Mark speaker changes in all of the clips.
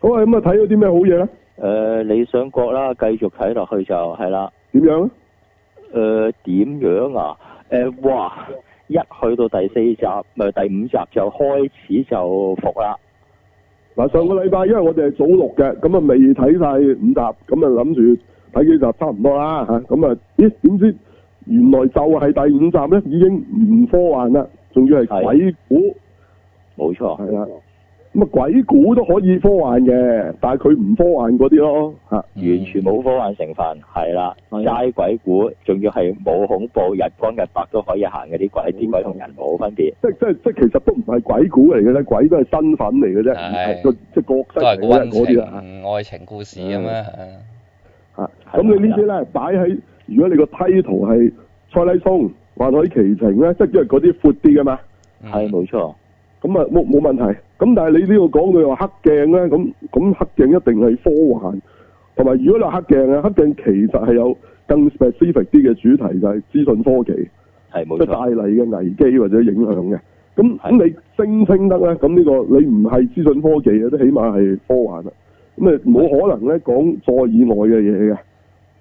Speaker 1: 好啊，咁啊睇咗啲咩好嘢咧？
Speaker 2: 誒、理呃想國啦，繼續睇落去就係啦。
Speaker 1: 點樣咧？
Speaker 2: 誒、點樣啊？誒、哇！一去到第四集，咪第五集就開始就服啦。
Speaker 1: 嗱，上個禮拜因為我哋係早錄嘅，咁啊未睇晒五集，咁啊諗住睇幾集差唔多啦嚇，咁啊咦點知原來就係第五集咧，已經唔科幻啦，仲要係鬼故，
Speaker 2: 冇錯，
Speaker 1: 係啊，咁啊鬼故都可以科幻嘅，但係佢唔科幻嗰啲咯嚇，
Speaker 2: 完全冇科幻成分，係啦，
Speaker 1: 係啊
Speaker 2: 齋鬼故，仲要係冇恐怖，日光日白都可以行嘅啲鬼，啲鬼同人冇分別。
Speaker 1: 即即即其實都唔係鬼故嚟嘅咧，鬼都係身份嚟嘅啫，唔係
Speaker 3: 係
Speaker 1: 個即角色
Speaker 3: 都係
Speaker 1: 嚟嘅
Speaker 3: 個
Speaker 1: 啫
Speaker 3: 温
Speaker 1: 嗰啲啊啦
Speaker 3: 情愛情故事咁啊，係啊
Speaker 1: 嚇，咁
Speaker 2: 啊
Speaker 1: 你呢啲咧擺喺如果你個 title 係蔡麗松幻海奇情咧，即係因為嗰啲闊啲嘅嘛。
Speaker 3: 嗯
Speaker 2: 係冇錯，
Speaker 1: 咁啊冇冇問題。咁但係你呢度講佢話黑鏡咧，咁咁黑鏡一定係科幻，同埋如果你話黑鏡啊，黑鏡其實係有更 specific 啲嘅主題，就係、資訊科技
Speaker 2: 係冇
Speaker 1: 即係帶
Speaker 2: 錯，
Speaker 1: 嚟嘅危機或者影響嘅。咁咁
Speaker 2: 係
Speaker 1: 你聲稱得咧，咁呢個你唔係資訊科技嘅，都起碼係科幻啦。咁你冇可能咧講再以外嘅嘢嘅，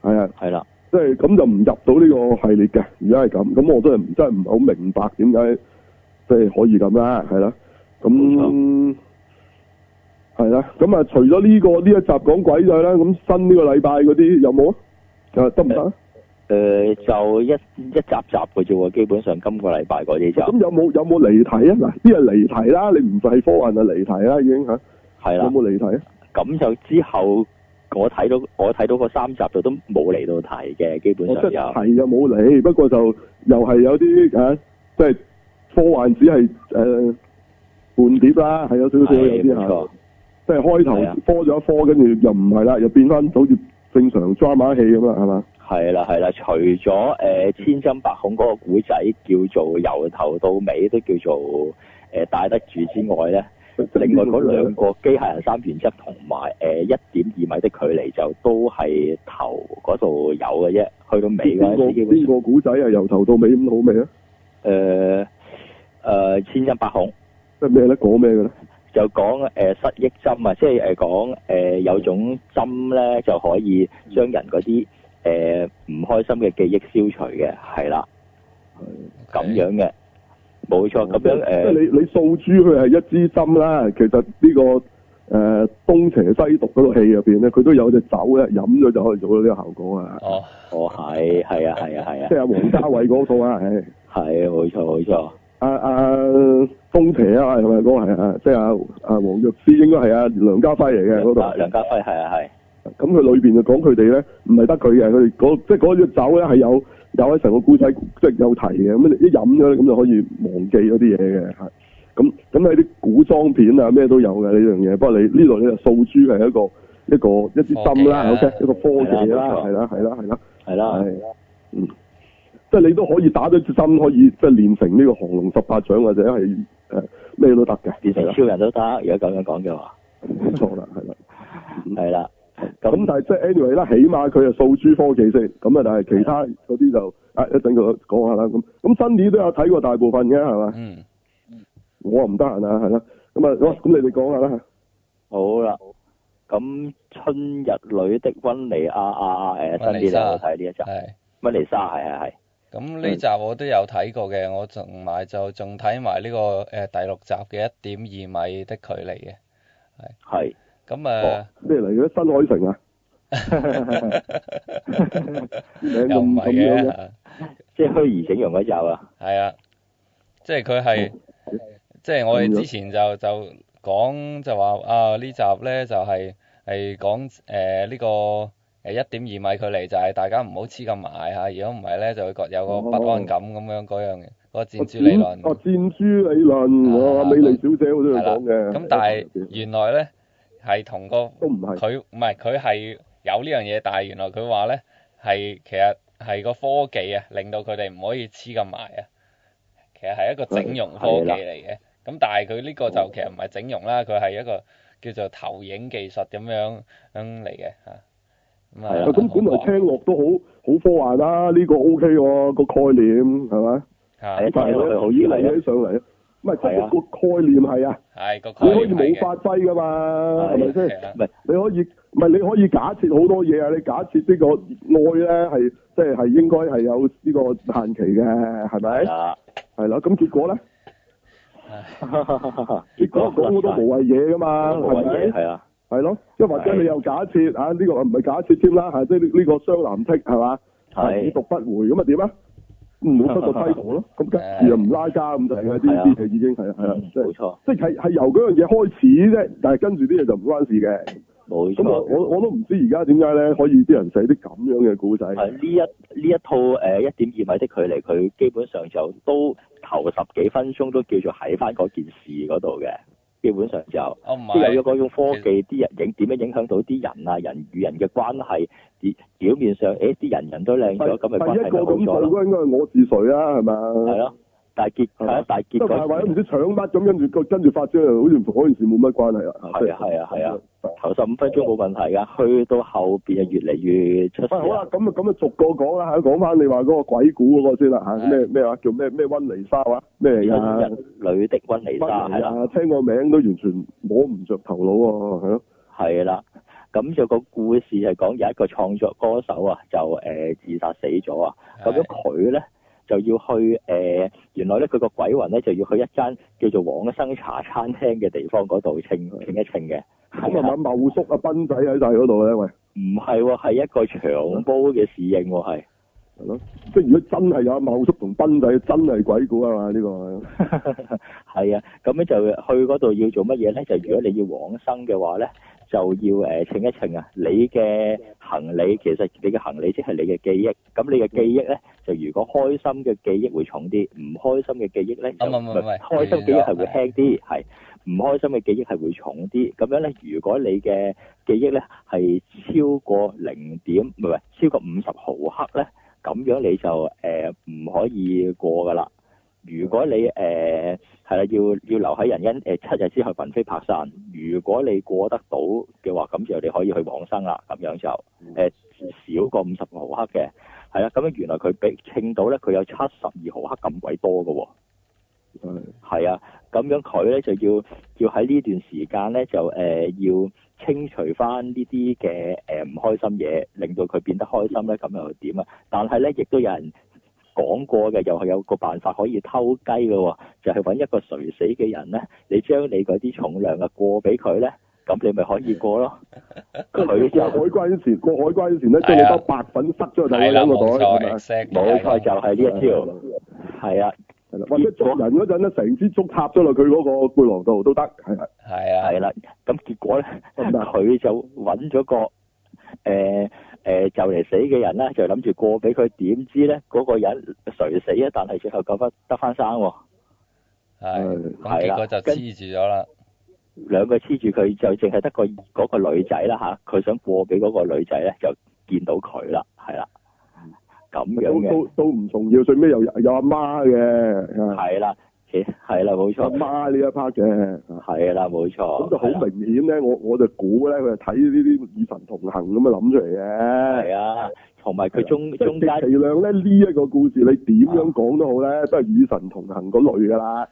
Speaker 1: 係啊，
Speaker 2: 係啦，
Speaker 1: 即係咁就唔入到呢個系列嘅。如果係咁，咁我真係唔真係唔係好明白點解即係可以咁啦，係啦。咁
Speaker 2: 冇
Speaker 1: 係啦。咁啊，除咗呢、個呢一集講鬼仔啦，咁新呢個禮拜嗰啲有冇啊？啊，得唔得啊？
Speaker 2: 誒、呃就一一集集嘅啫喎，基本上今個禮拜嗰啲
Speaker 1: 咁
Speaker 2: 集
Speaker 1: 有冇有冇離題啊？嗱，呢係離題啦，你唔係科幻就離題啦，已經嚇。
Speaker 2: 係
Speaker 1: 有
Speaker 2: 啦。
Speaker 1: 冇離題啊？
Speaker 2: 咁就之後我睇到我睇到嗰三集就都冇嚟到提嘅，基本
Speaker 1: 我
Speaker 2: 上
Speaker 1: 即係
Speaker 2: 就
Speaker 1: 題就冇離，不過就又係有啲啊，即係科幻只係誒、呃、半碟啦，係有少少啊有
Speaker 2: 係
Speaker 1: 啲
Speaker 2: 冇
Speaker 1: 嚇。
Speaker 2: 錯，
Speaker 1: 即係開
Speaker 2: 係啊
Speaker 1: 頭科咗一科，跟住又唔係啦，又變翻好似正常 drama 戲咁啦，係嘛？
Speaker 2: 係啦係啦，除咗誒、
Speaker 1: 嗯
Speaker 2: 呃千針百孔嗰個古仔叫做由頭到尾都叫做誒、呃、帶得住之外咧，
Speaker 1: 嗯
Speaker 2: 另外嗰兩個機械人三原則同埋呃誒一點二米的距離就都係頭嗰度有嘅啫，去到尾
Speaker 1: 邊
Speaker 2: 嗰
Speaker 1: 個
Speaker 2: 陣時基本
Speaker 1: 邊
Speaker 2: 上
Speaker 1: 個古仔係由頭到尾咁好味啊？
Speaker 2: 誒誒呃千針百孔。
Speaker 1: 即係咩咧？講咩嘅咧？
Speaker 2: 就講誒、呃失憶針啊，即係誒講誒有種針咧就可以將人嗰啲誒唔開心嘅記憶消除嘅，係啦，
Speaker 3: 嗯
Speaker 2: 咁樣嘅，冇錯，咁樣
Speaker 1: 即係
Speaker 2: 誒，
Speaker 1: 你你掃珠佢係一支針啦，其實呢、個誒、呃、東邪西毒嗰套戲入邊咧，佢都有隻酒咧，飲咗就可以做到呢個效果啊！
Speaker 3: 哦，
Speaker 2: 我係係啊係啊係
Speaker 1: 即係
Speaker 2: 啊，
Speaker 1: 阿王家衞嗰套啊，唉，
Speaker 2: 係冇錯冇錯，
Speaker 1: 阿阿東邪啊，係咪嗰個係啊？即係阿阿黃藥師應該係阿梁家輝嚟嘅嗰
Speaker 2: 梁
Speaker 1: 度。
Speaker 2: 家梁家輝係啊係，
Speaker 1: 咁佢裏邊就講佢哋咧，唔係得佢嘅，佢哋嗰即係嗰隻酒咧係有有喺成個故仔即係有提嘅，咁你一飲咗咧咁就可以忘記嗰啲嘢嘅，係咁咁喺啲古裝片啊咩都有嘅呢樣嘢，不過你呢度你就掃珠係一個一個一支針啦
Speaker 3: 科技啊
Speaker 1: ，OK 一個科技啦，
Speaker 2: 係
Speaker 1: 係啦係啦係啦，
Speaker 2: 係啦，
Speaker 1: 係嗯，即係你都可以打咗支針，可以即係練成呢個降龍十八掌或者係誒咩都得嘅，係
Speaker 2: 變成
Speaker 1: 啦
Speaker 2: 超人都得，如果咁樣講嘅話，
Speaker 1: 冇錯啦，係啦。
Speaker 2: 係啦，
Speaker 3: 嗯
Speaker 1: 咁
Speaker 2: 咁
Speaker 1: 但係即係 anyway 啦，起碼佢係掃珠科技先，咁啊但係其他嗰啲就啊一陣佢講下啦。咁咁新年都有睇過大部分嘅係嘛？
Speaker 3: 嗯，
Speaker 1: 我啊唔得閒啊，係啦。咁啊，好咁你哋講下啦。
Speaker 2: 好啦，咁春日裏的温尼亞啊啊誒新啲啦，我睇呢一集，
Speaker 3: 係。
Speaker 2: 温尼莎係係係。
Speaker 3: 咁呢集我都有睇過嘅，我同埋就仲睇埋呢個誒第六集嘅一點二米的距離嘅。
Speaker 2: 係
Speaker 3: 咁啊
Speaker 2: 哦
Speaker 3: 誒
Speaker 1: 咩嚟嘅？新海城啊？名
Speaker 3: 又唔
Speaker 1: 咁
Speaker 3: 係
Speaker 1: 咁樣嘅。
Speaker 3: 嘅，啊
Speaker 2: 即係虛擬整容嗰集啊，
Speaker 3: 係啊，即係佢係
Speaker 1: 嗯
Speaker 3: 即係我哋之前就就講就話啊呢集咧就係係講誒呢個誒一點二米距離就係大家唔好黐咁埋嚇，如果唔係咧就會覺有個不安感咁樣嗰樣嘅嗰個
Speaker 1: 我
Speaker 3: 箭豬理論。
Speaker 1: 哦，箭豬理論，我
Speaker 3: 啊
Speaker 1: 美麗小姐我都有
Speaker 3: 係啦
Speaker 1: 講嘅。
Speaker 3: 咁但係原來咧係同個
Speaker 1: 都唔係，
Speaker 3: 佢唔係佢係有呢樣嘢，但係原來佢話咧係其實係個科技啊，令到佢哋唔可以黐咁埋啊。其實係一個整容科技嚟嘅。咁但係佢呢個就其實唔係整容啦，佢係一個叫做投影技術咁樣嗯樣嚟嘅嚇。咁
Speaker 2: 係
Speaker 3: 啊
Speaker 2: 啦
Speaker 1: 咁本來聽落都好好科幻啦，呢個 OK 喎個概念係咪？
Speaker 3: 嚇
Speaker 1: 但係
Speaker 2: 係聽落去好似
Speaker 1: 你
Speaker 2: 係啊
Speaker 1: 起上嚟，唔係即
Speaker 2: 係
Speaker 1: 係
Speaker 2: 啊
Speaker 1: 個概念係啊，
Speaker 3: 係個概
Speaker 1: 你可以
Speaker 3: 念係
Speaker 1: 冇
Speaker 3: 嘅，
Speaker 1: 發揮噶嘛，
Speaker 2: 啊
Speaker 1: 係咪先？
Speaker 3: 係啊啦
Speaker 2: 唔係
Speaker 1: 你可以唔係你可以假設好多嘢啊！你假設呢個愛咧係即係係應該係有呢個限期嘅，係啊咪
Speaker 2: 係？啦，
Speaker 1: 係啦，咁結果咧， 結果講好多無謂嘢噶嘛，
Speaker 2: 啊冇
Speaker 1: 係
Speaker 2: 嘢
Speaker 1: 咪？
Speaker 2: 係啊，
Speaker 1: 係咯，即係或者
Speaker 2: 係
Speaker 1: 你又假設啊，呢、個唔係假設添啦，係即係呢個雙男剔係嘛，
Speaker 2: 係
Speaker 1: 已讀不回咁啊點啊？唔好得個批度咯， 咁跟住又唔拉家咁就係啲
Speaker 2: 係啊
Speaker 1: 啲嘢已經係係啊，
Speaker 2: 嗯
Speaker 1: 即
Speaker 2: 冇
Speaker 1: 係
Speaker 2: 錯
Speaker 1: 即係係由嗰樣嘢開始啫，但係跟住啲嘢就唔關事嘅。
Speaker 2: 冇
Speaker 1: 咁我
Speaker 2: 錯。
Speaker 1: 我我都唔知而家點解咧，可以啲人寫啲咁樣嘅古仔。
Speaker 2: 啊係呢一呢一套誒一點二米的距離，佢基本上就都頭十幾分鐘都叫做喺翻嗰件事嗰度嘅，基本上就。
Speaker 3: 我哦唔
Speaker 2: 即係有
Speaker 3: 係
Speaker 2: 咗嗰種科技，啲人影點樣影響到啲人啊，人與人嘅關係，表表面上，誒啲人人都靚
Speaker 1: 第
Speaker 2: 咗，咁咪關
Speaker 1: 第
Speaker 2: 係
Speaker 1: 一個
Speaker 2: 咪好
Speaker 1: 咁
Speaker 2: 咗
Speaker 1: 做
Speaker 2: 咯？
Speaker 1: 嗰應該係我是誰啊，係咪？
Speaker 2: 係咯，但係結
Speaker 1: 係
Speaker 2: 係
Speaker 1: 嘛
Speaker 2: 啊，但係
Speaker 1: 即
Speaker 2: 結
Speaker 1: 係話為咗唔
Speaker 2: 果
Speaker 1: 知搶乜咁，跟住個跟住發展又好似同嗰件事冇乜關係啦。
Speaker 2: 係啊係啊係啊
Speaker 1: 即係。
Speaker 2: 頭十五分鐘冇問題㗎，去到後邊就越嚟越出事
Speaker 1: 喂，好
Speaker 2: 啦
Speaker 1: 啦，。咁啊，咁啊，逐個講啦，講翻你話嗰個鬼故嗰個先啦嚇，
Speaker 3: 係
Speaker 1: 咩咩話叫咩咩温尼莎話咩啊嚟㗎？
Speaker 2: 一女的溫妮莎
Speaker 1: 嗯温
Speaker 2: 係
Speaker 1: 尼
Speaker 2: 啦，
Speaker 1: 啊，聽個名都完全摸唔着頭腦喎，係咯，
Speaker 2: 係啦。咁就個故事係講有一個創作歌手啊，就誒、呃自殺死咗啊。咁樣佢咧就要去誒、呃原來咧佢個鬼魂咧就要去一間叫做往生茶餐廳嘅地方嗰度稱稱一稱嘅。
Speaker 1: 咁
Speaker 2: 係
Speaker 1: 啊
Speaker 2: 啊，
Speaker 1: 嘛，茂叔啊，斌仔喺晒嗰度咧，喂，
Speaker 2: 唔係喎，係一個長煲嘅侍應喎，
Speaker 1: 係咯，即係如果真係有阿茂叔同斌仔，真係鬼故啊嘛，呢個係
Speaker 2: 係係啊。咁咧就去嗰度要做乜嘢咧？就如果你要往生嘅話咧，就要誒、呃、稱一稱啊，你嘅行李其實你嘅行李即係你嘅記憶，咁你嘅記憶咧就如果開心嘅記憶會重啲，唔開心嘅記憶咧就
Speaker 3: 唔唔唔唔
Speaker 2: 開心記憶係會輕啲，係唔開心嘅記憶係會重啲。咁樣咧，如果你嘅記憶咧係超過零點，唔係超過五十毫克咧，咁樣你就誒唔、可以過噶啦。如果你誒係啦，要要留喺人間誒、七日之後魂飛魄散。如果你過得到嘅話，咁就你可以去往生啦。咁樣就誒、少過五十毫克嘅，係啦。啊咁樣原來佢俾稱到咧，佢有七十二毫克咁鬼多嘅喎。
Speaker 1: 係
Speaker 2: 係啊，咁樣佢咧就要要喺呢段時間咧就誒、呃要清除翻呢啲嘅誒唔開心嘢，令到佢變得開心咧，咁又點啊？但係咧，亦都有人講過嘅，又係有個辦法可以偷雞嘅喎，就係、揾一個垂死嘅人咧，你將你嗰啲重量啊過俾佢咧，咁你咪可以過咯。佢
Speaker 1: 啊過
Speaker 2: 就
Speaker 1: 海關之前，過海關之前咧，
Speaker 2: 啊
Speaker 1: 將你包白粉塞咗去第
Speaker 3: 係
Speaker 1: 二
Speaker 3: 啦，
Speaker 1: 兩個
Speaker 3: 冇
Speaker 1: 袋，啊
Speaker 3: 錯
Speaker 1: 係咪？
Speaker 3: ，exact
Speaker 2: 冇錯，就啊
Speaker 1: 啊
Speaker 2: 係啊呢一招。係啊，
Speaker 1: 係啦，或者捉人嗰陣咧，成支竹插咗落佢嗰個背囊度都得，係啦，
Speaker 3: 係啊，
Speaker 2: 係啦，咁結果咧。
Speaker 1: 得唔得？
Speaker 2: 佢就揾咗個誒誒、呃就嚟死嘅人啦，就諗住過俾佢，點知咧嗰、個人垂死啊，但係最後救翻得翻生喎，
Speaker 3: 係
Speaker 1: 嗯係
Speaker 3: 咁結果就
Speaker 2: 跟
Speaker 3: 黐住咗啦，
Speaker 2: 兩個黐住佢就淨係得個嗰、個女仔啦吓，佢想過俾嗰個女仔咧就見到佢啦，係啦，咁樣
Speaker 1: 都
Speaker 2: 嘅
Speaker 1: 都都唔重要，最尾又有阿媽嘅，啊
Speaker 2: 係啦，其係啦冇
Speaker 1: 阿
Speaker 2: 錯，
Speaker 1: 媽呢一 part 嘅，啊
Speaker 2: 係啦冇
Speaker 1: 咁
Speaker 2: 錯，
Speaker 1: 就好明顯咧。我我就估咧，佢係睇呢啲與神同行咁樣諗出嚟嘅。
Speaker 2: 係啊，同埋佢中
Speaker 1: 即係
Speaker 2: 中
Speaker 1: 極
Speaker 2: 間
Speaker 1: 其量咧呢一個故事，你點樣講都好咧，都係與神同行嗰類㗎啦。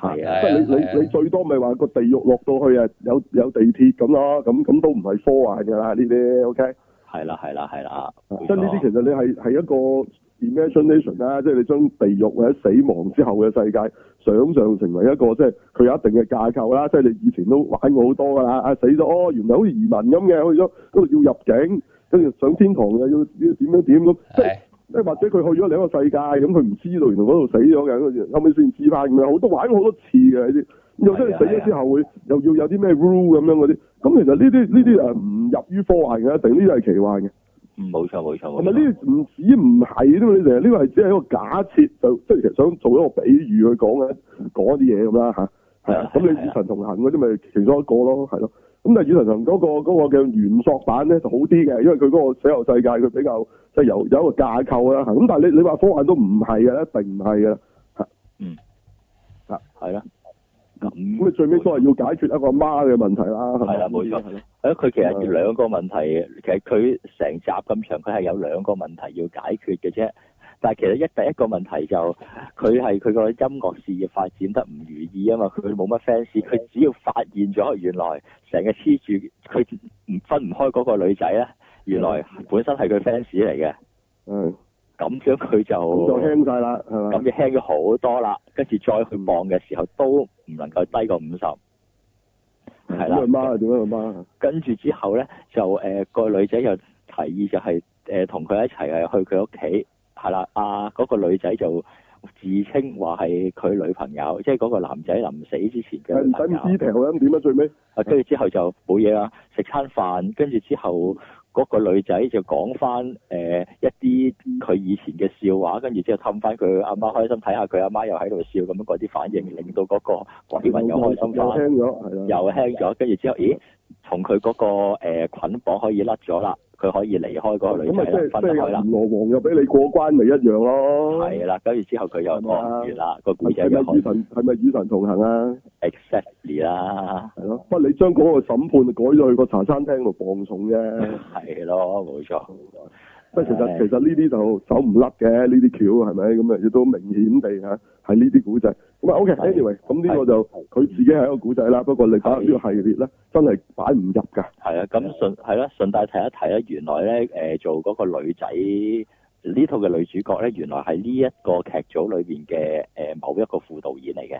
Speaker 2: 係
Speaker 1: 即係
Speaker 2: 啊
Speaker 1: 你你你最多咪話個地獄落到去啊，有有地鐵咁咯，咁咁都唔係科幻㗎啦呢啲，OK？
Speaker 2: 係啦係啦係啦，冇
Speaker 1: 啊即係呢啲其實
Speaker 2: 錯
Speaker 1: 你係係一個 imagination 啦，即係你將地獄或者死亡之後嘅世界想像成為一個即係佢有一定嘅架構啦。即係你以前都玩過好多㗎啦，啊死咗哦，原來好似移民咁嘅，去咗嗰度要入境，跟住上天堂又要要點樣點咁，即係
Speaker 3: 係
Speaker 1: 即係或者佢去咗另一個世界，咁佢唔知道原來嗰度死咗嘅，跟住後尾先知翻咁樣，好多玩過好多次嘅呢啲。又即係啊死咗之後會又要有啲咩 rule 咁樣嗰啲，咁其實呢啲呢啲呃誒唔入於科幻嘅，一定呢啲係奇幻嘅。
Speaker 2: 嗯冇錯冇錯
Speaker 1: 係
Speaker 2: 冇
Speaker 1: 咪
Speaker 2: 錯。
Speaker 1: 呢啲唔止唔係啫嘛？你成日呢個係只係一個假設，就即係其實想做一個比喻去講嘅，講一啲嘢咁啦吓，係啊，咁
Speaker 2: 係啊
Speaker 1: 你與神同行嗰啲咪其中一個咯，係咯。咁但係與神同行嗰、個嗰、個嘅原作版咧就好啲嘅，因為佢嗰個死後世界佢比較即係有有一個架構啦。嚇咁但係你你話科幻都唔係嘅，一定唔係嘅。
Speaker 2: 係啦，
Speaker 1: 咁你
Speaker 2: 咁
Speaker 1: 最尾都係要解決一個媽嘅問題啦。係咪
Speaker 2: 係啦冇錯。係咯佢其實兩個問題，其實佢成集咁長，佢係有兩個問題要解決嘅啫。但係其實一第一個問題就佢係佢個音樂事業發展得唔如意啊嘛，佢冇乜 fans，佢只要發現咗原來成日黐住佢唔分唔開嗰個女仔咧，原來本身係佢 fans 嚟嘅，
Speaker 1: 嗯，
Speaker 2: 咁樣佢就
Speaker 1: 咁就輕晒啦，係
Speaker 2: 咁
Speaker 1: 嘛？
Speaker 2: 就輕咗好多啦，跟住再去望嘅時候都唔能夠低過五十，
Speaker 1: 點解
Speaker 2: 係啦。
Speaker 1: 孖啊？點解孖？
Speaker 2: 跟住之後咧，就誒、呃、個女仔又提議就係誒同佢一齊係去佢屋企，係啦，啊嗰、個女仔就自稱話係佢女朋友，即係嗰個男仔臨死之前嘅
Speaker 1: 係唔
Speaker 2: 女
Speaker 1: 使
Speaker 2: 朋
Speaker 1: 咁 detail
Speaker 2: 友。
Speaker 1: 咁點啊？最尾
Speaker 2: 啊，跟住之後就冇嘢啦，食餐飯，跟住之後嗰個女仔就講翻誒一啲佢以前嘅笑話，跟住之後氹翻佢阿媽開心，睇下佢阿媽又喺度笑，咁樣嗰啲反應令到嗰個鬼魂又開心
Speaker 1: 又
Speaker 2: 翻。
Speaker 1: 輕咗，係啦，
Speaker 2: 又輕咗，跟住之後，咦，從佢嗰個誒捆綁可以甩咗啦，佢可以離開嗰個女
Speaker 1: 咁
Speaker 2: 仔
Speaker 1: 咪即係
Speaker 2: 啦，分
Speaker 1: 即係
Speaker 2: 開
Speaker 1: 有
Speaker 2: 啦，
Speaker 1: 閻羅王又俾你過關，咪一樣咯。
Speaker 2: 係啊啦，跟住之後佢又講完啦，個故仔
Speaker 1: 係
Speaker 2: 又
Speaker 1: 咪與
Speaker 2: 開
Speaker 1: 神係咪與神同行啊？
Speaker 2: exactly 啦，
Speaker 1: 係咯，不過你將嗰個審判改咗去個茶餐廳度放送 啫。
Speaker 2: 係咯，冇錯，
Speaker 1: 即係其實
Speaker 2: 唉
Speaker 1: 其實呢啲就走唔甩嘅，呢啲橋係咪咁啊？亦都明顯地嚇係呢啲古仔。咁啊
Speaker 2: 係
Speaker 1: ，OK，anyway，咁呢個就佢自己係一個古仔啦。不過你打入呢個系列咧，真係擺唔入㗎。
Speaker 2: 係啊，咁順係啦，順帶提一提咧，原來咧誒、做嗰個女仔呢套嘅女主角咧，原來係呢一個劇組裏邊嘅誒某一個副導演嚟嘅。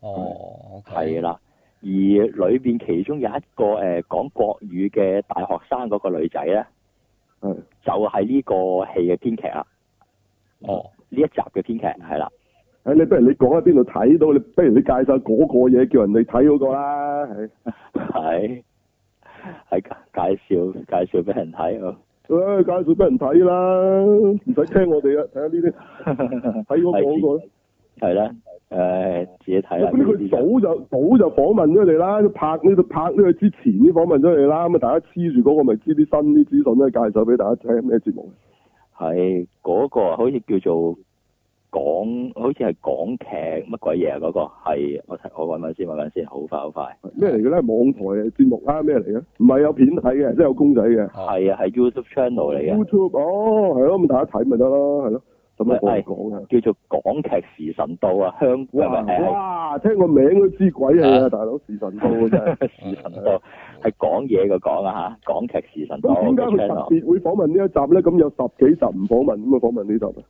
Speaker 3: 哦，OK，
Speaker 2: 係啦，而裏邊其中有一個誒、呃、講國語嘅大學生嗰個女仔咧，
Speaker 1: 係
Speaker 2: 就係、呢個戲嘅編劇啦，
Speaker 3: 哦，
Speaker 2: 呢一集嘅編
Speaker 1: 嗯
Speaker 2: 劇係啦，
Speaker 1: 誒，你不如你講喺邊度睇到，你不如你介紹嗰個嘢叫人哋睇嗰個啦。係，
Speaker 2: 係係介紹介紹俾人睇 哦，
Speaker 1: 誒介紹俾人睇啦，唔使聽我哋啊，睇下呢啲睇嗰個嗰個啦。
Speaker 2: 係啦，誒、自己睇啦，
Speaker 1: 嗯咁呢佢
Speaker 2: 呢
Speaker 1: 早就早就訪問咗你啦，拍呢度拍呢個之前啲訪問咗你啦，咁啊大家黐住嗰個咪知啲新啲資訊咧，介紹俾大家聽咩節目？
Speaker 2: 係嗰個好似叫做港，好似係港劇乜鬼嘢啊嗰個係，我睇我揾揾先揾揾先，好快好快。
Speaker 1: 咩嚟嘅咧？網台嘅節目啊，咩嚟嘅？唔係有片睇嘅，即係有公仔嘅。
Speaker 3: 係
Speaker 2: 係啊，係 YouTube channel 嚟嘅。
Speaker 1: YouTube 哦，係咯，咁大家睇咪得咯，係咯，咁咪講
Speaker 2: 係
Speaker 1: 講啊。
Speaker 2: 叫做港劇時辰到啊，香
Speaker 1: 哇
Speaker 2: 港係
Speaker 1: 哇，聽個名都知鬼係啊，
Speaker 2: 啊
Speaker 1: 大佬時辰到啊真係。
Speaker 2: 時辰到，係講嘢嘅講啊嚇，港劇時辰到
Speaker 1: 咁點解佢
Speaker 2: 嘅
Speaker 1: 特
Speaker 2: channel，
Speaker 1: 別會訪問呢一集咧？咁有十幾集唔訪問，咁啊訪問呢集啊？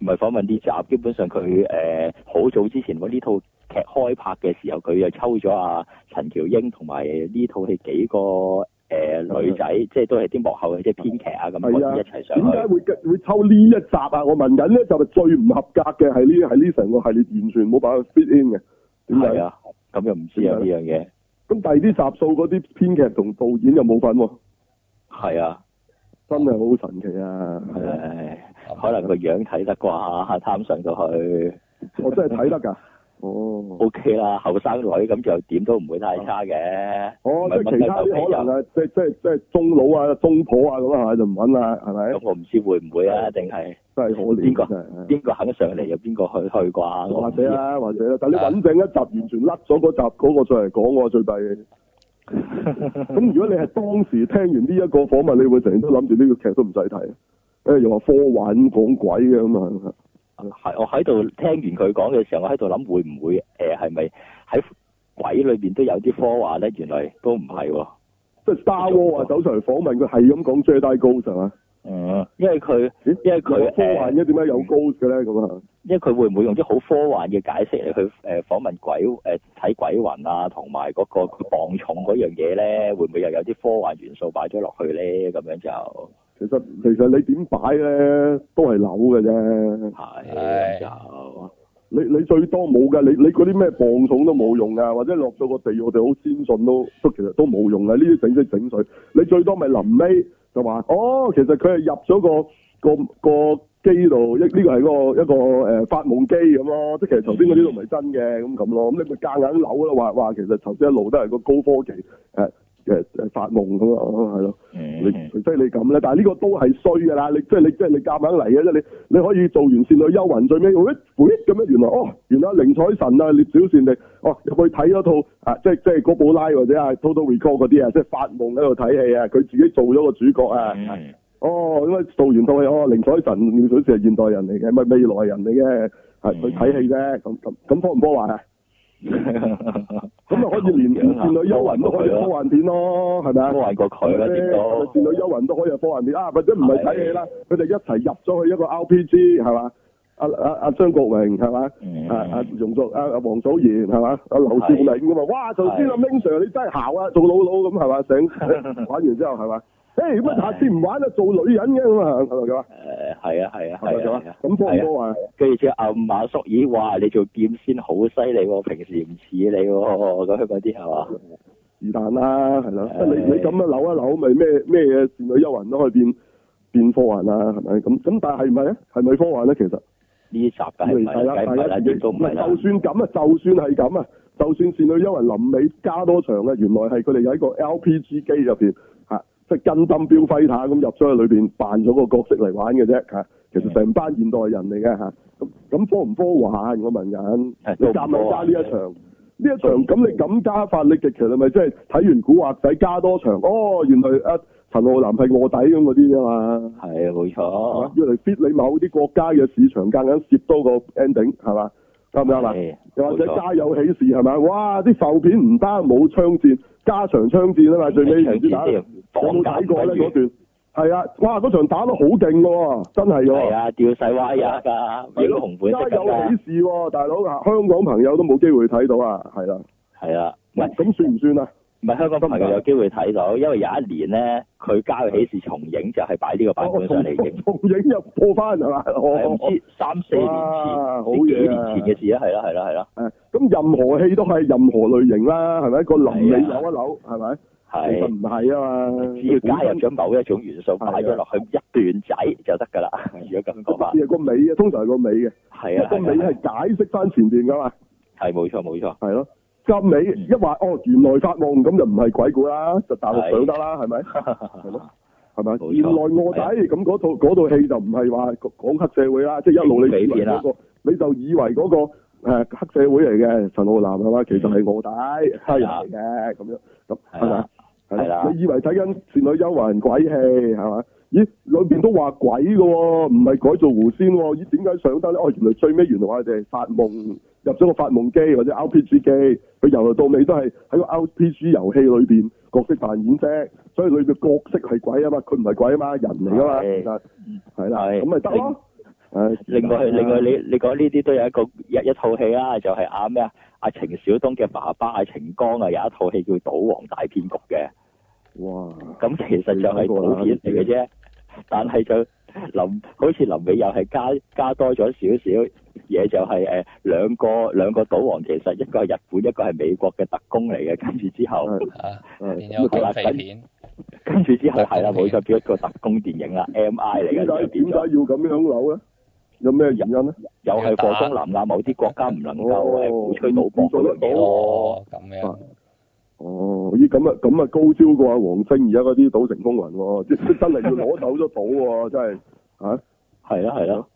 Speaker 2: 唔係訪問啲集，基本上佢誒好早之前喎呢套劇開拍嘅時候，佢就抽咗啊陳喬英同埋呢套戲幾個誒、呃女仔，即係都係啲幕後嘅即係編劇啊咁嗰
Speaker 1: 啊係啊
Speaker 2: 啲一齊上
Speaker 1: 點解
Speaker 2: 去。
Speaker 1: 會嘅會抽呢一集啊？我問緊呢一集係最唔合格嘅，係呢係呢成個系列完全冇辦法 fit in 嘅。點
Speaker 2: 係
Speaker 1: 解？
Speaker 2: 啊，咁又唔知啊呢樣嘢。
Speaker 1: 咁第二啲集數嗰啲編劇同導演又冇份喎，
Speaker 2: 係啊，
Speaker 1: 真係好神奇啊！係啊，
Speaker 2: 誒，可能個樣睇得啩，貪上到去
Speaker 1: 我真係睇得㗎。哦，
Speaker 2: ，OK 啦，後生女咁就點都唔會太差嘅。
Speaker 1: 哦，即
Speaker 2: 唔係
Speaker 1: 係其他啲可能啊，即係即係即係中佬啊、中婆啊咁啊，就唔揾啦，係咪
Speaker 2: 咁？我唔知會唔會啊？定係
Speaker 1: 真係可憐。
Speaker 2: 邊個
Speaker 1: 真係
Speaker 2: 邊個肯上嚟就邊個去去啩？我
Speaker 1: 或
Speaker 2: 唔知
Speaker 1: 者啦，或者啦，但你揾正一集完全甩咗嗰集嗰個再嚟講喎，最 弊。咁如果你係當時聽完呢一個訪問，你會成日都諗住呢個劇都唔使睇，誒又話科幻講鬼嘅咁啊，
Speaker 2: 係我喺度聽完佢講嘅時候，我喺度諗會唔會誒係咪喺鬼裏邊都有啲科幻咧？原來都唔係喎。
Speaker 1: 即係 Star War 啊走上嚟訪問佢係咁講 Jedi Ghost 係嘛？
Speaker 2: 嗯，因為佢
Speaker 1: 咦
Speaker 2: 因為佢呃
Speaker 1: 有科幻嘅點解有 Ghost 嘅咧？咁啊，
Speaker 2: 因為佢會唔會用啲好科幻嘅解釋嚟去誒訪問鬼誒睇鬼魂啊，同埋嗰個佢磅重嗰樣嘢咧，會唔會又有啲科幻元素擺咗落去咧？咁樣就
Speaker 1: 其實其實你點擺咧都係扭嘅啫，
Speaker 2: 係
Speaker 3: 係
Speaker 2: 就
Speaker 1: 你你最多冇㗎，你你嗰啲咩磅重都冇用㗎，啊或者落到個地我哋好先進都都其實都冇用啊㗎，呢啲整色整水，你最多咪臨尾就話哦，其實佢係入咗個個個機度，一呢個係個一個誒、呃、發夢機咁咯，即係其實頭先嗰啲都唔係真嘅咁咁咯，咁你咪夾硬扭啦，話話其實頭先一路都係個高科技誒誒誒發夢咁咯，係咯。你
Speaker 2: 嗯
Speaker 1: 除非你咁咧，但係呢個都係衰㗎啦！你即係你即係你夾硬嚟嘅啫，你你可以做完倩女幽魂最尾，喂喂咁樣原來哦，原來寧采臣啊、聶小倩你哦入去睇嗰套啊，即係即係哥布拉或者啊 Total Recall 嗰啲啊，即係發夢喺度睇戲啊，佢自己做咗個主角啊，
Speaker 2: 嗯
Speaker 1: 哦，因為做完套戲，哦，寧采臣、廖水石係現代人嚟嘅，唔係未來人嚟嘅，係佢睇戲啫。咁咁咁科唔科幻啊？咁咪可以連連
Speaker 2: 啊
Speaker 1: 倩女幽魂都可以係科幻片咯，係咪啊？
Speaker 2: 科幻過佢啦，點
Speaker 1: 係咪
Speaker 2: 都
Speaker 1: 倩女幽魂都可以係科幻片啊？或者唔係睇戲啦，佢哋一齊入咗去一個 RPG 係嘛？阿阿阿張國榮係嘛？
Speaker 2: 嗯
Speaker 1: 啊啊容祖啊啊黃祖賢係嘛？阿劉少明咁啊！哇！頭先阿 Ming Sir 你真係姣啊，做老佬咁係嘛？ 醒玩完之後係嘛？誒乜下次唔玩啦，做女人嘅咁啊係咪咁啊？
Speaker 2: 誒係啊係啊
Speaker 1: 係咪咁
Speaker 2: 係啊係
Speaker 1: 啊
Speaker 2: 啊，？
Speaker 1: 咁科唔
Speaker 2: 係啊
Speaker 1: 科幻？
Speaker 2: 跟住之後阿馬叔，咦哇！你做劍仙好犀利喎，平時唔似你喎，咁嗰啲係嘛？
Speaker 1: 是但啦，係咯，
Speaker 2: 誒
Speaker 1: 你你咁樣扭一啊扭，咪咩咩嘢倩女幽魂都可以變變科幻啦，係咪？咁咁但係係咪啊？係咪科幻咧？其實
Speaker 2: 呢集梗係唔係啦，梗係唔係啦，亦都唔係啦
Speaker 1: 就。算咁啊，就算係咁啊，就算倩女幽魂臨尾加多場啊，原來係佢哋喺個 LPG 機入邊嚇，即係跟針標揮塔咁入咗去裏邊扮咗個角色嚟玩嘅啫嚇。其
Speaker 2: 嗯
Speaker 1: 實成班現代人嚟嘅嚇，啊咁咁科唔科幻？啊我問緊，
Speaker 2: 係
Speaker 1: 你夾咪加呢一
Speaker 2: 都唔科
Speaker 1: 場？呢一場咁你咁加法，你極其你咪即係睇完古惑仔加多場？哦，原來啊陳浩南係卧底咁嗰啲啫嘛。
Speaker 2: 係啊，冇
Speaker 1: 係嘛
Speaker 2: 錯。
Speaker 1: 要嚟 fit 你某啲國家嘅市場，夾硬攝多個 ending 係嘛？啱唔啱啊？
Speaker 2: 係
Speaker 1: 又或者
Speaker 2: 冇錯
Speaker 1: 家有喜事係咪？哇！啲浮片唔單冇槍戰，加長槍戰啊嘛，最尾唔知打。有冇睇過咧嗰段？係啊！哇！嗰場打得好勁喎，真係
Speaker 2: 係
Speaker 1: 喎。
Speaker 2: 啊，吊細歪呀㗎，
Speaker 1: 係
Speaker 2: 影
Speaker 1: 咯
Speaker 2: 紅本色
Speaker 1: 家有喜，
Speaker 2: 㗎
Speaker 1: 事喎，大佬啊！香港朋友都冇機會睇到啊，係啦。
Speaker 2: 係啊，唔係
Speaker 1: 咁咁算唔算啊？
Speaker 2: 唔係香港朋友有機會睇到，因為有一年咧，佢家有喜事重影就係擺呢個版
Speaker 1: 我
Speaker 2: 本
Speaker 1: 重
Speaker 2: 上嚟影，
Speaker 1: 重哦影又破翻係嘛？
Speaker 2: 係
Speaker 1: 我
Speaker 2: 唔知三四年
Speaker 1: 哦哇
Speaker 2: 前，
Speaker 1: 好
Speaker 2: 呢幾
Speaker 1: 嘢
Speaker 2: 年
Speaker 1: 啊
Speaker 2: 前嘅事啦，係啦係啦係啦，
Speaker 1: 誒，咁任何戲都係任何類型啦，係咪？個臨尾扭一扭，係咪？其實
Speaker 2: 係
Speaker 1: 唔係啊嘛，
Speaker 2: 只要加入咗某一種元素擺咗落去一段仔就得㗎啦。如果咁講
Speaker 1: 特，
Speaker 2: 法
Speaker 1: 啊別係個尾啊，通常係個尾嘅，因為
Speaker 2: 係啊
Speaker 1: 個尾
Speaker 2: 係
Speaker 1: 係
Speaker 2: 啊
Speaker 1: 解釋翻前邊噶嘛，
Speaker 2: 係冇錯冇錯，
Speaker 1: 係咯。個尾
Speaker 2: 嗯
Speaker 1: 一話哦，原來發夢咁就唔係鬼故啦，就大陸上得啦， 係咪？
Speaker 2: 係
Speaker 1: 咯係咪？
Speaker 2: 錯啊
Speaker 1: 原來卧底咁嗰套嗰套戲就唔係話講黑社會啦，即係一路你以
Speaker 2: 警匪
Speaker 1: 為
Speaker 2: 片
Speaker 1: 嗰
Speaker 2: 啦
Speaker 1: 個，你就以為嗰個誒黑社會嚟嘅陳浩南係
Speaker 2: 嗯
Speaker 1: 嘛，其實係卧底黑人嚟嘅咁樣，咁係
Speaker 2: 啊
Speaker 1: 咪
Speaker 2: 係啦
Speaker 1: 啊？係
Speaker 2: 係啦
Speaker 1: 啦，你以為睇緊《倩女幽魂》鬼戲係嘛？咦，裏邊都話鬼嘅喎、唔係改做狐仙喎、咦，點解上得咧？哦，原來最尾原來我哋係發夢入咗個發夢機或者 RPG 機，佢由頭到尾都係喺個 RPG 遊戲裏邊角色扮演啫，所以裏邊角色係鬼啊嘛，佢唔係鬼啊嘛，人嚟噶嘛，
Speaker 2: 係
Speaker 1: 其實係啦，
Speaker 2: 係
Speaker 1: 咁咪得咯。誒
Speaker 2: 另外，另外，你你講呢啲都有一個一一套戲啦，就係阿咩啊，阿程小東嘅爸爸阿程剛啊，有一套戲叫《賭王大騙局》嘅，
Speaker 1: 哇，
Speaker 2: 咁其實就係賭片嚟嘅啫，但係就臨好似臨尾又係加加多咗少少嘢，就係、誒、兩個兩個賭王，其實一個係日本，一個係美國嘅特工嚟嘅，跟住之後，
Speaker 1: 係
Speaker 3: 啊，
Speaker 1: 係
Speaker 3: 變咗警匪片，
Speaker 2: 跟住之後係啦，冇錯，變一個特工電影啦，M I 嚟
Speaker 1: 點
Speaker 2: 嘅，
Speaker 1: 解
Speaker 2: 就
Speaker 1: 點
Speaker 2: 變
Speaker 1: 解要
Speaker 2: 咗
Speaker 1: 咁樣扭咧？有咩原因咧？
Speaker 2: 又係火中南亞某啲國家唔能夠誒鼓吹賭博嗰樣嘢咯。
Speaker 3: 哦，咁樣，
Speaker 1: 哦，咦咁啊咁啊高招過阿黃星而家嗰啲賭城風雲喎，即即真係要攞走咗賭喎，真係嚇
Speaker 2: 係啦係啦，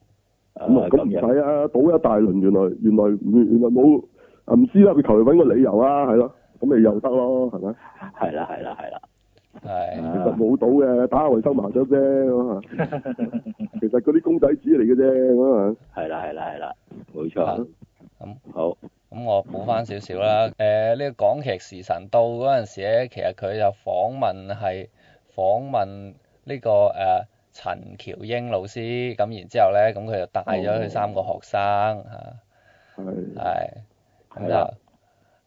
Speaker 1: 咁啊
Speaker 2: 誒
Speaker 1: 咁唔
Speaker 2: 咁樣
Speaker 1: 使啊，賭一大輪原來原來原來冇啊唔知啦，佢求其揾個理由啊，係咯，咁咪又得咯，係咪？
Speaker 2: 係啦係啦係啦，
Speaker 3: 係，
Speaker 1: 其實冇賭嘅，打下衞生麻雀啫，咁 啊其實嗰啲公仔紙嚟嘅啫，咁啊
Speaker 2: 係啦係啦係啦，冇錯。
Speaker 3: 咁
Speaker 2: 好
Speaker 3: 咁我補翻少少啦。誒，呢個港劇時辰到嗰陣時咧，其實佢就訪問係訪問呢個誒陳喬英老師，咁然之後咧，咁佢就帶咗佢三個學生啊嚇。
Speaker 1: 係
Speaker 3: 係，咁
Speaker 2: 係啦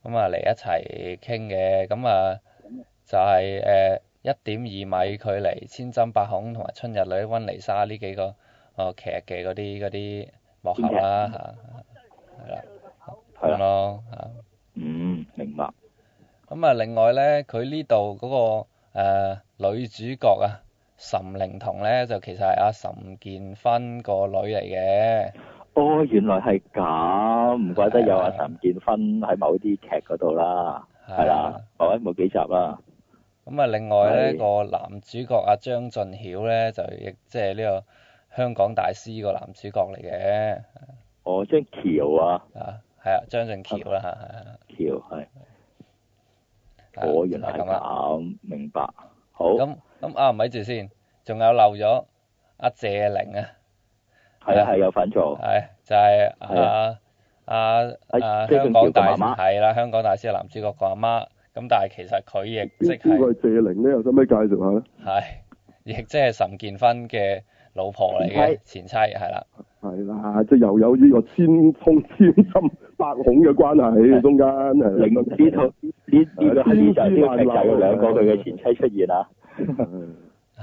Speaker 3: 就咁啊嚟一齊傾嘅，咁啊就係誒一點二米距離、千針百孔同埋春日裏溫妮莎呢幾個哦劇嘅嗰啲嗰啲幕後啦嚇，係啦，
Speaker 2: 係
Speaker 3: 咁
Speaker 2: 啦，
Speaker 3: 咯嚇。
Speaker 2: 嗯，明白。
Speaker 3: 咁啊，另外咧，佢呢度嗰個、呃、女主角啊，岑靈童咧，就其實係阿岑建芬個女嚟嘅，
Speaker 2: 哦，原來係咁，唔怪得有阿岑建芬喺某啲劇嗰度啦，係啦，某一某幾集啦，
Speaker 3: 咁啊，另外咧
Speaker 2: 係
Speaker 3: 個男主角阿張俊曉咧，就亦即係呢個香港大師個男主角嚟嘅，
Speaker 2: 哦，張橋啊，
Speaker 3: 啊，係啊，張俊曉啦，係係係
Speaker 2: 橋係，
Speaker 3: 係啊
Speaker 2: 哦，原來係
Speaker 3: 啊就係咁啦。
Speaker 2: 咁，明白。好，
Speaker 3: 咁咁啊，咪住先，仲有漏咗阿謝玲啊，
Speaker 2: 係啊係有份做，
Speaker 3: 係就係
Speaker 2: 係
Speaker 3: 阿阿阿
Speaker 2: 即係
Speaker 3: 香港大
Speaker 2: 佢叫佢媽媽
Speaker 3: 係啦，香港大師男主角個阿媽，咁但係其實佢亦即
Speaker 1: 邊邊個
Speaker 3: 係
Speaker 1: 係謝玲咧？又使唔使介紹下咧？
Speaker 3: 係亦即係岑建勳嘅老婆嚟嘅前妻係啦，
Speaker 1: 係啦，即係又有呢個千通千針百孔嘅關係喺中間，係啦
Speaker 2: 令呢套呢呢
Speaker 1: 啊
Speaker 2: 個係呢就呢個劇就有兩個佢嘅前妻出現啊，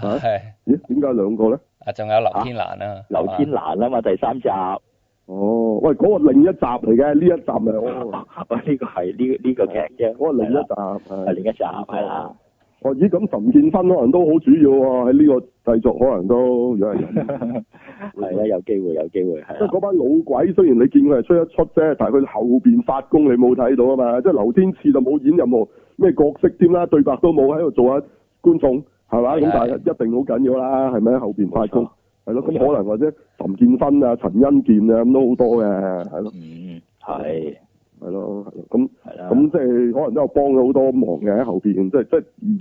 Speaker 1: 嚇
Speaker 3: 係
Speaker 1: 咦？點解兩個咧？
Speaker 3: 啊仲有劉天蘭啊，
Speaker 2: 劉
Speaker 3: 係嘛
Speaker 2: 天蘭啊嘛，第三集，
Speaker 1: 哦，喂，嗰、個另一集嚟嘅，呢一集咪我，
Speaker 2: 喂哦呢個係呢呢個劇啫，
Speaker 1: 嗰個另一
Speaker 2: 係啦
Speaker 1: 集係
Speaker 2: 係另一集係啦，
Speaker 1: 哦，咦，咁岑建勳可能都好主要喎，喺呢個製作可能都如果係咁，嗯
Speaker 2: 係啦，有機會有機會係
Speaker 1: 即係
Speaker 2: 啦，
Speaker 1: 嗰班老鬼，雖然你見佢係出一出啫，但係佢後邊發功你冇睇到啊嘛，即係劉天賜就冇演任何咩角色添啦，對白都冇喺度做下觀眾係嘛，
Speaker 3: 係
Speaker 1: 咁
Speaker 3: 係
Speaker 1: 但係一定好緊要啦，係咪喺後邊發功
Speaker 2: 冇錯
Speaker 1: 係咯，咁
Speaker 2: 冇錯
Speaker 1: 可能或者岑建勳啊、陳恩健啊咁都好多嘅，係咯，
Speaker 2: 嗯係
Speaker 1: 係咯，係咯咁。
Speaker 2: 係啦，
Speaker 1: 咁即係可能都有幫咗好多忙嘅喺後邊，即係即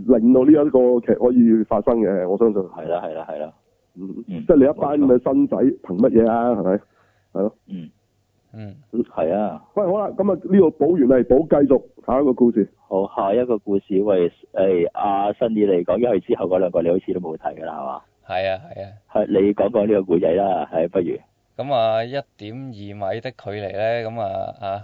Speaker 1: 係令到呢一個劇可以發生嘅，我相信。
Speaker 2: 係啦係啦係啦，
Speaker 1: 嗯，
Speaker 2: 嗯
Speaker 1: 即係你一班咁嘅新仔，憑乜嘢啊？係咪？係咯。
Speaker 2: 嗯
Speaker 3: 嗯
Speaker 2: 係啊。
Speaker 1: 喂，好啦，咁啊呢度補完嚟補，繼續下一個故事。
Speaker 2: 好，下一個故事喂，诶、阿新宇嚟講，因為之後嗰兩個你好似都冇睇噶啦，
Speaker 3: 係啊係啊。
Speaker 2: 係嘛？係你講講呢個故仔啦，係不如
Speaker 3: 咁啊，一點二米的距離咧，咁啊啊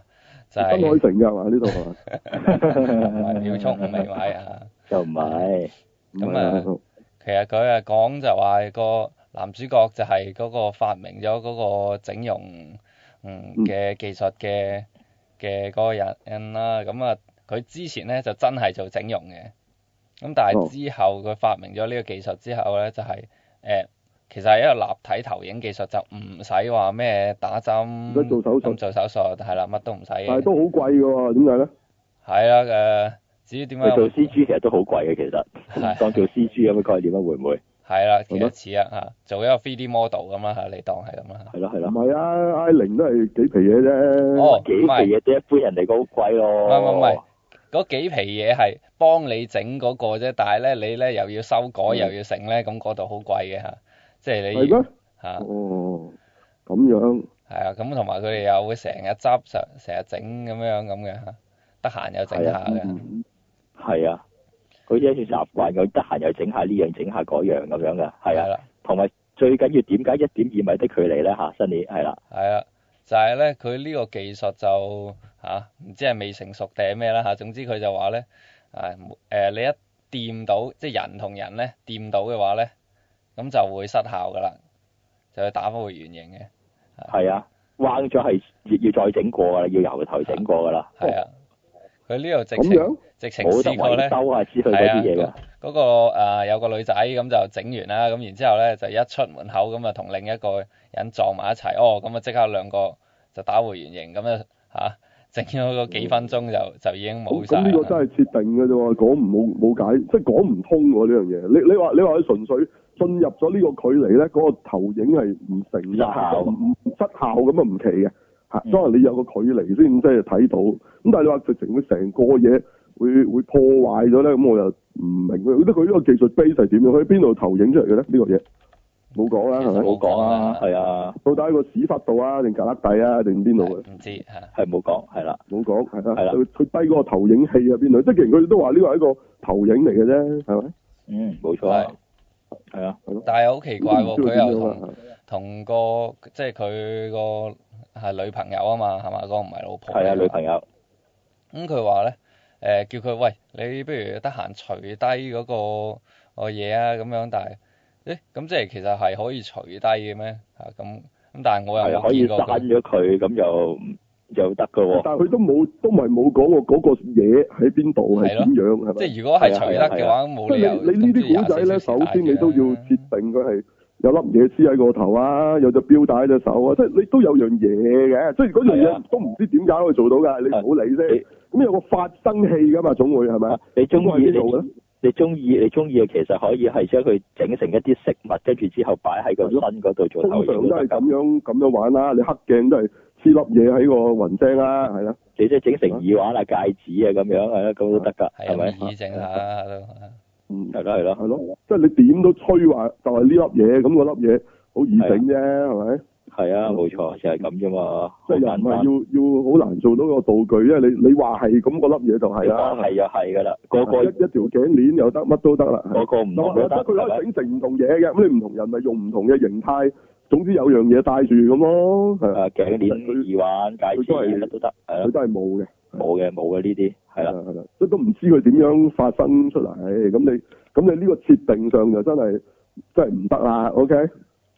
Speaker 3: 就
Speaker 1: 新海
Speaker 3: 係
Speaker 1: 誠㗎嘛？呢度 係嘛？
Speaker 3: 秒速五厘米啊！
Speaker 2: 就唔係
Speaker 3: 咁
Speaker 1: 唔
Speaker 3: 啊
Speaker 1: 係
Speaker 3: 其實佢啊講就話個男主角就係嗰個發明咗嗰個整容嗯
Speaker 1: 嗯
Speaker 3: 嘅技術嘅嘅嗰個人啦。咁啊，佢之前咧就真係做整容嘅，咁但係
Speaker 1: 哦
Speaker 3: 之後佢發明咗呢個技術之後咧，就係、誒其實係一個立體投影技術，就唔使話咩打針，
Speaker 1: 唔使做手術
Speaker 3: 咁做手術係啦，乜都唔使
Speaker 1: 但係
Speaker 3: 嘅。
Speaker 1: 都好貴㗎喎，點解咧？
Speaker 3: 係啦，誒、呃至於點解
Speaker 2: 佢做 C G 其實都好貴嘅，其
Speaker 3: 係
Speaker 2: 實當做 C G 咁嘅概念啊，會唔會？
Speaker 3: 係啦，其
Speaker 1: 係咩
Speaker 3: 實似啊嚇，做一個 3D model 咁啦嚇，你當係咁啦。
Speaker 2: 係咯係
Speaker 1: 唔
Speaker 2: 咯，
Speaker 1: 係啊，I 零都係幾皮嘢啫。
Speaker 3: 哦
Speaker 2: 幾皮嘢都一般人嚟講好貴
Speaker 3: 唔係唔係唔係
Speaker 2: 咯。，
Speaker 3: 嗰幾皮嘢係幫你整嗰個啫，但係咧你咧又要修改
Speaker 1: 嗯
Speaker 3: 又要整咧，咁嗰度好貴嘅嚇，即係
Speaker 1: 係
Speaker 3: 你要
Speaker 1: 咩？
Speaker 3: 嚇
Speaker 1: 哦，咁樣
Speaker 3: 係啊，咁同埋佢哋又會成日執成成日整咁樣咁嘅嚇，得閒又整
Speaker 2: 係
Speaker 3: 下
Speaker 2: 啊
Speaker 1: 嗯
Speaker 3: 嘅，
Speaker 2: 係啊，佢一種習慣，佢得閒又整下呢樣整下嗰樣咁樣噶，係
Speaker 3: 係
Speaker 2: 啊，
Speaker 3: 啦
Speaker 2: 同埋最緊要點解一點二米的距離咧吓，新年係啦，
Speaker 3: 係啦，就係咧佢呢個技術就嚇唔知係未成熟定係咩啦嚇，總之佢就話咧啊誒你一掂到即係人同人咧掂到嘅話咧，咁就會失效噶啦，就會打翻回原形嘅，
Speaker 2: 係啊，彎咗係要要再整過噶啦，要由頭整過噶啦。哦
Speaker 3: 係啊，佢呢度直
Speaker 1: 哦咁
Speaker 3: 情。
Speaker 1: 樣
Speaker 3: 直情
Speaker 2: 冇得
Speaker 3: 試過
Speaker 2: 維
Speaker 3: 咧，嗰、
Speaker 2: 修啊之類嗰啲嘢㗎，
Speaker 3: 個、呃、有個女仔咁就整完啦，咁然之後咧就一出門口咁啊同另一個人撞埋一齊，哦咁啊即刻兩個就打回原形咁啊嚇，整咗個幾分鐘就就已經冇
Speaker 1: 咁
Speaker 3: 晒
Speaker 1: 嗯咁呢個真
Speaker 3: 啦。
Speaker 1: 係設定嘅啫喎，講唔冇冇解，即係講唔通喎呢樣嘢。你你話你話佢純粹進入咗呢個距離咧，嗰、個投影係唔成立
Speaker 2: 失效
Speaker 1: 唔唔失效咁啊唔奇嘅嚇。
Speaker 2: 嗯
Speaker 1: 當然你有個距離先即係睇到，咁但係你話直情佢成個嘢會會破壞咗咧，咁我又唔明佢，佢呢個技術 base 係點樣？佢喺邊度投影出嚟嘅咧？呢、個嘢冇講啦，係
Speaker 3: 其實
Speaker 1: 咪？
Speaker 2: 冇講啊，
Speaker 3: 冇
Speaker 2: 係啊，
Speaker 1: 到底喺個屎忽度啊，定格甩底啊，定邊度嘅？
Speaker 3: 唔知嚇，
Speaker 2: 係冇講，係啦，
Speaker 1: 冇講係
Speaker 2: 係
Speaker 1: 啦
Speaker 2: 啦，
Speaker 1: 佢佢低嗰個投影器喺邊度？即係其實佢都話呢個係一個投影嚟嘅啫，係咪？
Speaker 2: 嗯，冇錯啊，係啊，
Speaker 3: 但係好奇怪喎，
Speaker 1: 都唔知
Speaker 3: 佢
Speaker 1: 點
Speaker 3: 又
Speaker 1: 樣
Speaker 3: 同
Speaker 1: 啊
Speaker 3: 同個即係佢個係女朋友啊嘛，係嘛？嗰、個唔係老婆嚟㗎嘛。
Speaker 2: 係啊，女朋友
Speaker 3: 咁佢話咧，誒、叫佢喂，你不如得閒除低嗰個個嘢啊，咁樣，但係，誒咁即係其實係可以除低嘅咩？啊咁咁，但係我
Speaker 2: 係
Speaker 3: 又
Speaker 2: 啊，可
Speaker 3: 冇
Speaker 2: 以
Speaker 3: 見過
Speaker 2: 刪
Speaker 3: 佢，
Speaker 2: 咗佢咁又又得㗎喎，
Speaker 1: 但係佢都冇，都唔係冇講過嗰個嘢喺邊度係
Speaker 3: 係咯
Speaker 1: 點樣係
Speaker 3: 即
Speaker 1: 咪？
Speaker 3: 係如果
Speaker 2: 係
Speaker 3: 係
Speaker 2: 啊
Speaker 3: 除
Speaker 2: 係啊
Speaker 3: 得嘅話，冇
Speaker 1: 即係
Speaker 3: 理由
Speaker 1: 你你呢啲古仔咧，首
Speaker 3: 啊
Speaker 1: 先你都要設定佢係有粒嘢黐喺個頭啊，有隻錶帶喺隻手啊，即係你都有樣嘢嘅，即係嗰樣
Speaker 2: 係
Speaker 1: 嘢
Speaker 2: 啊
Speaker 1: 都唔知點解可以做到㗎，你唔好理啫
Speaker 2: 係。
Speaker 1: 咁有個發生器㗎嘛，總會係咪？
Speaker 2: 你中
Speaker 1: 咁
Speaker 2: 意
Speaker 1: 喺邊度
Speaker 2: 你
Speaker 1: 咧？
Speaker 2: 你中意你中意嘅其實可以係將佢整成一啲飾物，跟住之後擺喺個身嗰度做
Speaker 1: 通
Speaker 2: 投
Speaker 1: 常
Speaker 2: 影
Speaker 1: 都係
Speaker 2: 都得
Speaker 1: 咁
Speaker 2: 㗎，
Speaker 1: 樣咁樣玩啦，你黑鏡都係黐粒嘢喺個雲聲啦，係啦。
Speaker 2: 你即係整成耳環啊、戒指啊咁樣係啊，咁都得㗎，
Speaker 3: 係
Speaker 2: 係咪？
Speaker 3: 咁易整下都，
Speaker 1: 係嗯，
Speaker 2: 係咯係咯
Speaker 1: 係咯，即係你點都吹話就係呢粒嘢，咁嗰粒嘢好易整啫，係咪？
Speaker 2: 係啊，冇錯，就係咁啫嘛，
Speaker 1: 即
Speaker 2: 好
Speaker 1: 係又
Speaker 2: 簡單。
Speaker 1: 唔係要要好難做到個道具，因為你你話係咁，嗰粒嘢就係
Speaker 2: 係啊，
Speaker 1: 啦。
Speaker 2: 係啊，係㗎啦，個個
Speaker 1: 一一條頸鏈又得，乜都得啦。係
Speaker 2: 個個唔
Speaker 1: 又或
Speaker 2: 同都
Speaker 1: 者
Speaker 2: 嗯得，
Speaker 1: 佢可以
Speaker 2: 係
Speaker 1: 整成唔同嘢嘅，咁你唔同人咪用唔同嘅形態，總之有樣嘢戴住咁咯，係
Speaker 2: 咪？
Speaker 1: 啊
Speaker 2: 啊，頸鏈、耳環、戒指
Speaker 1: 佢都係
Speaker 2: 乜都得，係
Speaker 1: 佢
Speaker 2: 咯，
Speaker 1: 都係冇嘅，
Speaker 2: 冇嘅冇嘅呢啲，係啦，
Speaker 1: 係啦，即係都唔知佢點樣發生出嚟，咁你咁你呢個設定上就真係真係唔得啦，OK，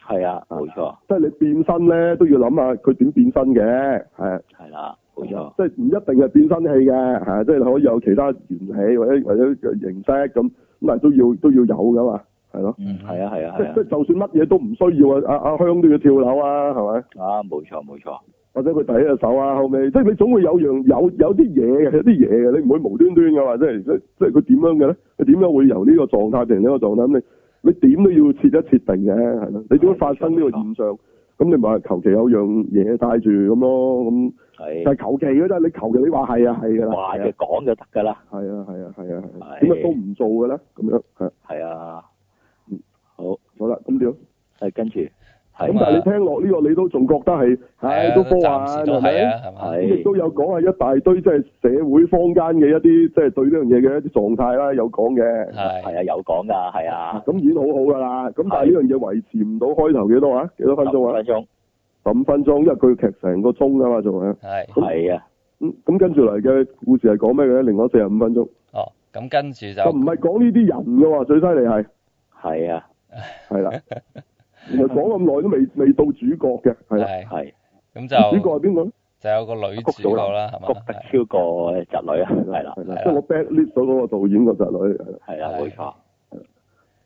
Speaker 2: 係啊，冇錯，
Speaker 1: 即係你變身咧都要諗下佢點變身嘅，係。
Speaker 2: 係啦，冇錯，
Speaker 1: 即係啊唔一定係變身器嘅，係即係可以有其他元氣或者或者形式咁，咁但係都要都要有噶嘛，係咯。
Speaker 2: 嗯，係啊，係啊，
Speaker 1: 即
Speaker 2: 係啊
Speaker 1: 即，係就算乜嘢都唔需要啊！阿阿香都要跳樓啊，係咪？
Speaker 2: 啊，冇錯冇錯，
Speaker 1: 或者佢第一隻手啊，後尾即係你總會有樣有有啲嘢嘅，有啲嘢嘅，你唔會無端端嘅嘛，即係即係即係佢點樣嘅咧？佢點樣會由呢個狀態變成呢個狀態？咁你你點都要設一設定嘅，係咯？你點樣發生呢個現象？咁你咪求其有樣嘢帶住咁咯，
Speaker 3: 嗯
Speaker 1: 咁但
Speaker 2: 係
Speaker 1: 係求其嘅啫，你求其你話係啊係㗎啦，
Speaker 2: 話
Speaker 1: 係啊
Speaker 2: 就講就得㗎啦，
Speaker 1: 係啊係啊係啊係啊，
Speaker 2: 係
Speaker 1: 點解都唔做嘅咧？咁樣係
Speaker 2: 係啊
Speaker 1: 嗯，
Speaker 2: 好，
Speaker 1: 好啦，咁點？啊
Speaker 2: 係跟住
Speaker 1: 咁啊
Speaker 3: 咁
Speaker 2: 係
Speaker 1: 但係你聽落呢個，你都仲覺得係
Speaker 3: 啊係
Speaker 1: 唉
Speaker 3: 啊
Speaker 1: 都科幻
Speaker 3: 暫時都
Speaker 1: 係
Speaker 3: 係
Speaker 1: 咪？
Speaker 3: 啊，係嘛？
Speaker 1: 咁亦
Speaker 2: 係
Speaker 1: 都有講啊係一大堆即係社會坊間嘅一啲即係對呢樣嘢嘅一啲狀態啦，有講嘅。
Speaker 2: 係
Speaker 3: 係
Speaker 2: 啊有講㗎，係啊，
Speaker 1: 咁已經好好㗎啦。咁但係呢樣嘢維持唔到開頭幾多啊？幾多分鐘
Speaker 2: 十
Speaker 1: 啊？
Speaker 2: 分鐘，
Speaker 1: 十五分鐘，因為佢劇成個鐘啊㗎嘛，仲係。
Speaker 3: 係。
Speaker 2: 係啊，
Speaker 1: 咁咁跟住嚟嘅故事係講咩嘅咧？另外四十五分鐘，就
Speaker 3: 哦，咁跟住就
Speaker 1: 唔係講呢啲人㗎喎，最犀利係
Speaker 2: 係啊，
Speaker 1: 係啦。原來講咁耐都未未到主角嘅，係啦。
Speaker 3: 係
Speaker 2: 係。
Speaker 3: 咁
Speaker 1: 主角係
Speaker 3: 就
Speaker 1: 邊個咧？
Speaker 3: 就有個女
Speaker 2: 谷祖
Speaker 3: 主角啦，係
Speaker 2: 谷
Speaker 3: 嘛？
Speaker 2: 德超過侄女啊，係啦，
Speaker 1: 係
Speaker 2: 係
Speaker 1: 啦
Speaker 2: 啦，
Speaker 1: 即係我 back list 咗嗰個導演個侄女，係啦。
Speaker 2: 係啦，冇錯，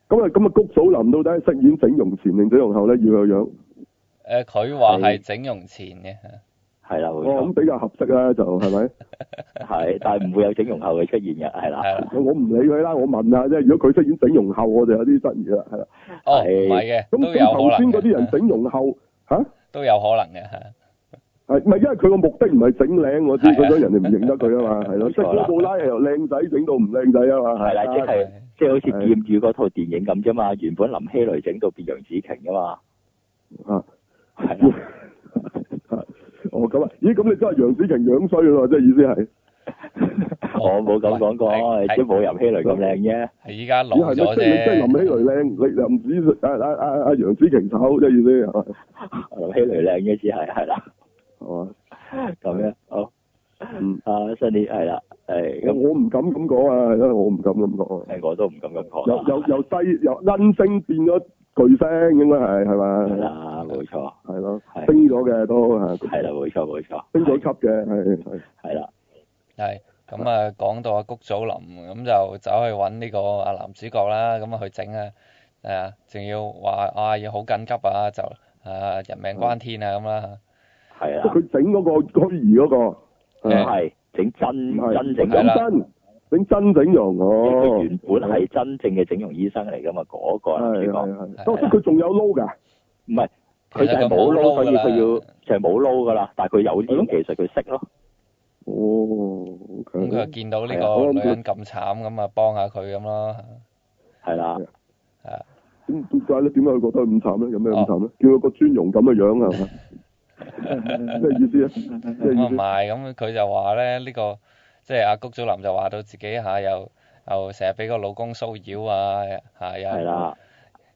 Speaker 1: 咁啊，咁啊，谷祖林到底係飾演整容前定整容後咧？要個樣，
Speaker 3: 誒，佢話係整容前嘅，
Speaker 2: 係啦，冇
Speaker 1: 哦，咁
Speaker 2: 錯，
Speaker 1: 比較合適啦，就係咪？
Speaker 2: 係，但係唔會有整容後嘅出現嘅，係啦，
Speaker 3: 係啦。
Speaker 1: 我唔理佢啦，我問下啫。如果佢飾演整容後，我就有啲質疑啦，係啦。
Speaker 3: 哦，
Speaker 2: 係
Speaker 3: 唔係嘅，
Speaker 1: 咁
Speaker 3: 都有
Speaker 1: 咁頭
Speaker 3: 可
Speaker 1: 先
Speaker 3: 能
Speaker 1: 嗰啲人
Speaker 3: 嘅，
Speaker 1: 整容後吓，
Speaker 3: 都有可能嘅，
Speaker 1: 係
Speaker 3: 係
Speaker 1: 唔係因為佢個目的唔係整靚我知，
Speaker 3: 係啊
Speaker 1: 佢想人哋唔認得佢啊嘛，係咯。
Speaker 2: 冇
Speaker 1: 即係
Speaker 2: 錯啦
Speaker 1: 嗰布拉係由靚仔整到唔靚仔啊嘛，
Speaker 2: 係啦，
Speaker 3: Ờ,
Speaker 2: 即
Speaker 1: 啊
Speaker 2: 係即係好似劍與嗰套電影咁啫嘛，原本林希蕾整到變楊紫瓊噶嘛，
Speaker 1: 啊。
Speaker 2: 係啦，
Speaker 1: 哦咁啊，咦咁你真係楊紫瓊樣衰咯，即係意思係，
Speaker 3: 哦
Speaker 2: 我冇咁講過，
Speaker 3: 係係
Speaker 2: 即係冇林希蕾咁靚啫，
Speaker 3: 係依家老
Speaker 1: 咦係
Speaker 3: 咗
Speaker 1: 咪即係你真係
Speaker 3: 啫。
Speaker 1: 林起來靚，你又唔止啊啊啊啊楊紫瓊醜，即係意思係嘛
Speaker 2: 林希蕾靚啫，只係係啦，
Speaker 1: 係嘛？
Speaker 2: 咁樣，好，
Speaker 1: 嗯
Speaker 2: 阿 Sunny 係啦，誒
Speaker 1: 我
Speaker 2: 咁，
Speaker 1: 我唔敢咁講啊，因為我唔敢咁講啊。
Speaker 2: 誒我都唔敢咁講
Speaker 1: 由
Speaker 2: 啦，
Speaker 1: 由由低由恩星變咗巨星，應該係係
Speaker 2: 係
Speaker 1: 嘛？
Speaker 2: 啦，冇錯，
Speaker 1: 係咯，
Speaker 2: 係
Speaker 1: 升咗嘅都係，
Speaker 2: 係啦，冇錯冇錯，
Speaker 1: 升咗級嘅係係。
Speaker 2: 係啦，
Speaker 3: 係咁啊，講到阿谷祖林咁就走去揾呢個阿男主角啦，咁啊去整啊，係啊，仲要話啊要好緊急啊，就啊人命關天啊咁啦，
Speaker 2: 係
Speaker 1: 即係
Speaker 2: 啦，
Speaker 1: 佢整嗰個虛擬嗰個，係嘛
Speaker 2: 係整真真
Speaker 1: 整
Speaker 2: 正
Speaker 3: 係
Speaker 2: 嘅
Speaker 3: 啦。
Speaker 1: 真整真整容
Speaker 2: 佢
Speaker 1: 哦。
Speaker 2: 原啊本係真正嘅整容醫生嚟噶嘛，嗰、個男
Speaker 1: 係
Speaker 2: 主角
Speaker 1: 係係，當時佢仲有撈㗎，
Speaker 2: 唔係佢就係冇撈，所以佢要就係冇撈噶啦。但係佢有呢種技術，佢識咯，
Speaker 1: 哦
Speaker 3: 咁佢就
Speaker 1: ，OK，
Speaker 3: 見到呢
Speaker 2: 係啊
Speaker 3: 個女人咁慘，咁啊幫下佢咁咯，
Speaker 2: 係啦，
Speaker 3: 係啊，
Speaker 1: 咁點解咧？點解佢覺得咁慘咧？有咩咁
Speaker 3: 哦
Speaker 1: 慘咧？叫佢個尊容咁嘅樣啊 係嘛？咩意思啊？咩
Speaker 3: 咁啊
Speaker 1: 意
Speaker 3: 唔
Speaker 2: 哦
Speaker 1: 思？
Speaker 3: 係，咁佢就話咧呢個即係阿谷祖林就話到自己嚇又又成日俾個老公騷擾啊，嚇
Speaker 2: 係
Speaker 3: 又
Speaker 2: 啦，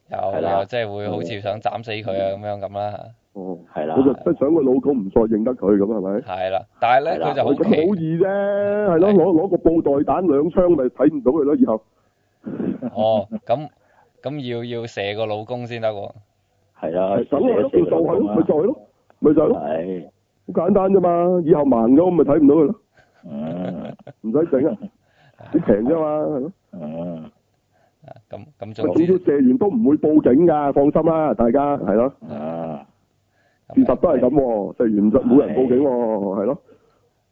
Speaker 2: 係
Speaker 3: 又
Speaker 2: 啦
Speaker 3: 又即係會好似想斬死佢
Speaker 1: 嗯
Speaker 3: 啊咁樣咁啦，
Speaker 1: 哦，
Speaker 2: 係啦
Speaker 1: 佢，就真係想個老公唔再認得佢咁係咪？
Speaker 3: 係啦，但係
Speaker 2: 係
Speaker 3: 咧
Speaker 2: 啦
Speaker 3: 佢就好
Speaker 1: 喂咁好
Speaker 3: 奇。
Speaker 1: 易啫，係咯，
Speaker 3: 係
Speaker 1: 攞攞個布袋彈兩槍咪睇唔到佢咯，以後
Speaker 3: 哦，咁咁要要射個老公先得喎。
Speaker 2: 係啦，
Speaker 1: 係咁係咯，佢就係咯，佢就係咯，咪就係咯，
Speaker 2: 係，
Speaker 1: 好簡單啫嘛，以後盲咗咁咪睇唔到佢咯，
Speaker 2: 嗯
Speaker 1: 唔使整啊，你平啫嘛，係咯，
Speaker 2: 嗯，
Speaker 3: 啊咁咁
Speaker 1: 喂
Speaker 3: 總
Speaker 1: 總
Speaker 3: 之
Speaker 1: 之射完都唔會報警㗎，放心啦，大家係咯，
Speaker 2: 啊，
Speaker 1: 事
Speaker 3: 咁
Speaker 1: 實都係咁喎，射完就冇人報警喎，係咯，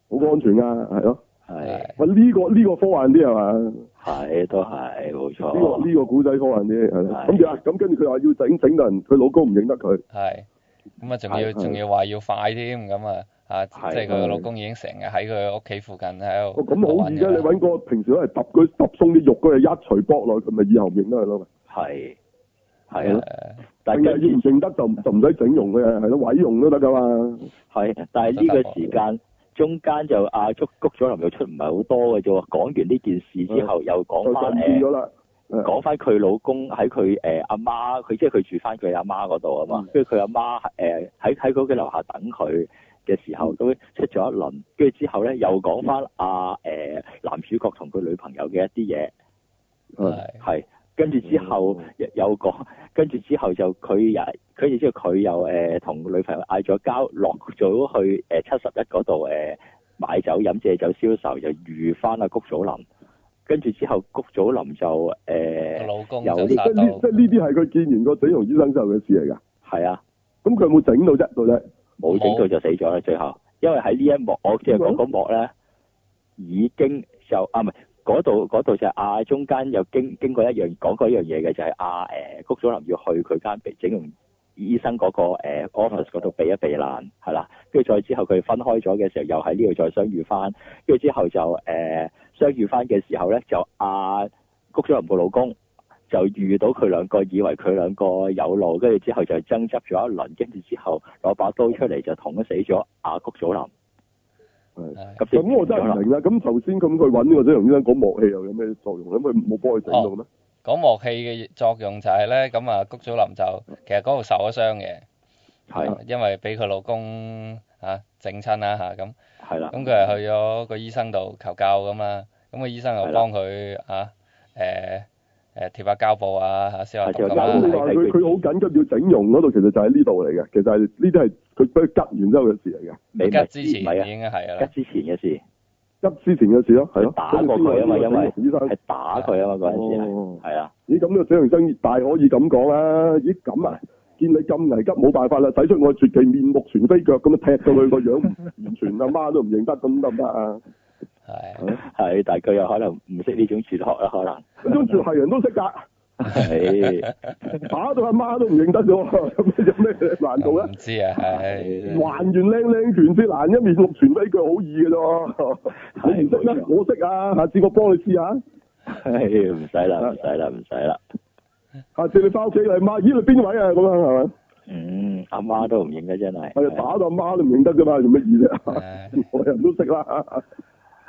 Speaker 1: 好安全㗎，係咯，
Speaker 2: 係
Speaker 1: 喂呢個呢個科幻啲係嘛？
Speaker 2: 係都係冇
Speaker 1: 呢個
Speaker 2: 錯，
Speaker 1: 呢個古仔科幻啲係咯，
Speaker 2: 哦係
Speaker 1: 咁點啊？咁跟住佢話要整整到人，佢老公唔認得佢。
Speaker 3: 係咁啊仲
Speaker 2: 係
Speaker 3: 要
Speaker 2: 係
Speaker 3: 仲要話要快添，咁啊啊即
Speaker 2: 係
Speaker 3: 係佢老公已經成日喺佢屋企附近
Speaker 2: 啊
Speaker 3: 喺
Speaker 1: 哦
Speaker 3: 度
Speaker 1: 咁好易啫，
Speaker 3: 玩
Speaker 1: 你
Speaker 3: 㗎啦
Speaker 1: 揾個平時攞嚟揼佢揼鬆啲肉嗰隻一捶搏落去，佢咪以後認得佢咯。
Speaker 2: 係係
Speaker 1: 係
Speaker 2: 啊
Speaker 1: 咯，
Speaker 3: 誒
Speaker 2: 但
Speaker 1: 定係要
Speaker 2: 係
Speaker 1: 唔認得就唔就唔使整容嘅，係咯，毀容都得噶嘛。
Speaker 2: 係，但係呢個時間中間就阿谷谷咗林又出唔係好多嘅啫喎。講完呢件事之後，又
Speaker 1: 就
Speaker 2: 講翻
Speaker 1: 就變
Speaker 2: 誒
Speaker 1: 咗，啦。誒
Speaker 2: 講翻佢老公喺佢誒阿媽，佢即係佢住翻佢阿媽嗰度啊嘛。
Speaker 3: 嗯
Speaker 2: 跟住佢阿媽誒喺喺佢屋企樓下等佢嘅時
Speaker 3: 嗯
Speaker 2: 候，咁出咗一輪，跟住之後咧又講翻阿誒男主角同佢女朋友嘅一啲嘢。
Speaker 1: 係
Speaker 3: 係
Speaker 2: 係，跟住之後有
Speaker 3: 嗯
Speaker 2: 有個，跟住之後就佢又，跟住之後佢又誒同、女朋友嗌咗交，落咗去誒七十一嗰度誒買酒飲借酒消愁，就遇翻阿谷祖林，跟住之後谷祖林就誒
Speaker 3: 個
Speaker 2: 係、
Speaker 3: 老公
Speaker 2: 有
Speaker 3: 就
Speaker 2: 啲
Speaker 1: 即
Speaker 3: 殺
Speaker 1: 係
Speaker 3: 到
Speaker 1: 呢即係呢啲係佢見完個整容醫生之後嘅事嚟㗎。
Speaker 2: 啊，
Speaker 1: 咁佢有冇整到啫？到底
Speaker 2: 冇整到就死咗啦，最後，因為喺呢一幕我即係講嗰幕咧，已經就啊唔係。嗰度嗰度就係啊，中間又經經過一樣講過一樣嘢嘅，就係、啊誒、谷祖林要去佢間被整容醫生嗰、個、呃、office 嗰度避一避難，係啦。跟住再之後佢哋分開咗嘅時候，又喺呢度再相遇翻。跟住之後就誒、呃相遇翻嘅時候咧，就啊、谷祖林個老公就遇到佢兩個，以為佢兩個有路，跟住之後就爭執咗一輪，跟住之後攞把刀出嚟就捅死咗啊、谷祖林。
Speaker 3: 係
Speaker 2: 咁就
Speaker 1: 咁我真係唔明啦。咁頭先咁佢揾呢個整容醫生嗰幕戲又有咩作
Speaker 2: 哦
Speaker 1: 用咧？咁佢冇幫佢整到咩？
Speaker 3: 講幕戲嘅作用就係咧，咁啊谷祖林就其實嗰度受咗傷嘅，
Speaker 1: 啊
Speaker 2: 係
Speaker 3: 因為俾佢老公啊整親啦嚇咁。
Speaker 2: 係啦，
Speaker 3: 咁佢係去咗個醫生度求救咁啦，咁個醫生又幫佢啊誒誒貼下膠布啊嚇消下毒咁
Speaker 2: 係
Speaker 1: 咁你
Speaker 3: 啦，
Speaker 1: 話佢佢好緊急要整容嗰度，其實就喺呢度嚟嘅。其實係呢啲係佢俾佢拮完之後嘅事嚟嘅。
Speaker 2: 美
Speaker 3: 吉之前
Speaker 2: 唔係
Speaker 3: 已
Speaker 2: 啊，
Speaker 3: 經係㗎
Speaker 2: 吉
Speaker 3: 啦，
Speaker 2: 之前嘅事
Speaker 1: 拮之前嘅事咯，係咯。
Speaker 2: 打過佢啊嘛
Speaker 1: 咁你知道呢個整容醫生
Speaker 2: 係打佢啊嘛，嗰陣時係
Speaker 1: 哦
Speaker 2: 係啊，
Speaker 1: 咦，咁呢個整容生大可以咁講啦。咦，咁啊，見你咁危急，冇辦法啦，使出我絕技面目全非腳咁啊，踢到佢個樣完全阿媽都唔認得，咁得唔得啊？
Speaker 3: 係
Speaker 2: 係，但係佢又可能唔識呢種哲學啦，可能
Speaker 1: 呢種絕係人都識㗎，
Speaker 2: 係
Speaker 1: 打到阿媽都唔認得咗，咁有咩難度
Speaker 3: 我
Speaker 1: 咧
Speaker 3: 唔？知啊，係
Speaker 1: 還原靚靚拳先難，一面目全非腳好易嘅啫。你唔識
Speaker 2: 冇
Speaker 1: 咩
Speaker 2: 錯？
Speaker 1: 我識啊，下次我幫你試下。
Speaker 2: 係唔使啦，
Speaker 1: 啊
Speaker 2: 唔使啦，唔使啦，
Speaker 1: 下次你翻屋企你媽，咦你邊位啊？咁樣係咪？
Speaker 2: 嗯，阿媽都唔認得真係，
Speaker 1: 我哋打到阿媽都唔認得㗎嘛，做乜嘢啫？
Speaker 3: 唉
Speaker 1: 我人都識啦。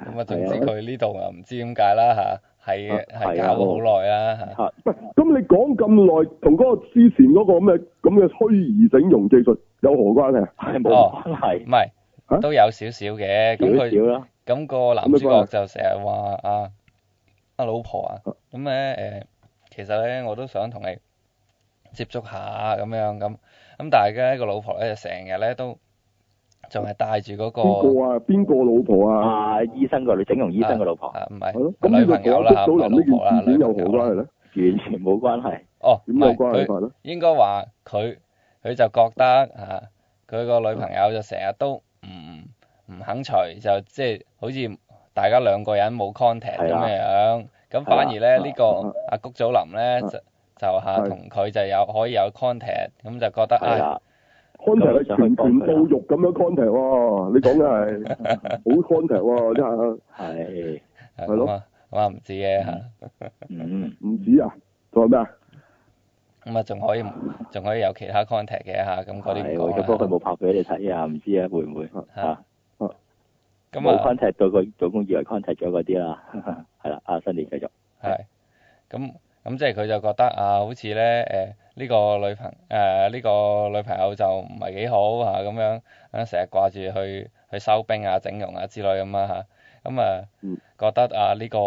Speaker 3: 咁啊，總之佢呢度啊唔知點解啦嚇，係係搞咗好耐啦嚇，
Speaker 1: 喂咁你講咁耐，同嗰個之前嗰個咩咁嘅虛擬整容技術有何關係啊？
Speaker 2: 係冇關係
Speaker 3: 唔，係都有少少嘅，咁佢
Speaker 2: 少少啦，
Speaker 3: 咁個男主
Speaker 1: 啊
Speaker 3: 角就成日話啊啊老婆啊，咁咧誒，其實咧我都想同你接觸下咁樣咁，咁但係咧個老婆咧就成日咧都仲係戴住嗰個
Speaker 1: 邊個啊？邊個老婆啊？
Speaker 2: 啊，醫生個女整容醫生個老婆
Speaker 3: 啊唔
Speaker 1: 係咯
Speaker 3: 係，
Speaker 1: 咁
Speaker 3: 女
Speaker 1: 呢個
Speaker 3: 朋友
Speaker 1: 同
Speaker 3: 啦，
Speaker 1: 阿谷
Speaker 3: 唔係
Speaker 1: 祖林呢
Speaker 3: 老婆啦
Speaker 1: 件，事
Speaker 3: 女
Speaker 1: 件有何
Speaker 3: 朋友
Speaker 1: 關係咧？
Speaker 2: 完全冇關
Speaker 3: 啦。
Speaker 2: 係，
Speaker 3: 哦，唔
Speaker 1: 點有
Speaker 3: 係
Speaker 1: 關係
Speaker 3: 佢
Speaker 1: 法咧？
Speaker 3: 應該話佢佢就覺得啊，佢個女朋友就成日都唔唔肯除，就即係好似大家兩個人冇 contact
Speaker 2: 係
Speaker 3: 咁
Speaker 2: 啦
Speaker 3: 樣樣。咁反而咧
Speaker 2: 係啦
Speaker 3: 呢個阿谷祖林咧就就嚇
Speaker 1: 係
Speaker 3: 同佢就有可以有 contact，咁就覺得
Speaker 2: 係
Speaker 3: 啊
Speaker 2: 啦，
Speaker 1: contact 係
Speaker 2: 就
Speaker 1: 拳
Speaker 2: 去幫
Speaker 1: 拳
Speaker 2: 佢
Speaker 1: 到肉咁樣 contact 喎，你講嘅 係好 contact 喎，真係
Speaker 2: 係，
Speaker 3: 啊
Speaker 1: 係咯
Speaker 3: 咁啊咁啊唔知嘅嚇，
Speaker 2: 嗯，
Speaker 1: 唔止啊！仲有咩啊？
Speaker 3: 咁啊仲可以仲可以有其他 contact 嘅嚇，咁嗰啲
Speaker 2: 係，
Speaker 3: 唔
Speaker 2: 咁不過佢
Speaker 3: 講啦。
Speaker 2: 冇拍俾你睇啊，唔知啊會唔會啊？
Speaker 3: 咁
Speaker 2: 冇
Speaker 3: 啊。
Speaker 2: contact 到個總共以為 contact 咗嗰啲啦， 係啦，阿新年繼續，
Speaker 3: 係，咁咁即係佢就覺得啊，好似咧誒呢個女朋誒呢個女朋友就唔係幾好嚇咁樣，啊成日掛住去去收兵啊、整容啊之類咁啊嚇，咁啊
Speaker 1: 嗯
Speaker 3: 覺得啊呢個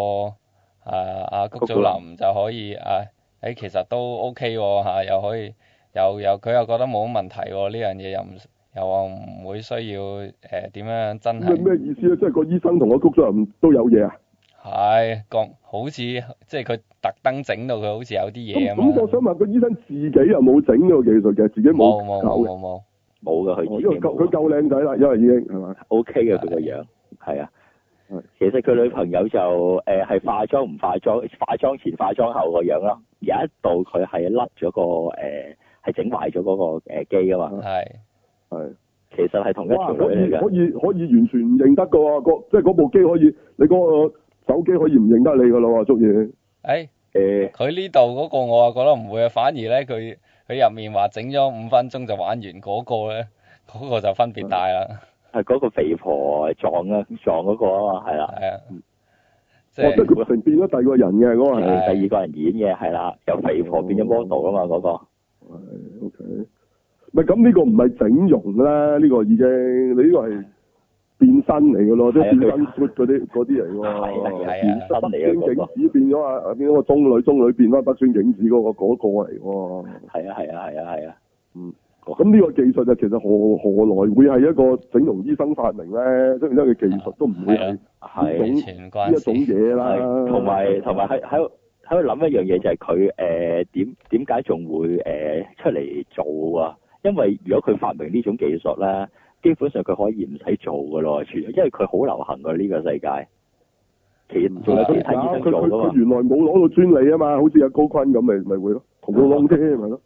Speaker 3: 啊啊谷
Speaker 1: 谷
Speaker 3: 祖
Speaker 1: 祖
Speaker 3: 林就可以啊誒其實都 OK 喎嚇，又可以又又佢又覺得冇乜問題喎，呢樣嘢又唔又話唔會需要誒點樣真
Speaker 1: 咩
Speaker 3: 嗯係。
Speaker 1: 咩意思咧？即係個醫生同個谷主任都有嘢啊？
Speaker 3: 係，講好似即係佢特登整到佢好似有啲嘢
Speaker 1: 咁
Speaker 3: 咁
Speaker 1: 咁，我
Speaker 3: 樣。
Speaker 1: 想問個醫生自己又冇整呢個技術嘅，自己
Speaker 3: 冇冇
Speaker 1: 搞
Speaker 3: 冇
Speaker 1: 嘅。
Speaker 3: 冇冇，
Speaker 2: 冇噶佢
Speaker 1: 哦
Speaker 2: 自
Speaker 1: 因為
Speaker 2: 己
Speaker 1: 夠佢
Speaker 2: 冇
Speaker 1: 夠靚仔啦，因為已經係嘛？
Speaker 2: ，O K 嘅佢個樣，係啊
Speaker 1: 係。
Speaker 2: 其實佢女朋友就誒係、化妝唔化妝，化妝前化妝後個樣咯。有一度佢係甩咗個誒係、呃係整壞咗嗰個誒機噶嘛，
Speaker 3: 係
Speaker 1: 係。
Speaker 2: 其實係同一條
Speaker 1: 啊哇！可
Speaker 2: 女
Speaker 1: 以
Speaker 2: 嚟
Speaker 1: 可
Speaker 2: 嘅，
Speaker 1: 以可以完全唔認得噶喎，個即係嗰部機可以，你嗰個呃手機可以唔認得你噶啦喎，足以。
Speaker 3: 誒
Speaker 2: 誒
Speaker 3: 佢呢度嗰個我啊覺得唔會啊，反而咧佢佢入面話整咗五分鐘就玩完嗰個咧， 嗰、個就分別大啦，
Speaker 2: 係嗰個肥婆撞啊撞嗰個啊嘛，係啦，
Speaker 3: 係啊，即
Speaker 1: 哦，即係
Speaker 3: 係
Speaker 1: 佢成變咗第二個人嘅嗰個係。
Speaker 3: 係
Speaker 2: 係第二個人演嘅，係啦，由肥
Speaker 1: 哦
Speaker 2: 婆變咗 model 啊嘛嗰個。
Speaker 1: O K。唔係咁呢個唔係整容啦，呢個已經你呢個係變身嚟噶咯，即係
Speaker 2: 係啊
Speaker 1: 變身
Speaker 2: 佢
Speaker 1: s 嗰啲嗰啲嚟
Speaker 2: 係
Speaker 1: 喎。
Speaker 2: 啊，
Speaker 3: 係
Speaker 2: 變
Speaker 3: 啊
Speaker 2: 身嚟
Speaker 1: 哦北川
Speaker 2: 嘅嗰
Speaker 1: 景
Speaker 2: 個，
Speaker 1: 子變咗啊，變咗個中女，中女變翻北川景子嗰、個嗰、個嚟喎。
Speaker 2: 係啊係啊係啊係啊，
Speaker 1: 咁呢個技術就其實何何來會係一個整容醫生發明咧？即係因為佢技術都唔會係
Speaker 3: 係啊
Speaker 1: 呢
Speaker 2: 係啊
Speaker 1: 種
Speaker 3: 完全關
Speaker 1: 一種
Speaker 3: 事，
Speaker 1: 嘢啦。嗯
Speaker 2: 係同埋同埋喺喺度喺度諗一樣嘢就係佢誒點點解仲會誒、呃出嚟做啊？因為如果佢發明呢種技術咧，基本上佢可以唔使做噶咯，除咗因為佢好流行㗎呢、個世界。其實仲有啲睇醫
Speaker 1: 嗯佢
Speaker 2: 生
Speaker 1: 佢
Speaker 2: 做
Speaker 1: 佢
Speaker 2: 噶
Speaker 1: 啊佢
Speaker 2: 嘛，
Speaker 1: 原來冇攞到專利啊嘛，好似阿高坤咁，咪咪
Speaker 2: 啊
Speaker 1: 會咯，同個窿啫，咪咯。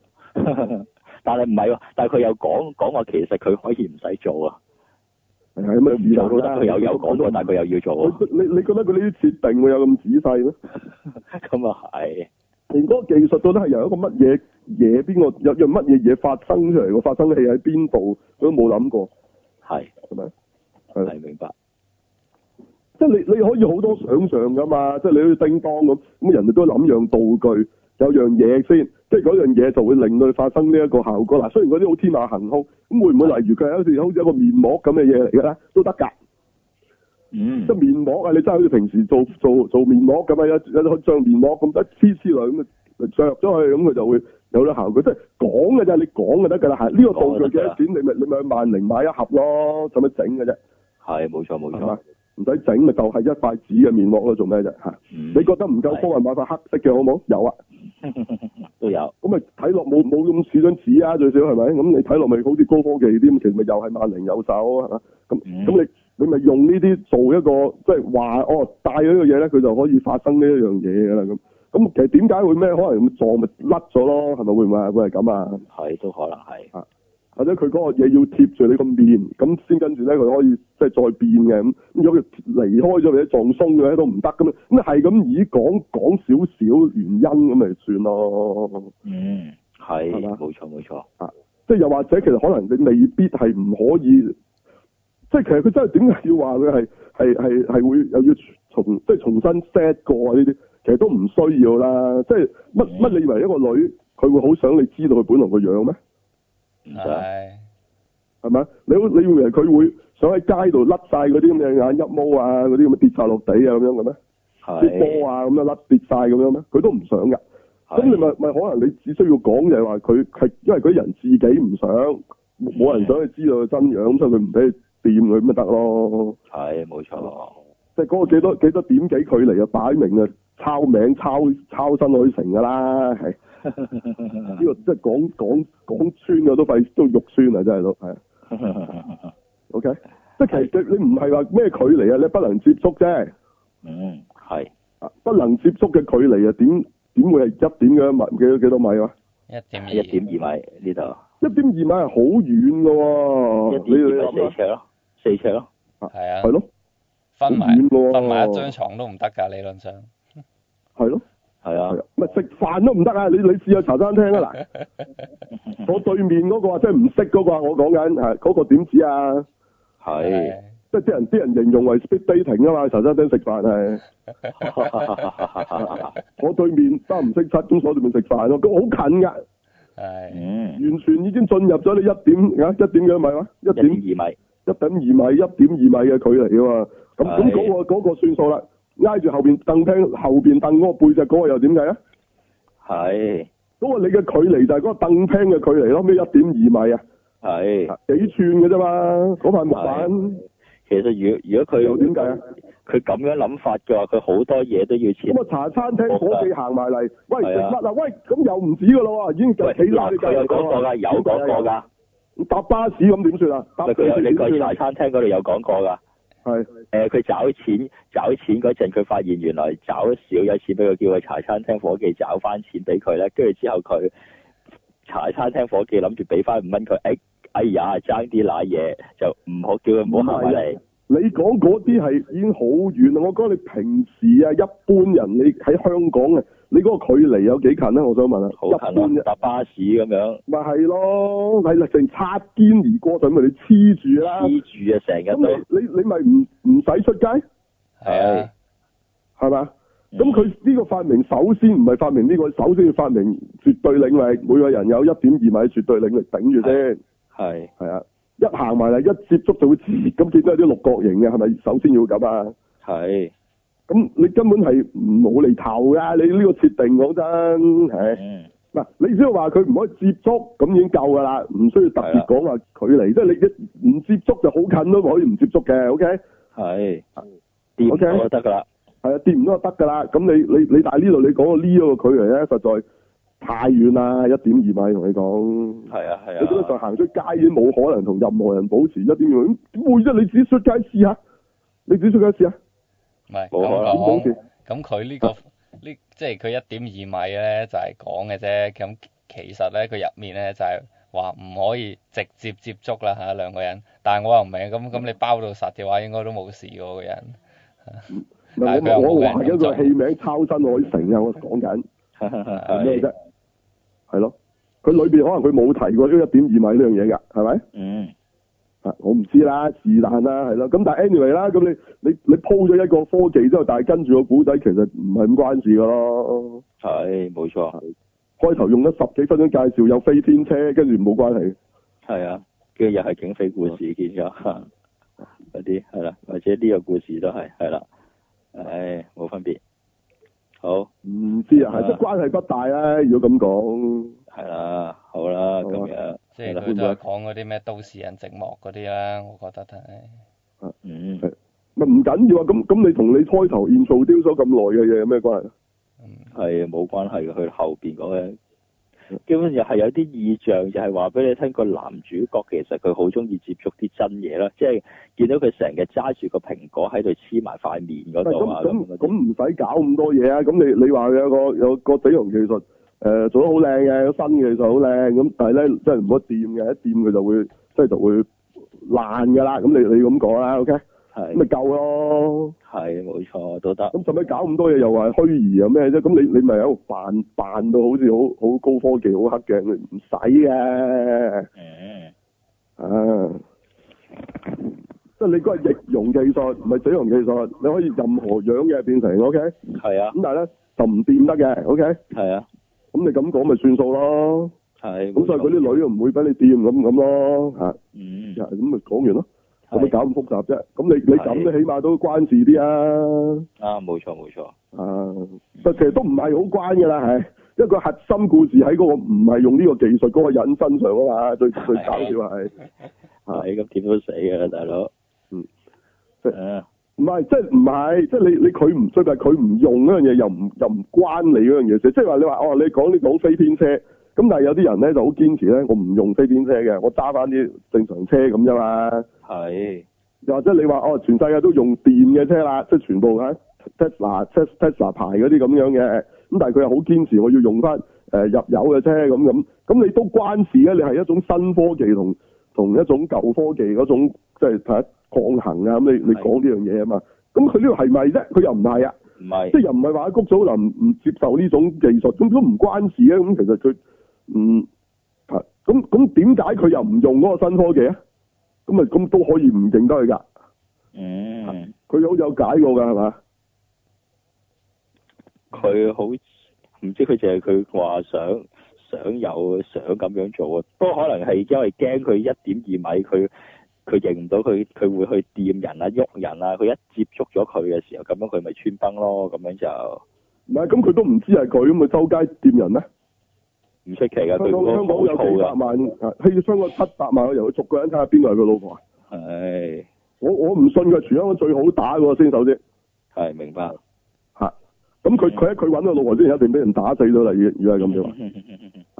Speaker 2: 但係唔係喎，但係佢又講講話其實佢可以唔使做啊，
Speaker 1: 係啊咁
Speaker 2: 佢
Speaker 1: 啊，
Speaker 2: 唔
Speaker 1: 自由
Speaker 2: 做
Speaker 1: 啦。
Speaker 2: 得佢又有講過，但係佢又要做啊，
Speaker 1: 佢你你覺得佢呢啲設定會有咁仔細咩？
Speaker 2: 咁啊係。
Speaker 1: 連嗰個技術到底係由一個乜嘢嘢邊個有有乜嘢嘢發生出嚟個發生器喺邊度，佢都冇諗過，
Speaker 2: 係
Speaker 1: 係咪？係
Speaker 2: 係明白，
Speaker 1: 即係你你可以好多想像㗎嘛，即係你好似叮當咁，咁人哋都諗樣道具有樣嘢先，跟住嗰樣嘢就會令到佢發生呢一個效果。嗱，雖然嗰啲好天馬行空，咁會唔會例如佢係好似好似一個面膜咁嘅嘢嚟嘅咧，都得㗎。
Speaker 2: 嗯
Speaker 1: 即係面膜啊！你真係好似平時做做做面膜咁啊，一一張面膜咁一黐黐落咁啊，着咗佢咁佢就會有得效果。即係講嘅啫，你講就得㗎啦。係呢個道具幾多錢？你咪你咪去萬寧買一盒咯，使乜整嘅啫？
Speaker 2: 係冇錯冇
Speaker 1: 係嘛
Speaker 2: 錯，？
Speaker 1: 唔使整咪就係一塊紙嘅面膜咯，做咩啫？嚇！
Speaker 2: 你
Speaker 1: 你覺得唔夠方係買塊黑色嘅好冇？有啊，
Speaker 2: 都有
Speaker 1: 咁咪睇落冇冇咁似張紙啊，最少係咪？咁你睇落咪好似高科技啲，咁其實咪又係萬寧有手啊係嘛？咁
Speaker 2: 嗯
Speaker 1: 咁你你咪用呢啲做一個即係話哦，帶咗呢個嘢咧，佢就可以發生呢一樣嘢㗎啦咁。咁其實點解會咩？可能咁撞咪甩咗咯，係咪會唔會係會係咁啊？
Speaker 2: 係都可能係
Speaker 1: 或者佢嗰個嘢要貼住你個面，咁先跟住咧佢可以即係再變嘅咁。咁如果佢離開咗或者撞鬆咗咧都唔得咁樣，咁係咁以講講少少原因咁咪算咯。
Speaker 2: 嗯係
Speaker 1: 係嘛
Speaker 2: 冇錯冇錯，
Speaker 1: 即係又或者其實可能你未必係唔可以，即係其實佢真係點解要話佢係係係係會又要重即係重新 set 過啊呢啲，其實都唔需要啦。即係乜乜你以為一個女佢會好想你知道佢本來個樣咩？
Speaker 2: 唔得
Speaker 3: 係
Speaker 1: 係咪？你好你以為佢會想喺街度甩晒嗰啲咁嘅眼一毛啊嗰啲咁嘅跌晒落地啊咁樣嘅咩？啲
Speaker 2: 係
Speaker 1: 波啊咁樣甩跌晒咁樣咩？佢都唔想㗎。咁
Speaker 2: 係
Speaker 1: 你咪咪可能你只需要講就係話佢係因為嗰啲人自己唔想，冇冇人想你知道佢真樣，咁所以佢唔俾你掂佢咁咪得咯。
Speaker 2: 係冇錯，
Speaker 1: 即係嗰個幾多幾多點幾距離啊，擺明啊抄名抄抄身落去成㗎啦，係呢個即係講講講穿嘅都費都肉酸啊，真係都係。OK，即係其實你你唔係話咩距離啊，你不能接觸啫，
Speaker 2: 嗯係
Speaker 1: 啊不能接觸嘅距離啊，點點會係一點嘅米幾多幾多米啊？
Speaker 3: 一點二
Speaker 2: 一點二米呢度，
Speaker 1: 一點二米係好遠嘅喎，
Speaker 2: 一
Speaker 1: 你
Speaker 2: 點
Speaker 1: 你
Speaker 2: 二米
Speaker 1: 諗下
Speaker 2: 四尺咯，四尺咯，
Speaker 3: 係啊
Speaker 1: 係，咯，
Speaker 3: 分埋
Speaker 1: 好遠喎
Speaker 3: 分埋一張床都唔得㗎，理論上
Speaker 1: 係咯，
Speaker 2: 係啊
Speaker 1: 係啊，咪食飯都唔得啊！你你試下茶餐廳 啊嗱，我對面嗰個啊，即係唔識嗰個啊，我講緊係嗰個點止啊，
Speaker 2: 係，
Speaker 1: 即係啲人啲人形容為 speed dating 啊嘛，茶餐廳食飯 係， 我對面三唔識七，咁坐對面食飯咯，咁好近㗎，
Speaker 3: 係
Speaker 2: 嗯
Speaker 1: 完全已經進入咗你一點啊一點幾米啊，一
Speaker 2: 一點
Speaker 1: 點
Speaker 2: 二米
Speaker 1: 一點二米一點二米嘅距離啊嘛，咁咁
Speaker 2: 係
Speaker 1: 嗰個嗰個算數啦，挨住後邊凳廳後邊凳嗰個背脊嗰個又點計啊？
Speaker 2: 係
Speaker 1: 嗰個你嘅距離就係嗰個凳廳嘅距離咯，咩一點二米啊，
Speaker 2: 係，
Speaker 1: 幾寸嘅啫嘛，嗰塊木板
Speaker 2: 其實如果如
Speaker 1: 又
Speaker 2: 果佢
Speaker 1: 點解啊？
Speaker 2: 佢咁樣諗法嘅話，佢好多嘢都要切
Speaker 1: 咁。啊茶餐廳伙計行埋嚟，喂
Speaker 2: 係
Speaker 1: 食
Speaker 2: 啊
Speaker 1: 乜啊？喂咁又唔止噶啦喎，已經
Speaker 2: 喂，
Speaker 1: 企晒
Speaker 2: 嗱，
Speaker 1: 你
Speaker 2: 佢有
Speaker 1: 隔
Speaker 2: 講過
Speaker 1: 離
Speaker 2: 㗎，有講過㗎。
Speaker 1: 㗎，搭巴士啊咁點算啊？啊搭
Speaker 2: 喂，
Speaker 1: 地
Speaker 2: 佢有
Speaker 1: 鐵
Speaker 2: 你個
Speaker 1: 點
Speaker 2: 茶
Speaker 1: 算啊？
Speaker 2: 餐廳嗰度有講過㗎。
Speaker 1: 係
Speaker 2: 誒，佢找錢找錢嗰陣，佢發現原來找少咗錢俾佢，叫個茶餐廳伙計找翻錢俾佢咧。跟住之後佢茶餐廳伙計諗住俾翻五蚊佢，哎哎呀爭啲攋嘢就唔好叫佢唔好行埋嚟。
Speaker 1: 你講嗰啲係已經好遠啦，我講你平時啊，一般人你喺香港啊，你嗰個距離有幾近咧？我想問啊，
Speaker 2: 好
Speaker 1: 一般
Speaker 2: 近
Speaker 1: 啫
Speaker 2: 啊，搭巴士咁樣
Speaker 1: 咪係咯，係啦，成擦肩而過咁咪你黐住啦，
Speaker 2: 黐住啊，成日
Speaker 1: 咁
Speaker 2: 都
Speaker 1: 你你你咪唔唔使出街
Speaker 3: 係啊，
Speaker 1: 係嘛？
Speaker 2: 嗯
Speaker 1: 咁佢呢個發明首先唔係發明呢、個，首先要發明絕對領域，每個人有一點二米絕對領域頂住先，
Speaker 2: 係
Speaker 1: 係啊，一行埋嚟一接觸就會黐咁見到有啲六角形嘅，係咪首先要咁啊？
Speaker 2: 係
Speaker 1: 咁你根本係冇厘頭噶，你呢個設定講真，唉，
Speaker 2: 嗯
Speaker 1: 嗱，你只要話佢唔可以接觸，咁已經夠噶啦，唔需要特別講話距離，即係你一唔接觸就好近都可以唔接觸嘅，OK，
Speaker 2: 係掂
Speaker 1: 嗯 OK
Speaker 2: 到就得㗎啦，
Speaker 1: 係啊，掂唔到就得噶啦。咁你你你，但係呢度你講個呢個距離咧，實在太遠啦，一點二米同你講，
Speaker 2: 係啊係
Speaker 1: 你基本上
Speaker 2: 啊，
Speaker 1: 行出街已經冇可能同任何人保持一點二米，咁點會啫？你自己出街試下，你自己出街試下，
Speaker 3: 唔係
Speaker 2: 冇可能
Speaker 1: 點保
Speaker 3: 咁
Speaker 1: 持
Speaker 3: 講，？咁佢呢個
Speaker 1: 啊
Speaker 3: 呢即係佢一點二米咧就係講嘅啫，咁其實咧佢入面咧就係話唔可以直接接觸啦嚇兩個人，但係我又唔明咁
Speaker 1: 嗯
Speaker 3: 咁你包到實嘅話應該都冇事喎個人，
Speaker 1: 唔係
Speaker 3: 但係佢
Speaker 1: 我
Speaker 3: 又冇
Speaker 1: 我
Speaker 3: 人
Speaker 1: 話緊
Speaker 3: 咁做
Speaker 1: 個戲名抄新海城啊，我講緊。係咩
Speaker 2: 係
Speaker 1: 啫？係咯，佢裏邊可能佢冇提過呢一點二米呢樣嘢㗎，係咪？
Speaker 2: 嗯
Speaker 1: 啊，我唔知啦，是但啦，係咯。咁但係 anyway 啦，咁你你你鋪咗一個科技之後，但係跟住個古仔其實唔係咁關事㗎咯。
Speaker 2: 係冇錯，
Speaker 1: 開頭用咗十幾分鐘介紹有飛天車，跟住冇關係。
Speaker 2: 係啊，跟住又係警匪故事見咗 嗰啲係啦，或者呢個故事都係係啦，唉冇分別，好。
Speaker 1: 唔知啊，
Speaker 2: 啊
Speaker 1: 係即係關係不大啦。如果咁講，
Speaker 2: 系啦，好啦，
Speaker 1: 好啊
Speaker 2: 咁樣，
Speaker 3: 即係佢都
Speaker 1: 啊
Speaker 3: 係講嗰啲咩都市人寂寞嗰啲啦，我覺得都係。
Speaker 2: 嗯，
Speaker 1: 咪唔緊要啊。咁咁你同你開頭 introduce 咗咁耐嘅嘢有咩關係？
Speaker 3: 嗯
Speaker 2: 係冇關係嘅。佢後边嗰嘅，基本上係有啲意象，就係話俾你聽，個男主角其實佢好中意接觸啲真嘢啦，即係見到佢成日揸住個蘋果喺度黐埋塊面嗰
Speaker 1: 喂
Speaker 2: 度啊，
Speaker 1: 咁咁
Speaker 2: 咁
Speaker 1: 咁
Speaker 2: 嗰啲
Speaker 1: 唔使搞咁多嘢啊！咁你你話有個有個整容技術，誒、呃做得好靚嘅，有新嘅技術好靚，咁但係咧真係唔好掂嘅，一掂佢就會即係就會爛㗎啦。咁你你咁講啦，OK，咁咪
Speaker 2: 係
Speaker 1: 夠咯。
Speaker 2: 係冇錯都得，
Speaker 1: 咁使乜搞咁多嘢？又話虛擬啊咩啫？咁你你咪喺度扮扮到好似好好高科技、好黑嘅，你唔使嘅。
Speaker 2: 嗯，
Speaker 1: 啊！即係你嗰係易容技術，唔係整容技術，你可以任何樣嘅變成，OK。
Speaker 2: 係啊
Speaker 1: 咁，但係咧就唔掂得嘅，OK？咁
Speaker 2: 係啊，
Speaker 1: 你咁講咪算數咯。
Speaker 2: 係，
Speaker 1: 咁所以佢啲女又唔會俾你掂咁咁咯，嚇、
Speaker 2: 嗯，
Speaker 1: 咁咪講完咯。咁咪
Speaker 2: 係
Speaker 1: 搞咁複雜啫。咁你你
Speaker 2: 係
Speaker 1: 咁都起碼都關事啲啊。
Speaker 2: 啊，冇錯冇錯，
Speaker 1: 啊，但其實都唔係好關㗎啦，係。因為個核心故事喺嗰個唔係用呢個技術嗰個人身上啊嘛，最最搞笑係啊
Speaker 2: 係咁點都死㗎啦，大佬，
Speaker 1: 嗯，
Speaker 2: 啊，
Speaker 1: 唔係即係唔係即係你你佢唔最但係佢唔用嗰樣嘢又唔又唔關你嗰樣嘢事，即係話你話哦你講你講飛天車，咁但係有啲人咧就好堅持咧，我唔用飛天車嘅，我揸翻啲正常車咁啫嘛。
Speaker 2: 係
Speaker 1: 又或者你話哦全世界都用電嘅車啦，即係全部嚇 Tesla、Tes- Tesla 牌嗰啲咁樣嘅，咁但係佢又好堅持我要用翻誒、呃入油嘅車咁咁，咁你都關事咧，你係一種新科技同同一種舊科技嗰種即係睇下抗衡啊，咁你你
Speaker 2: 係
Speaker 1: 講呢樣嘢啊嘛，咁佢呢度係咪啫？佢又唔係啊，
Speaker 2: 唔係
Speaker 1: 即係又唔係話谷祖林唔接受呢種技術，咁都唔關事啊，咁其實佢嗯係咁咁點解佢又唔用嗰個新科技啊？咁啊咁都可以唔認得佢㗎。
Speaker 2: 嗯。
Speaker 1: 佢好有解過㗎係嘛？
Speaker 2: 佢好唔知佢淨係佢話想想有想咁樣做啊，不過可能係因為驚佢一點二米，佢佢認唔到佢，佢會去掂人啊、喐人啊，佢一接觸咗佢嘅時候，咁樣佢咪穿崩咯，咁樣就
Speaker 1: 唔係咁佢都唔知係佢，咁咪周街掂人咩？
Speaker 2: 唔出奇噶。
Speaker 1: 香
Speaker 2: 佢
Speaker 1: 港
Speaker 2: 嗰
Speaker 1: 香港
Speaker 2: 個
Speaker 1: 有
Speaker 2: 好
Speaker 1: 幾百
Speaker 2: 燥噶，
Speaker 1: 萬，啊喺香港七百萬個人去逐個人睇下邊個係佢老婆啊！
Speaker 2: 係
Speaker 1: 我我唔信佢係全香港最好打嗰個先，首先
Speaker 2: 係明白。
Speaker 1: 嚇。咁
Speaker 2: 嗯
Speaker 1: 佢佢喺佢揾個老婆之前，一定俾人打死咗啦！如如果係咁嘅話，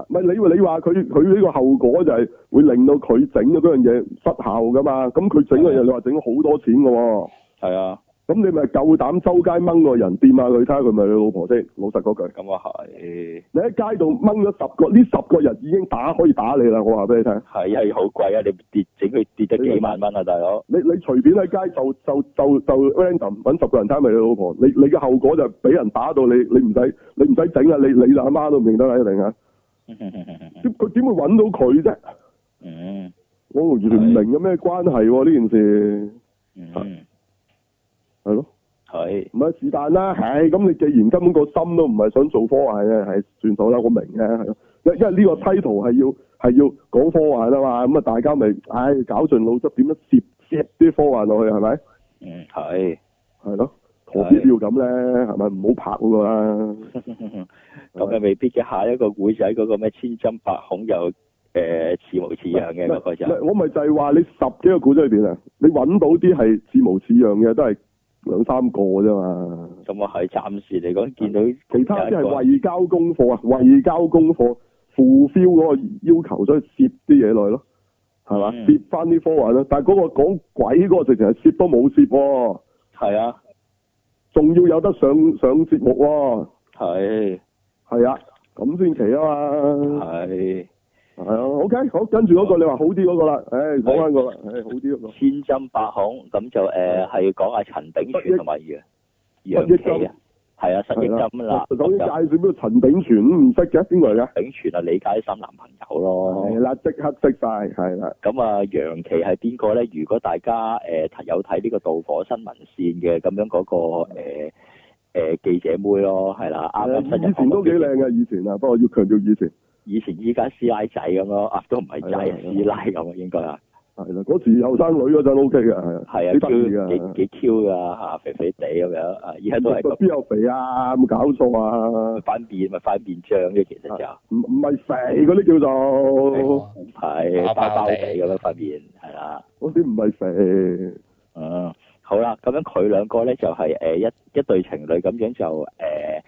Speaker 1: 啊唔係你你話佢佢呢個後果就係會令到
Speaker 2: 嗯
Speaker 1: 佢整咗嗰樣嘢失效㗎嘛？咁佢整嗰樣嘢，你話整咗好多錢㗎喎，
Speaker 2: 係啊，
Speaker 1: 咁你咪夠膽周街掹個人掂下佢，睇下佢咪你老婆先。老實嗰句，
Speaker 2: 咁啊係，
Speaker 1: 你喺街度掹咗十個，呢十個人已經打可以打你啦。我話俾你聽，
Speaker 2: 係係好貴啊！你跌整佢跌咗幾萬蚊啊，大佬。
Speaker 1: 你你隨便喺街就就就就 random 揾十個人攤埋你老婆，你你嘅後果就係俾人打到你，你唔使你唔使整啊！你你阿媽都唔認得啦，一定啊！點佢點會揾到佢啫？
Speaker 2: 嗯
Speaker 1: 我完全唔明有咩關係喎、呢件事
Speaker 2: 嗯，
Speaker 1: 係咯，
Speaker 2: 係
Speaker 1: 唔係是但啦，係咁你既然根本個心都唔係想做科幻嘅，係算數啦，我明嘅係咯，因因為呢個 title 係要係要講科幻啊嘛，咁啊大家咪唉搞盡腦汁點樣攝攝啲科幻落去係咪？
Speaker 2: 嗯係。
Speaker 1: 係咯，何必要咁咧？係咪唔好拍嗰個啦？
Speaker 2: 咁啊
Speaker 1: 嗯
Speaker 2: 又未必嘅。下一個古仔嗰個咩千針百孔又誒似模似樣啊嘅嗰個就
Speaker 1: 唔係我咪就係話你十幾個古仔裏邊啊，你揾到啲係似模似樣嘅都係兩三個啫嘛。
Speaker 2: 咁啊係暫時嚟講見到
Speaker 1: 其他啲
Speaker 2: 有一個
Speaker 1: 係為交功課啊，為交功課 fulfill 嗰個要求，所以攝啲嘢落去咯，係嘛？
Speaker 2: 嗯
Speaker 1: 攝翻啲科幻咯，啊但係嗰個講鬼嗰個直情係攝都冇攝喎，
Speaker 2: 係啊
Speaker 1: 仲要有得上上節目喎，
Speaker 2: 係
Speaker 1: 係啊，咁先奇啊嘛，
Speaker 2: 係
Speaker 1: 係啊，OK，好，跟住嗰個你話好啲嗰個啦，唉，講翻 個啦，唉，好啲嗰個，
Speaker 2: 千針百孔咁就誒係講阿陳炳全同埋楊楊
Speaker 1: 失憶
Speaker 2: 琪啊，係啊失
Speaker 1: 係
Speaker 2: 憶針啦，
Speaker 1: 首先
Speaker 2: 咁
Speaker 1: 介紹邊個陳炳全都唔識嘅，邊個嚟嘅？
Speaker 2: 就炳全啊李佳芯男朋友咯
Speaker 1: 係。啦，即刻識晒，係啦，
Speaker 2: 咁啊，楊琪係邊個咧？如果大家誒、呃有睇呢個導火新聞線嘅咁樣嗰、個誒、呃呃、記者妹咯，係啦，啱啱新入
Speaker 1: 啊以前都幾靚嘅，以前啊，不過要強調以前。
Speaker 2: 以前依家師奶仔咁咯，啊都唔係仔
Speaker 1: 係啊係啊
Speaker 2: 師奶咁啊，應該啊，
Speaker 1: 係啦，嗰時後生女嗰陣 O K 嘅，係啊，
Speaker 2: 係
Speaker 1: 幾得意
Speaker 2: 啊，
Speaker 1: 㗎
Speaker 2: 幾幾 Q 噶嚇，肥肥地咁樣啊，依家都係咁
Speaker 1: 邊有肥啊？有冇搞錯啊？
Speaker 2: 反面咪反面張啫，其實就
Speaker 1: 唔唔係肥嗰啲叫
Speaker 3: 啊
Speaker 1: 做，
Speaker 2: 係
Speaker 3: 包
Speaker 2: 包
Speaker 3: 包
Speaker 2: 包
Speaker 3: 地
Speaker 2: 地咁樣反面係啦。
Speaker 1: 嗰啲唔係肥，
Speaker 2: 嗯，好啦，咁樣佢兩個咧就係、呃一一對情侶咁樣就誒、呃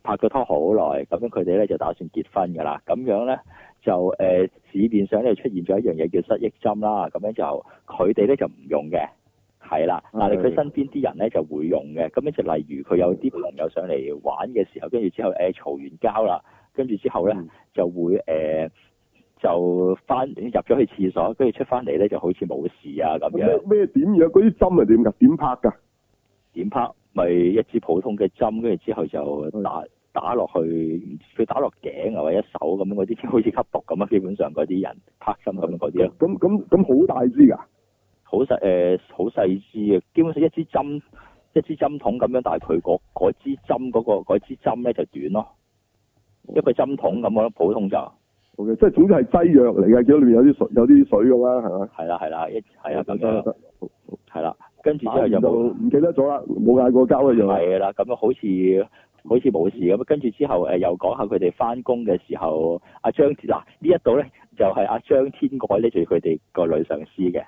Speaker 2: 拍咗拖好耐，咁樣佢哋咧就打算結婚㗎啦。咁樣咧就誒、呃市面上咧出現咗一樣嘢叫失憶針啦，咁樣就佢哋咧就唔用嘅。係啦，
Speaker 1: 係
Speaker 2: 但係佢身邊啲人咧就會用嘅，咁樣就例如佢有啲朋友上嚟玩嘅時候，跟住之後誒嘈、完交啦，跟住之後咧、
Speaker 1: 嗯
Speaker 2: 就會誒、呃就翻入咗去廁所，跟住出翻嚟咧就好似冇事啊咁樣
Speaker 1: 咩。咩點樣？嗰啲針係點㗎？點拍㗎？
Speaker 2: 點拍咪一支普通嘅針，跟住之後就打打落去，佢打落頸啊或者手咁樣嗰啲，好似吸毒咁啊！基本上嗰啲人拍針咁樣嗰啲咯，啊
Speaker 1: 咁咁咁好大支㗎？
Speaker 2: 好細誒好細支嘅，基本上一支針一支針筒咁樣，但係佢嗰嗰支針嗰、個嗰支針咧就短咯，一個針筒咁樣普通就
Speaker 1: O K，即係總之係劑藥嚟嘅，見到裏面有啲水有啲水咁啦，係嘛？
Speaker 2: 係啦係啦，一係
Speaker 1: 得
Speaker 2: 啦咁
Speaker 1: 得
Speaker 2: 樣
Speaker 1: 得，
Speaker 2: 係啦，跟住之
Speaker 1: 打
Speaker 2: 後
Speaker 1: 完
Speaker 2: 就
Speaker 1: 就
Speaker 2: 冇。
Speaker 1: 唔記得咗啦，冇嗌過交嘅樣。
Speaker 2: 係啦，咁樣好似好似冇事咁，跟住之後誒、呃又講下佢哋翻工嘅時候，阿張嗱呢一度咧就係、阿張天愛咧做佢哋個女上司嘅，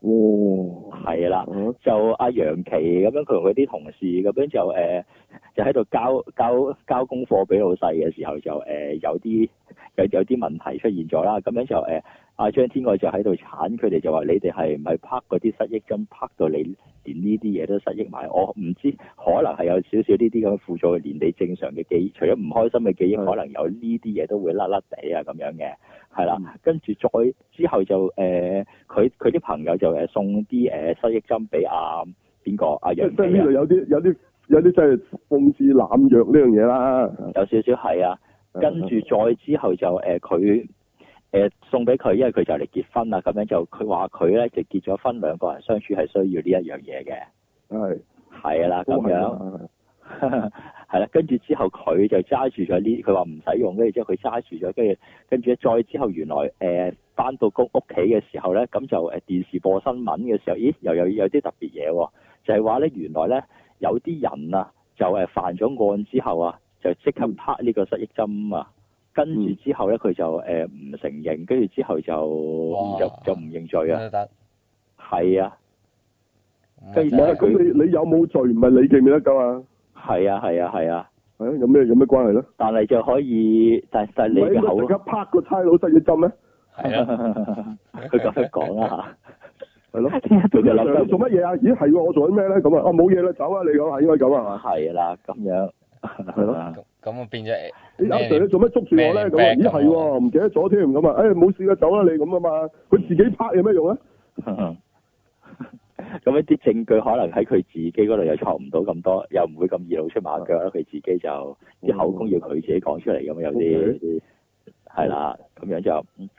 Speaker 1: 哇！
Speaker 2: 係啦，
Speaker 1: 啊
Speaker 2: 就阿楊琪咁樣佢同佢啲同事咁樣就誒、呃就喺度交交交功課俾老細嘅時候就誒、呃有啲有有啲問題出現咗啦，咁樣就誒。呃阿張天愛就喺度鏟佢哋，就話你哋係唔係拍嗰啲失憶針，拍到你連呢啲嘢都失憶埋？我唔知，可能係有少少呢啲咁嘅輔助，連你正常嘅記憶，除咗唔開心嘅記
Speaker 1: 係
Speaker 2: 憶，可能有呢啲嘢都會甩甩地啊咁樣嘅，係啦。
Speaker 1: 嗯
Speaker 2: 跟住再之後就誒，佢佢啲朋友就誒送啲誒、呃失憶針俾阿邊個阿
Speaker 1: 即
Speaker 2: 楊
Speaker 1: 即係
Speaker 2: 琪
Speaker 1: 呢
Speaker 2: 啊
Speaker 1: 度有啲有啲有啲真係諷刺濫藥呢樣嘢啦。
Speaker 2: 有少少係啊。
Speaker 1: 嗯
Speaker 2: 跟住再之後就誒佢誒送俾佢，因為佢就嚟結婚啦，咁樣就佢話佢咧就結咗婚，兩個人相處係需要呢一樣嘢嘅，
Speaker 1: 係啊
Speaker 2: 係啦
Speaker 1: 哦
Speaker 2: 咁樣，
Speaker 1: 樣。
Speaker 2: 係啦，跟住之後佢就揸住咗呢，佢話唔使用，跟住之後佢揸住咗，跟住跟住咧再之後原來誒翻、到公屋企嘅時候咧，咁就誒電視播新聞嘅時候，咦又有有啲特別嘢喎，就係話咧原來咧有啲人啊就誒犯咗案之後啊，就即刻拍呢個失憶針啊，跟住之後咧佢就誒呃唔、承認，跟住之後就
Speaker 3: 哇
Speaker 2: 就就唔認罪啊，
Speaker 3: 都得。
Speaker 2: 係啊
Speaker 3: 咁啊
Speaker 2: 跟
Speaker 1: 唔
Speaker 2: 住
Speaker 3: 真
Speaker 1: 係
Speaker 3: 係
Speaker 1: 咁你你有冇罪？唔係你記唔記得㗎嘛？
Speaker 2: 係啊係啊係啊，
Speaker 1: 係啊，有咩有咩關係咧？
Speaker 2: 但係就可以，但但係你
Speaker 1: 唔係應
Speaker 2: 嘅
Speaker 1: 該
Speaker 2: 口
Speaker 3: 啊
Speaker 1: 即。刻拍個差佬失咗針咩？
Speaker 3: 係啦，
Speaker 2: 啊 佢咁樣講啦
Speaker 1: 係咯。
Speaker 2: 係啊
Speaker 1: 佢哋諗做乜嘢啊？咦，係喎，我做緊咩咧？咁啊，啊冇嘢啦，走啊！你咁啊，應該咁啊
Speaker 2: 係啦，咁樣係
Speaker 1: 咯
Speaker 3: 咁咁啊變咗
Speaker 1: 你阿 Sir 你做咩捉住我咧？
Speaker 3: 咩
Speaker 1: 咁啊，
Speaker 3: 咩
Speaker 1: 咦係喎，唔記得咗添咁啊！誒冇事啦，走啦你咁啊嘛，佢自己拍有咩用啊咧？
Speaker 2: 咁一啲證據可能喺佢自己嗰度又錯唔到咁多，又唔會咁易露出馬腳啦。佢自己就啲口供要佢自己講出嚟咁啊，有啲係啦，咁樣就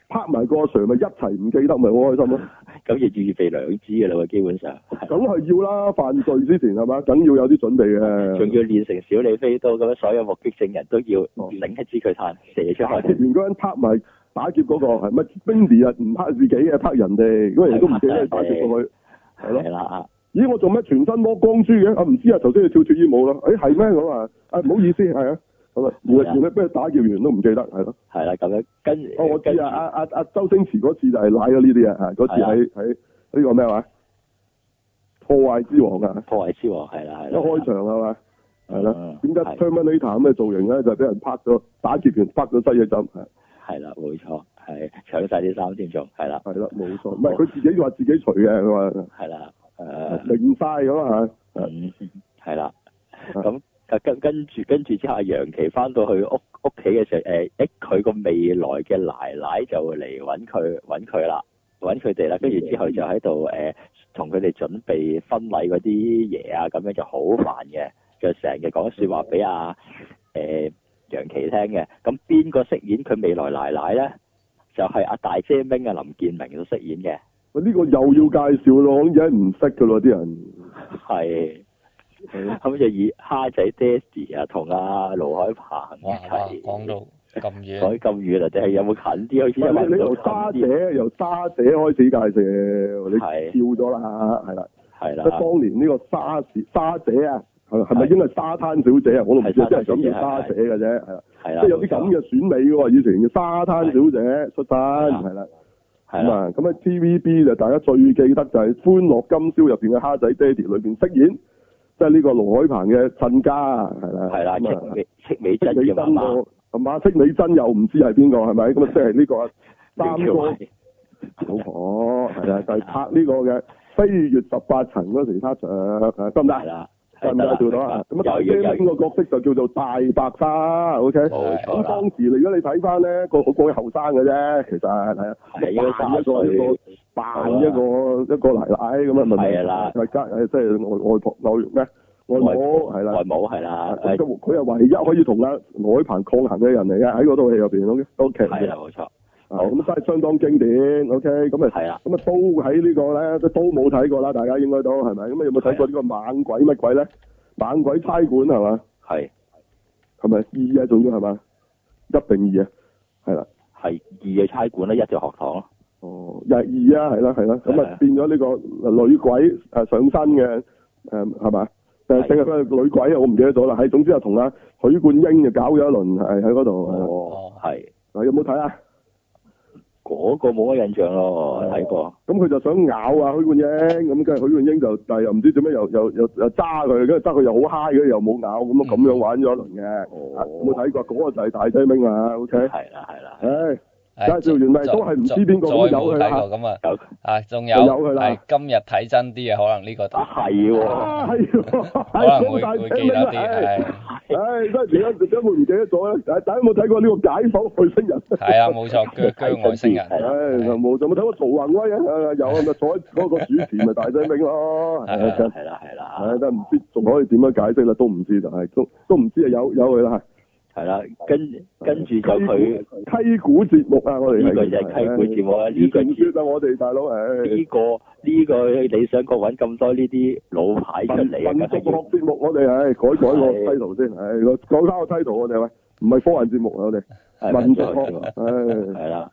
Speaker 1: 拍埋個阿 Sir 咪一齊唔記得咪好開心咯！
Speaker 2: 咁要預備兩支嘅啦喎，基本上係
Speaker 1: 梗係要啦，犯罪之前係嘛，梗要有啲準備
Speaker 2: 仲
Speaker 1: 嘅。
Speaker 2: 要練成小李飛刀咁樣，所有目擊證人都要
Speaker 1: 哦
Speaker 2: 擰一支佢彈射出
Speaker 1: 打劫
Speaker 2: 去。
Speaker 1: 完嗰人拍埋打劫嗰個係咪 Bendy 啊？唔拍自己嘅，拍人哋，嗰人都唔記得係打劫過佢。係咯
Speaker 2: 係啦，
Speaker 1: 咦，我做咩全身摸光珠嘅？啊，唔知啊，頭先你跳脱衣舞啦。誒係咩咁啊？啊，唔好意思，係啊。咁啊，原來原來俾佢打劫完都唔記得，係咯。
Speaker 2: 係啦，咁樣跟
Speaker 1: 哦，我知
Speaker 2: 跟住
Speaker 1: 啊，阿阿阿周星馳嗰次就係拉咗呢啲啊，嚇嗰次喺喺呢個咩話破壞之王啊，
Speaker 2: 破壞之王係啦，係
Speaker 1: 一
Speaker 2: 啦，
Speaker 1: 開場係嘛？係啦
Speaker 2: 嗯，
Speaker 1: 點解
Speaker 2: 係
Speaker 1: Terminator 咁嘅造型咧，就係俾人拍咗打劫完拍咗西嘅針，係
Speaker 2: 係啦，冇錯，係搶晒啲衫先仲係啊啦，
Speaker 1: 係啦，冇錯，唔係佢自己話自己除嘅，佢話
Speaker 2: 係啦，呃誒。
Speaker 1: 零晒咁啊嚇，
Speaker 2: 嗯，係啦，
Speaker 1: 啊
Speaker 2: 咁跟跟住跟住之後，阿楊琪翻到去屋屋企嘅時候，誒、誒佢個未來嘅奶奶就嚟揾佢揾佢啦，揾佢哋啦，跟住之後就喺度誒同佢哋準備婚禮嗰啲嘢啊，咁樣就好煩嘅，就成日講説話俾阿誒楊琪聽嘅。咁邊個飾演佢未來奶奶咧？就係、阿大姐明啊，林建明所飾演嘅，
Speaker 1: 喂呢個又要介紹咯，我已經唔識嘅咯啲人，
Speaker 2: 係。
Speaker 1: 係咯
Speaker 2: 咁就以蝦仔爹哋啊同阿盧海鵬
Speaker 3: 哇
Speaker 1: 啊
Speaker 3: 哇
Speaker 2: 一齊
Speaker 3: 講到咁
Speaker 2: 講
Speaker 3: 遠，
Speaker 2: 咁遠啊，定係有冇近啲？好似
Speaker 1: 喂
Speaker 2: 有
Speaker 1: 你你由
Speaker 2: 差
Speaker 1: 沙姐由沙姐開始介紹，你
Speaker 2: 係
Speaker 1: 跳咗啦，係啦。
Speaker 2: 係啊
Speaker 1: 即係
Speaker 2: 啦，
Speaker 1: 當年呢個沙士沙姐啊，係係咪應該係沙灘小姐啊？我都唔知，即
Speaker 2: 係沙
Speaker 1: 係
Speaker 2: 灘小
Speaker 1: 咁
Speaker 2: 姐
Speaker 1: 叫沙姐嘅啫，係啦，
Speaker 2: 係啊
Speaker 1: 即
Speaker 2: 啦，
Speaker 1: 係有啲咁嘅選美嘅喎，以前嘅沙灘小姐出身，
Speaker 2: 啊
Speaker 1: 係啦，
Speaker 2: 係
Speaker 1: 咁
Speaker 2: 啦，
Speaker 1: 啊，咁啊 TVB 就大家最記得就係《歡樂今宵》入邊嘅蝦仔爹哋裏邊飾演，即係呢個盧海鵬嘅親家，係啦，
Speaker 2: 係啦，
Speaker 1: 咁
Speaker 2: 戚
Speaker 1: 啊
Speaker 2: 美戚美
Speaker 1: 戚
Speaker 2: 珍啊
Speaker 1: 美
Speaker 2: 嘅
Speaker 1: 珍
Speaker 2: 媽媽，
Speaker 1: 個係嘛？戚美珍又唔知係邊個係咪？咁啊，即係呢個啊
Speaker 2: 廖
Speaker 1: 三
Speaker 2: 朝
Speaker 1: 哥
Speaker 2: 偉
Speaker 1: 老婆係 啦，就係拍呢個嘅《飛越十八層》嗰時他上，啊得唔得啊
Speaker 2: 係？啦，
Speaker 1: 得
Speaker 2: 係
Speaker 1: 唔得做到啊？咁啊，大姐拎
Speaker 2: 有
Speaker 1: 個角色就叫做大白鯊，OK。
Speaker 2: 冇錯
Speaker 1: 咁當
Speaker 2: 啦，
Speaker 1: 時如果你睇翻咧，個好過後生嘅啫，其實係啊，
Speaker 2: 係應該
Speaker 1: 扮
Speaker 2: 三
Speaker 1: 一個一個
Speaker 2: 歲，
Speaker 1: 扮一個一個奶奶哦咁啊，咪咪
Speaker 2: 係啦
Speaker 1: 大家誒即係外外婆外咩外母係啦啊
Speaker 2: 外，母係啦，
Speaker 1: 咁就佢係唯一可以同阿海鵬抗衡嘅人嚟嘅喺嗰套戲入邊，OK，
Speaker 2: 係啦，冇錯，
Speaker 1: 啊咁真係相當經典，OK，咁啊。
Speaker 2: 係啦，
Speaker 1: 咁啊，都喺呢個咧，都冇睇過啦，大家應該都係咪？咁啊，有冇睇過呢個猛鬼乜鬼咧？猛鬼差館係嘛？
Speaker 2: 係
Speaker 1: 係咪二啊？仲要係嘛？一定二啊？係啦，
Speaker 2: 係二嘅差館啦，一就學堂咯，
Speaker 1: 哦，又係二啊，係啦，係啦，咁
Speaker 2: 係
Speaker 1: 啊
Speaker 2: 啊
Speaker 1: 變咗呢個呃女鬼誒上身嘅誒係嘛？誒
Speaker 2: 係
Speaker 1: 定係佢係女鬼啊？我唔記得咗啦。係總之就同阿許冠英就搞咗一輪，係喺嗰度。
Speaker 2: 哦，係
Speaker 1: 係有冇睇啊？
Speaker 2: 嗰個冇乜印象咯，
Speaker 1: 哦
Speaker 2: 睇過，
Speaker 1: 咁佢就想咬啊許冠英，咁跟住許冠英就但係又唔知做咩又又又又揸佢，跟住揸佢又好嗨，跟住又冇咬，咁啊咁樣玩咗一輪嘅。
Speaker 2: 哦
Speaker 1: 啊冇睇過，嗰個就係大西明啊，OK。
Speaker 2: 係啦係啦，
Speaker 1: 唉，
Speaker 3: 唉
Speaker 1: 介紹完咪
Speaker 3: 再
Speaker 1: 都係唔
Speaker 3: 再
Speaker 1: 知邊個
Speaker 3: 再
Speaker 1: 咁有佢
Speaker 3: 冇睇
Speaker 1: 啦
Speaker 3: 過咁啊
Speaker 2: 有
Speaker 3: 啊，仲有
Speaker 1: 就有佢啦
Speaker 3: 係今日睇真啲嘅，可能 呢個
Speaker 2: 啊係喎。
Speaker 1: 啊係喎，
Speaker 3: 可能會
Speaker 1: 係大
Speaker 3: 會
Speaker 1: 西
Speaker 3: 記
Speaker 1: 明
Speaker 3: 得
Speaker 1: 啊
Speaker 3: 啲，
Speaker 1: 唉
Speaker 3: 係
Speaker 1: 唉，真係啊而家點解會唔記得咗咧？大家有冇睇過呢個解剖外星人？
Speaker 3: 係啊，冇錯， 鋸鋸外星人啊
Speaker 2: 係啦
Speaker 1: 唉，就冇就冇睇過曹宏威啊？啊有啊，咪坐喺嗰個主持咪大西明咯，
Speaker 3: 係
Speaker 1: 係啊真係
Speaker 2: 係啦係啦
Speaker 1: 唉，真係唔知仲可以點樣解釋啦，都唔知就係都都唔知啊，有有佢啦，
Speaker 2: 係啦，跟跟住就佢
Speaker 1: 係溪股節目啊，我哋
Speaker 2: 呢個就係溪股節目啊呢個
Speaker 1: 要傳說啊，我哋大佬
Speaker 2: 呢
Speaker 1: 誒，
Speaker 2: 個呢個你想個揾咁多呢啲老牌出嚟啊，
Speaker 1: 民
Speaker 2: 梗
Speaker 1: 族
Speaker 2: 係要
Speaker 1: 學節目我哋唉，改改個
Speaker 2: 係
Speaker 1: title 先，唉，改翻個 title 我哋喂，唔係科幻節目啊，我哋
Speaker 2: 係
Speaker 1: 民
Speaker 2: 民
Speaker 1: 族
Speaker 2: 族
Speaker 1: 學
Speaker 2: 學節目
Speaker 1: 唉，
Speaker 2: 係啦，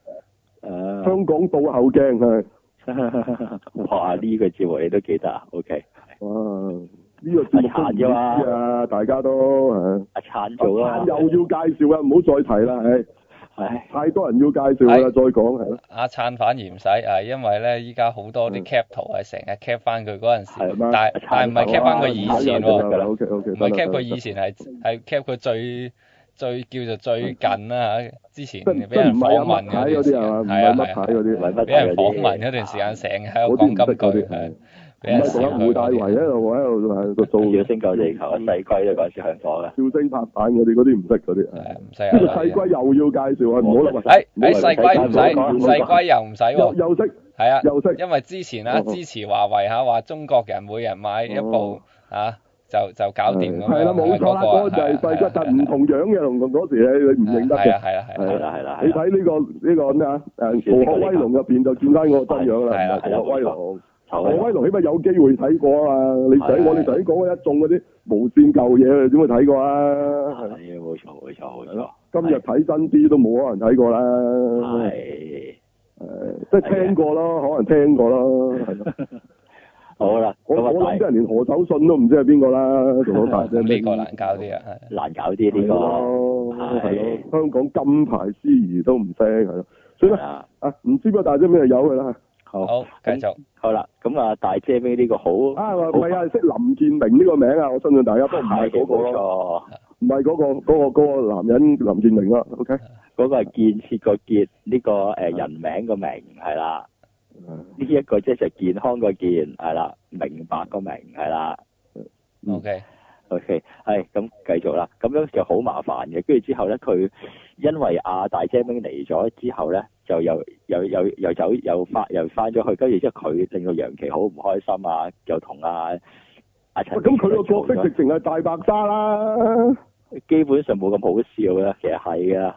Speaker 2: 誒
Speaker 3: 啊
Speaker 1: 香港倒後鏡係，
Speaker 2: 啊哇呢個節目你都記得啊？OK，
Speaker 1: 哇，呢個節目都唔知
Speaker 2: 係閒啫
Speaker 1: 啊，大家都唉，
Speaker 2: 阿燦
Speaker 1: 又
Speaker 2: 做啦，
Speaker 1: 要介紹啊，唔好再提啦，唉，
Speaker 2: 唉
Speaker 1: 太多人要介紹啦，
Speaker 3: 係
Speaker 1: 再講係咯。
Speaker 3: 阿燦反而唔使啊，因為咧依家好多啲 cap 圖係成日 cap 翻佢嗰陣
Speaker 2: 係
Speaker 3: 時
Speaker 1: 咩，
Speaker 3: 但
Speaker 1: 啊
Speaker 3: 但唔係 cap 翻佢以前喎，
Speaker 1: O K O K，
Speaker 3: 唔係 cap 佢以前係係 cap 佢最最叫做最近啦嚇，之前
Speaker 1: 即即
Speaker 3: 俾
Speaker 1: 嗯
Speaker 3: 人
Speaker 1: 唔係
Speaker 3: 訪
Speaker 1: 有乜
Speaker 3: 問
Speaker 1: 牌
Speaker 3: 嗰
Speaker 1: 嗰
Speaker 3: 段時
Speaker 1: 啲
Speaker 3: 間，
Speaker 1: 係嘛？唔係
Speaker 3: 係啊
Speaker 1: 乜
Speaker 3: 係
Speaker 1: 牌
Speaker 3: 啊，
Speaker 1: 嗰
Speaker 2: 唔係
Speaker 1: 啲，
Speaker 2: 乜
Speaker 3: 俾人
Speaker 2: 牌嗰
Speaker 3: 訪
Speaker 2: 啲
Speaker 3: 問嗰段時間，成日喺
Speaker 1: 嗰
Speaker 3: 度
Speaker 1: 啲唔
Speaker 3: 講
Speaker 1: 識
Speaker 3: 金
Speaker 1: 嗰啲
Speaker 3: 句，
Speaker 1: 係
Speaker 3: 係。
Speaker 1: 唔
Speaker 3: 俾人
Speaker 1: 係
Speaker 3: 笑
Speaker 1: 講緊
Speaker 3: 佢
Speaker 1: 胡大
Speaker 3: 嗰
Speaker 1: 維
Speaker 3: 啲。
Speaker 1: 喺度喺度喺度做
Speaker 2: 要星球地球啊，細龜都嗰陣時向火嘅。
Speaker 1: 笑聲拍板嗰啲，嗰啲唔識嗰啲。係
Speaker 3: 係唔使
Speaker 1: 呢個
Speaker 3: 啊
Speaker 1: 細龜又要介紹啊！唔好啦，喂
Speaker 3: 誒
Speaker 1: 唔好啦
Speaker 3: 誒細龜唔使，細龜又唔
Speaker 1: 又
Speaker 3: 使喎，
Speaker 1: 又識
Speaker 3: 係啊，
Speaker 1: 又識，
Speaker 3: 因為之前
Speaker 1: 哦
Speaker 3: 啊
Speaker 1: 哦
Speaker 3: 支持華為嚇話中國人每人買一部
Speaker 1: 哦
Speaker 3: 啊，就就搞掂咁樣。
Speaker 1: 係啦，冇錯啦，嗰個就係細骨，但唔同樣嘅，同嗰時你你唔認得
Speaker 3: 係啊
Speaker 1: 嘅。
Speaker 3: 係啊係啊。
Speaker 2: 係啦係啦
Speaker 1: 你
Speaker 2: 係啦，
Speaker 1: 睇呢個呢個咩啊？誒《無學威龍》入邊就見翻嗰個真樣
Speaker 3: 係
Speaker 1: 啦，
Speaker 3: 啦
Speaker 1: 《無學威龍》。
Speaker 2: 頭
Speaker 1: 《無學威龍》起碼有機會睇過啊嘛！你睇我
Speaker 2: 係
Speaker 1: 你頭先講嗰一眾嗰啲無線舊嘢，你點會睇過啊？
Speaker 2: 係冇錯冇錯冇錯。
Speaker 1: 今日睇真啲都冇可能睇過啦。誒
Speaker 2: 係
Speaker 1: 即係聽過咯，可能聽過咯，係咯。
Speaker 2: 好啦，
Speaker 1: 我我
Speaker 2: 咁
Speaker 1: 諗啲
Speaker 2: 啊
Speaker 1: 人連何守信都唔知係邊個啦，仲好大
Speaker 3: 咁
Speaker 1: 啫。
Speaker 3: 呢個難搞啲啊，係
Speaker 2: 難搞啲
Speaker 1: 係
Speaker 2: 呢個
Speaker 1: 咯，係
Speaker 2: 係
Speaker 1: 咯，香港金牌司儀都唔識，係咯。所以咧，
Speaker 2: 啊，
Speaker 1: 啊唔知邊個大姐咩有嘅啦。
Speaker 2: 好
Speaker 3: 好，繼續
Speaker 2: 好啦，咁啊大姐咩呢個好
Speaker 1: 啊，唔係啊，識林建明呢個名啊，我相信大家都唔係
Speaker 2: 係
Speaker 1: 嗰個
Speaker 2: 冇
Speaker 1: 咯，
Speaker 2: 錯，
Speaker 1: 唔係嗰個嗰個嗰個男人林建明啦。OK，啊
Speaker 2: 嗰個係建設個建呢個誒人名個名係啦，呢一個即係健康個健係啦，明白個明係啦。
Speaker 1: 嗯
Speaker 3: ，OK，
Speaker 2: O.K. 係咁繼續啦，咁樣就好麻煩嘅。跟住之後咧，佢因為阿大姐明嚟咗之後咧，就又又又又走又翻又翻咗去，跟住之後佢令到楊琪好唔開心啊，又同阿阿陳
Speaker 1: 喂咁佢個角色
Speaker 2: 嘈咗
Speaker 1: 直情係大白鯊啦，
Speaker 2: 啊基本上冇咁好笑啦，其實係噶，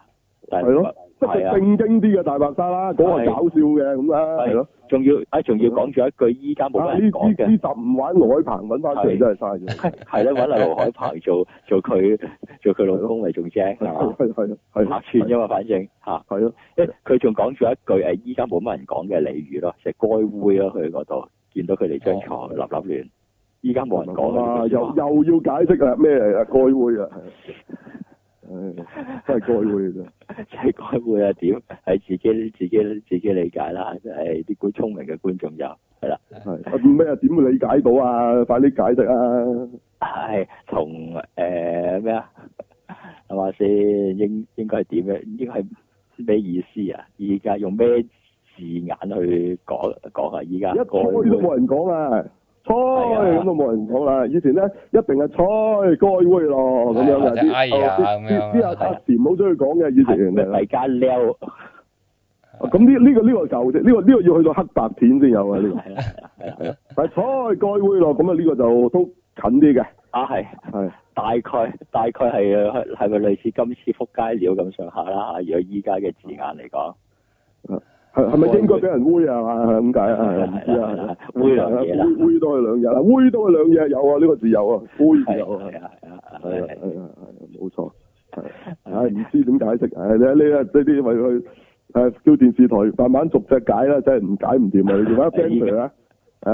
Speaker 2: 但
Speaker 1: 係咯，即
Speaker 2: 係
Speaker 1: 係
Speaker 2: 啊，
Speaker 1: 正經啲嘅大白鯊啦，嗰個係
Speaker 2: 係
Speaker 1: 搞笑嘅咁啦，係
Speaker 2: 係
Speaker 1: 咯。
Speaker 2: 仲要啊仲要講咗一句，依家冇
Speaker 1: 啊！
Speaker 2: 乜
Speaker 1: 呢
Speaker 2: 人講
Speaker 1: 呢
Speaker 2: 嘅
Speaker 1: 呢，集唔玩盧海鵬揾翻出嚟真係嘥咗，
Speaker 2: 係咧揾阿盧海鵬做做佢做佢老公咪仲正係嘛，
Speaker 1: 係係
Speaker 2: 拍
Speaker 1: 係
Speaker 2: 串
Speaker 1: 啊係
Speaker 2: 啫嘛，反正嚇。
Speaker 1: 係咯，
Speaker 2: 誒，佢仲講咗一句誒，依家冇乜人講嘅俚語咯，就係該煨咯，佢嗰度見到佢哋張床立立亂，依家冇人講
Speaker 1: 哦啊
Speaker 2: 啦，
Speaker 1: 又又要解釋啦咩嚟啊？該會啊，係唉真係該會啊嘅啫。
Speaker 2: 即係該煨啊點？係自己自己自己理解啦，誒啲觀聰明嘅觀眾就係啦，
Speaker 1: 係啊咩啊？點會理解到啊？快啲解釋啊！
Speaker 2: 係同誒咩啊？係嘛先？應應該係點咧？應該係咩意思啊？依家用咩字眼去講講啊？依家
Speaker 1: 一猜都冇人講啊！猜
Speaker 2: 啊
Speaker 1: 咁都冇人講啦。以前咧一定係猜該會咯咁樣
Speaker 3: 係啊
Speaker 1: 嘅，
Speaker 3: 即係哎呀
Speaker 1: 啲啲
Speaker 3: 咁樣
Speaker 1: 啲阿
Speaker 2: 係
Speaker 1: 阿
Speaker 2: 啊
Speaker 1: 禪好中意講嘅以前啊
Speaker 2: 係咪加撩？
Speaker 1: 咁呢呢個呢個舊啫，呢個呢個要去到黑白片 先有啊呢個。
Speaker 2: 係啦係啦係啦，
Speaker 1: 係彩該會咯，咁啊呢個就都近啲嘅，
Speaker 2: 啊係。
Speaker 1: 係
Speaker 2: 大概大概係係係咪類似今次撲街料咁上下啦？啊如果依家嘅字眼嚟講，
Speaker 1: 係係咪應該俾人煨啊？係咁解啊？係唔知
Speaker 2: 係
Speaker 1: 啊
Speaker 2: 啦，煨兩嘢啦
Speaker 1: 煨煨多佢兩日啦，煨多佢兩嘢有啊，呢個字有啊，煨字
Speaker 2: 係
Speaker 1: 有啊，
Speaker 2: 係啊
Speaker 1: 係
Speaker 2: 係啊
Speaker 1: 啊
Speaker 2: 係啊
Speaker 1: 係啊係冇錯，係唉唔知點解釋，唉呢呢呢啲咪去誒叫電視台慢慢逐隻解啦，真係唔解唔掂啊！你而家 b a n 啊，唉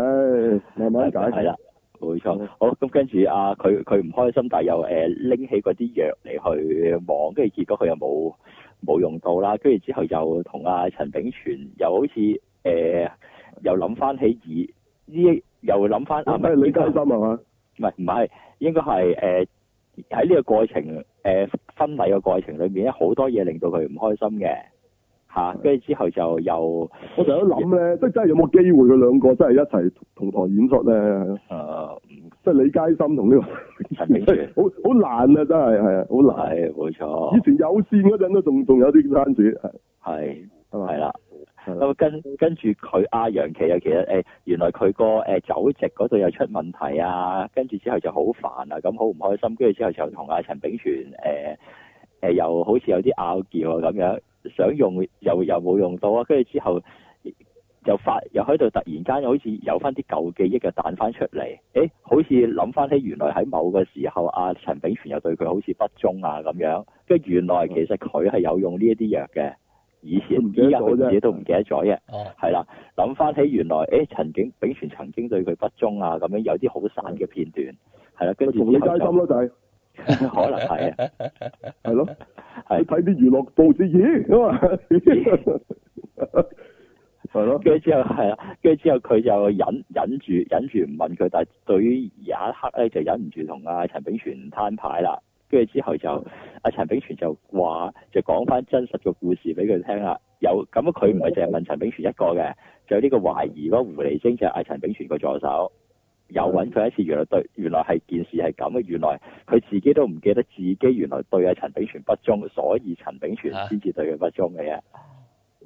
Speaker 1: 慢慢解，
Speaker 2: 係啦，冇錯。好咁跟住啊，佢佢唔開心，但係又誒拎起嗰啲藥嚟去望，跟住結果佢又冇冇用到啦。跟住之後又同阿陳炳全又好似誒、呃又諗翻起以呢又諗翻啊，唔
Speaker 1: 係
Speaker 2: 係
Speaker 1: 你擔心係嘛？
Speaker 2: 唔係唔係，應該係誒喺呢個過程誒、呃婚禮嘅過程裏面咧，好多嘢令到佢唔開心嘅嚇，跟住之後就又
Speaker 1: 我成日都諗咧，即係真係有冇機會佢兩個真係一齊同台演出咧？
Speaker 2: 誒
Speaker 1: 即係李佳芯同呢個
Speaker 2: 陳炳全
Speaker 1: 好好難啊！真係係啊，好難。
Speaker 2: 係冇
Speaker 1: 以
Speaker 2: 錯，
Speaker 1: 前有線嗰陣都仲仲有啲單子係
Speaker 2: 係
Speaker 1: 係嘛？
Speaker 2: 係啦。
Speaker 1: 係啦，
Speaker 2: 咁啊跟跟住佢阿楊琪啊，其實誒、原來佢個誒酒席嗰度又出問題啊，跟住之後就好煩啊，咁好唔開心，跟住之後就同阿陳炳全誒誒、又好似有啲拗撬啊咁樣，想用又又冇用到啊，跟住之後又發又喺度突然間又好似有翻啲舊記憶又彈翻出嚟，誒、好似諗翻起原來喺某個時候阿、陳炳全又對佢好似不忠啊咁樣，跟住原來其實佢係有用呢一啲藥嘅。以前
Speaker 1: 嗯佢唔記得
Speaker 2: 依家
Speaker 1: 咗
Speaker 2: 佢
Speaker 1: 啫
Speaker 2: 自己都唔記得咗啫，
Speaker 3: 哦，
Speaker 2: 係啦，諗翻起原來，誒陳景炳全曾經對佢不忠啊，咁樣有啲好散嘅片段，係啦，跟住
Speaker 1: 同李
Speaker 2: 之
Speaker 1: 佳
Speaker 2: 後
Speaker 1: 芯
Speaker 2: 就
Speaker 1: 咯，就係
Speaker 2: 可能係啊，
Speaker 1: 係咯。
Speaker 2: 係
Speaker 1: 你睇啲娛樂報紙，咦 咁啊，係咯。
Speaker 2: 跟住之後係啦，跟住之後佢就忍忍住忍住唔問佢，但係對於有一刻咧就忍唔住同阿陳炳全攤牌啦，跟住之後就阿陳炳全就話就講翻真實嘅故事俾佢聽啦。有咁佢唔係淨係問陳炳全一個嘅，就有呢個懷疑嗰個狐狸精就係阿陳炳全個助手，又揾佢一次，原來對，原來係件事係咁嘅，原來佢自己都唔記得自己原來對阿陳炳全不忠，所以陳炳全
Speaker 1: 啊
Speaker 2: 先至對佢不忠嘅啫。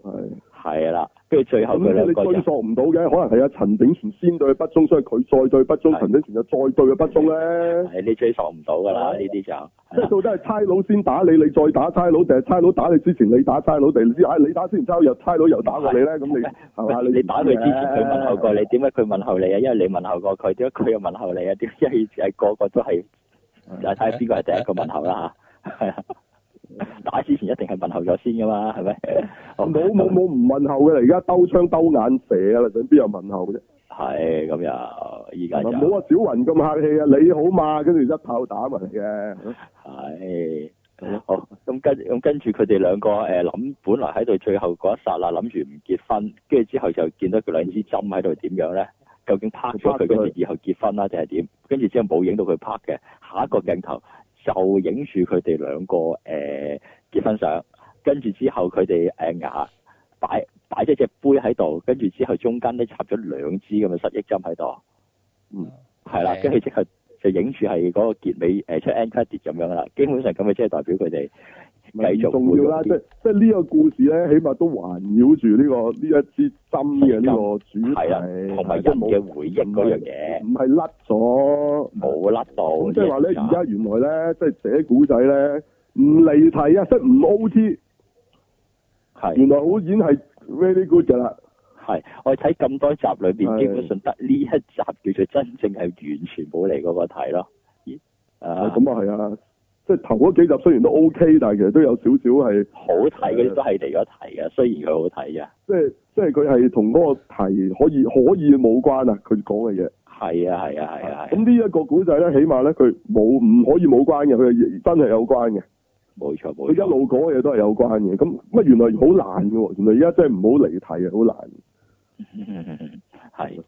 Speaker 1: 係。
Speaker 2: 係啦，跟住最後
Speaker 1: 咁
Speaker 2: 佢
Speaker 1: 即係
Speaker 2: 兩
Speaker 1: 你
Speaker 2: 個就
Speaker 1: 追溯唔到嘅，可能係阿陳炳全先對佢不忠，所以佢再對佢不忠，
Speaker 2: 係
Speaker 1: 陳炳全就再對佢不忠咧。
Speaker 2: 係你追索唔到㗎
Speaker 1: 啊
Speaker 2: 啦，呢啲就
Speaker 1: 即
Speaker 2: 係啦
Speaker 1: 係到底係差佬先打你，你再打差佬，定係差佬打你之前你打差佬，定係你唉你打之前差佬又差佬又打過你咧？咁 你係嘛？
Speaker 2: 喂你打佢之前佢問候過你，
Speaker 1: 係
Speaker 2: 點解佢問候你啊？因為你問候過佢，點解佢又問候你啊？點解係個個都係
Speaker 1: 嗯
Speaker 2: 就係睇下邊個係第一個問候啦嚇？係啊，打之前一定係問候咗先噶嘛，啊係咪？好
Speaker 1: 冇冇冇唔問候嘅啦，而家兜槍兜眼射啦，想邊有問候啫？
Speaker 2: 係咁又而家就
Speaker 1: 冇啊，小雲咁客氣啊，你好嘛，跟住一炮打埋嚟 嘅。
Speaker 2: 係好咁跟咁跟住佢哋兩個誒諗，本來喺度最後嗰一剎那諗住唔結婚，跟住之後就見到佢兩支針喺度點樣咧？究竟拍咗佢，跟住以後結婚啦，定係點？跟住之後冇影到佢拍嘅，下一個鏡頭就影住佢哋兩個誒、呃、結婚相，跟住之後佢哋誒牙擺擺咗隻杯喺度，跟住之後中間咧插咗兩支咁嘅失憶針喺度，
Speaker 1: 嗯，
Speaker 2: 係啦，
Speaker 3: 係
Speaker 2: 跟住即係就影住係嗰個結尾誒出 end credit 咁樣啦，基本上咁嘅即係代表佢哋繼續
Speaker 1: 重要啦，即係即係呢個故事咧，起碼都環繞住呢個呢一支針嘅呢個主題，
Speaker 2: 係啦，同埋
Speaker 1: 即
Speaker 2: 人
Speaker 1: 嗯係冇
Speaker 2: 嘅回憶嗰樣嘢
Speaker 1: 唔係甩咗，
Speaker 2: 冇甩到，
Speaker 1: 咁即係話咧，而家原來咧，即係寫古仔咧，唔離題啊，即係唔 O T，
Speaker 2: 係
Speaker 1: 原來好已經係 very good 嘅啦。
Speaker 2: 係，我睇咁多集裏邊，
Speaker 1: 係
Speaker 2: 基本上得呢一集叫做真正係完全冇嚟過個題咯。咦？啊，
Speaker 1: 咁啊係啊，即係頭嗰幾集雖然都 O、k 但係其實都有少少係，
Speaker 2: 好睇嗰啲都係嚟咗題嘅，雖然佢好睇啫。
Speaker 1: 即係即係佢係同嗰個題可以可以冇關啊，佢講嘅嘢。
Speaker 2: 係啊，係啊，係啊，係啊
Speaker 1: 咁呢一個古仔咧，起碼咧佢冇唔可以冇關嘅，佢係真係有關嘅。
Speaker 2: 冇錯冇
Speaker 1: 佢一
Speaker 2: 錯。
Speaker 1: 路講嘅嘢都係有關嘅。咁乜原來好難嘅喎，原來而家真係唔好離題啊，好難。
Speaker 2: 係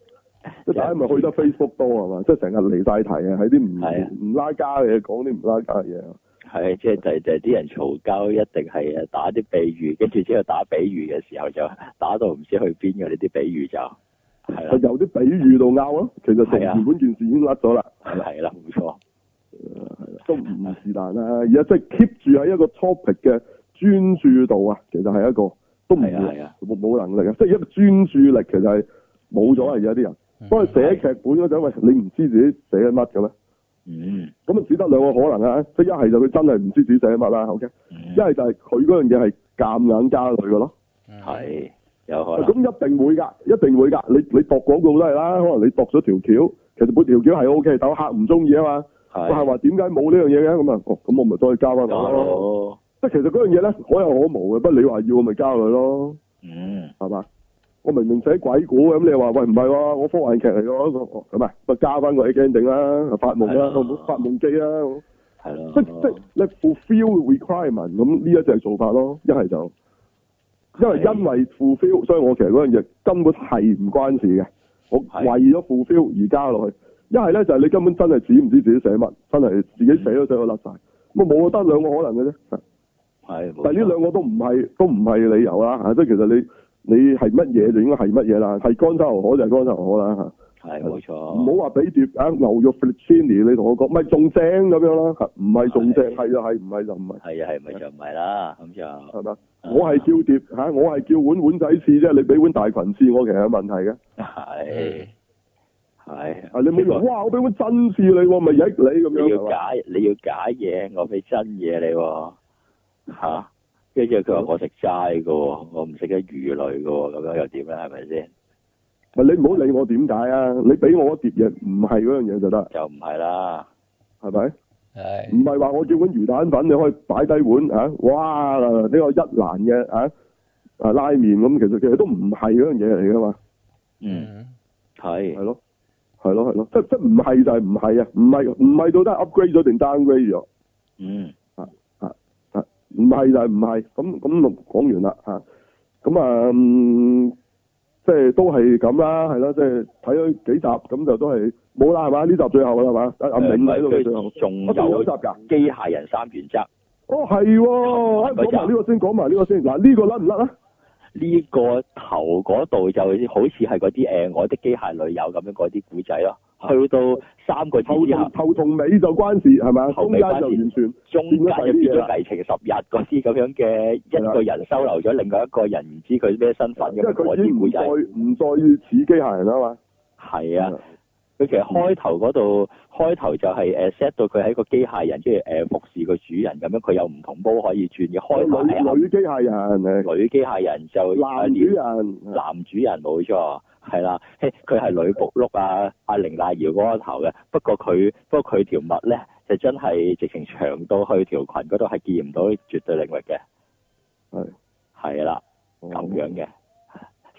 Speaker 1: 即係大家咪去得 Facebook 多係嘛？即係成日離晒題啊，喺啲唔
Speaker 2: 係啊
Speaker 1: 唔拉家嘅嘢講啲唔拉家嘅嘢。啊
Speaker 2: 係，即係就係就係啲人嘈交，一定係誒打啲比喻，跟住之後打比喻嘅時候就 打到唔知去邊嘅呢啲比喻就係
Speaker 1: 就
Speaker 2: 啦，
Speaker 1: 由啲比喻度拗咯，其實同
Speaker 2: 係啊
Speaker 1: 原本件事已經甩咗啦，
Speaker 2: 係啦，冇錯，
Speaker 1: 都唔是但啦。而家即係 keep 住喺一個 topic 嘅專注度啊，其實係一個都唔
Speaker 2: 係啊係啊
Speaker 1: 冇冇能力啊，即係一個專注力其實係冇咗啊！而家啲人，
Speaker 3: 嗯
Speaker 1: 當佢寫劇本嗰陣，喂，你唔知自己寫緊乜嘅咩？
Speaker 2: 嗯，
Speaker 1: 咁啊，只得兩個可能啊，即係一係就佢真係唔知自己寫緊乜啦，OK，
Speaker 2: 嗯
Speaker 1: 一係就係佢嗰樣嘢係夾硬加落去嘅咯。
Speaker 3: 嗯
Speaker 2: 係啊有可能
Speaker 1: 咁，一定會㗎，一定會㗎。你你度廣告都係啦，可能你度咗條橋，其實本條橋係 O K，但係客唔中意啊嘛。
Speaker 2: 係
Speaker 1: 客話點解冇呢樣嘢嘅？咁啊，哦，咁我咪再加翻佢咯。
Speaker 2: 有
Speaker 1: 即係其實嗰樣嘢咧，可有可無嘅。不過你話要，我咪加佢咯，
Speaker 2: 嗯，
Speaker 1: 係嘛？我明明寫鬼故咁，你話喂唔係喎，我科幻劇嚟嘅喎，咁哦咁咪咪加翻個 ending 啦，發夢啦，
Speaker 2: 係啊咯
Speaker 1: 我發夢機啦，
Speaker 2: 係
Speaker 1: 即即
Speaker 2: 咯，
Speaker 1: 你 fulfill requirement 咁呢一隻做法咯，一係就因為
Speaker 2: 係
Speaker 1: 因為 fulfill，所以我其實嗰樣嘢根本係唔關事嘅，我
Speaker 2: 係
Speaker 1: 為咗 fulfill 而加落去。一係咧就係你根本真係自己唔知自己寫乜，真係自己寫都寫到甩晒。咁啊冇得兩個可能嘅啫，
Speaker 2: 係，
Speaker 1: 但係呢兩個都唔係都唔係理由啦啊嚇，即係其實你你係乜嘢就應該係乜嘢啦，係乾炒牛河就係乾炒牛河啦嚇。
Speaker 2: 兩係冇錯，
Speaker 1: 唔好話俾碟啊牛肉 f r i c c i n i 你同我講，咪仲正咁樣啦，嚇唔係仲正，
Speaker 2: 係
Speaker 1: 係就係，唔係就唔係，
Speaker 2: 係啊係咪就唔係啦，咁就
Speaker 1: 係嘛？我係叫碟嚇，我係叫碗碗仔翅啫，你俾碗大裙翅我其實有問題嘅。
Speaker 3: 嗯
Speaker 2: 係係
Speaker 1: 嗯啊，你冇
Speaker 2: 啊呢個
Speaker 1: 用，哇！我俾碗真翅你喎，咪益你咁
Speaker 2: 你
Speaker 1: 樣
Speaker 2: 要
Speaker 1: 係嘛？
Speaker 2: 假你要假嘢，我俾真嘢你喎，吓，跟住
Speaker 1: 嗯
Speaker 2: 佢話我食齋嘅喎，我唔食得魚類嘅喎，咁樣又點咧？係咪先？
Speaker 1: 咪啊你唔好理我點解啊！你俾我一碟嘢唔係嗰樣嘢就得，
Speaker 2: 就唔係啦，
Speaker 1: 係咪？唔
Speaker 3: 係
Speaker 1: 係話我叫碗魚蛋粉，你可以擺低碗嚇、啊哇！呢個一蘭嘅嚇啊拉麵咁，其實其實都唔係嗰樣嘢嚟噶嘛。
Speaker 2: 嗯，
Speaker 3: 嗯
Speaker 1: 係
Speaker 2: 係
Speaker 1: 咯，係咯，係咯，即即唔係就係唔係啊，唔係唔係到底係 upgrade 咗定 downgrade 咗
Speaker 2: 嗯
Speaker 1: 啊？啊唔係就係唔係，咁咁就講完啦嚇。咁啊，嗯即係都係咁啦，係啦，即係睇咗幾集咁就都係冇啦，係嘛？呢集最後啦，係嘛？阿阿
Speaker 2: 呃
Speaker 1: 銘喺度嘅最後，哦
Speaker 2: 仲
Speaker 1: 我仲有
Speaker 2: 有
Speaker 1: 一集㗎。
Speaker 2: 機械人三原則
Speaker 1: 哦，係喎，哎講埋呢個先，講埋呢個先。嗱，呢個甩唔甩啊？
Speaker 2: 呢、個頭嗰度就好似係嗰啲誒我的機械女友咁樣嗰啲古仔咯，去到三個字
Speaker 1: 頭
Speaker 2: 之後
Speaker 1: 同。頭同尾就關事係咪？
Speaker 2: 頭
Speaker 1: 中
Speaker 2: 尾
Speaker 1: 間
Speaker 2: 關事
Speaker 1: 就完全
Speaker 2: 中間就變咗危情十日嗰啲咁樣嘅，一個人收留咗另外一個人，唔知佢咩身份
Speaker 1: 因
Speaker 2: 咁
Speaker 1: 為
Speaker 2: 啊樣嗰
Speaker 1: 佢已
Speaker 2: 啲
Speaker 1: 經
Speaker 2: 故
Speaker 1: 唔
Speaker 2: 仔
Speaker 1: 再，唔再似機械人啦啊嘛。
Speaker 2: 係
Speaker 1: 嗯
Speaker 2: 啊，佢其實開頭嗰度開頭就係誒 set 到佢係一個機械人，跟住誒服侍個主人咁樣，佢有唔同煲可以轉嘅，開頭係
Speaker 1: 哦女
Speaker 2: 暗
Speaker 1: 女機械人誒，
Speaker 2: 女機械人就
Speaker 1: 男主人
Speaker 2: 男主人冇錯，係啦，嘿佢係女仆碌啊，阿凌大瑤嗰個頭嘅，不過佢不過佢條襪咧就真係直情長到去條裙嗰度係見唔到絕對領域嘅，
Speaker 1: 係
Speaker 2: 係啦。咁樣嘅，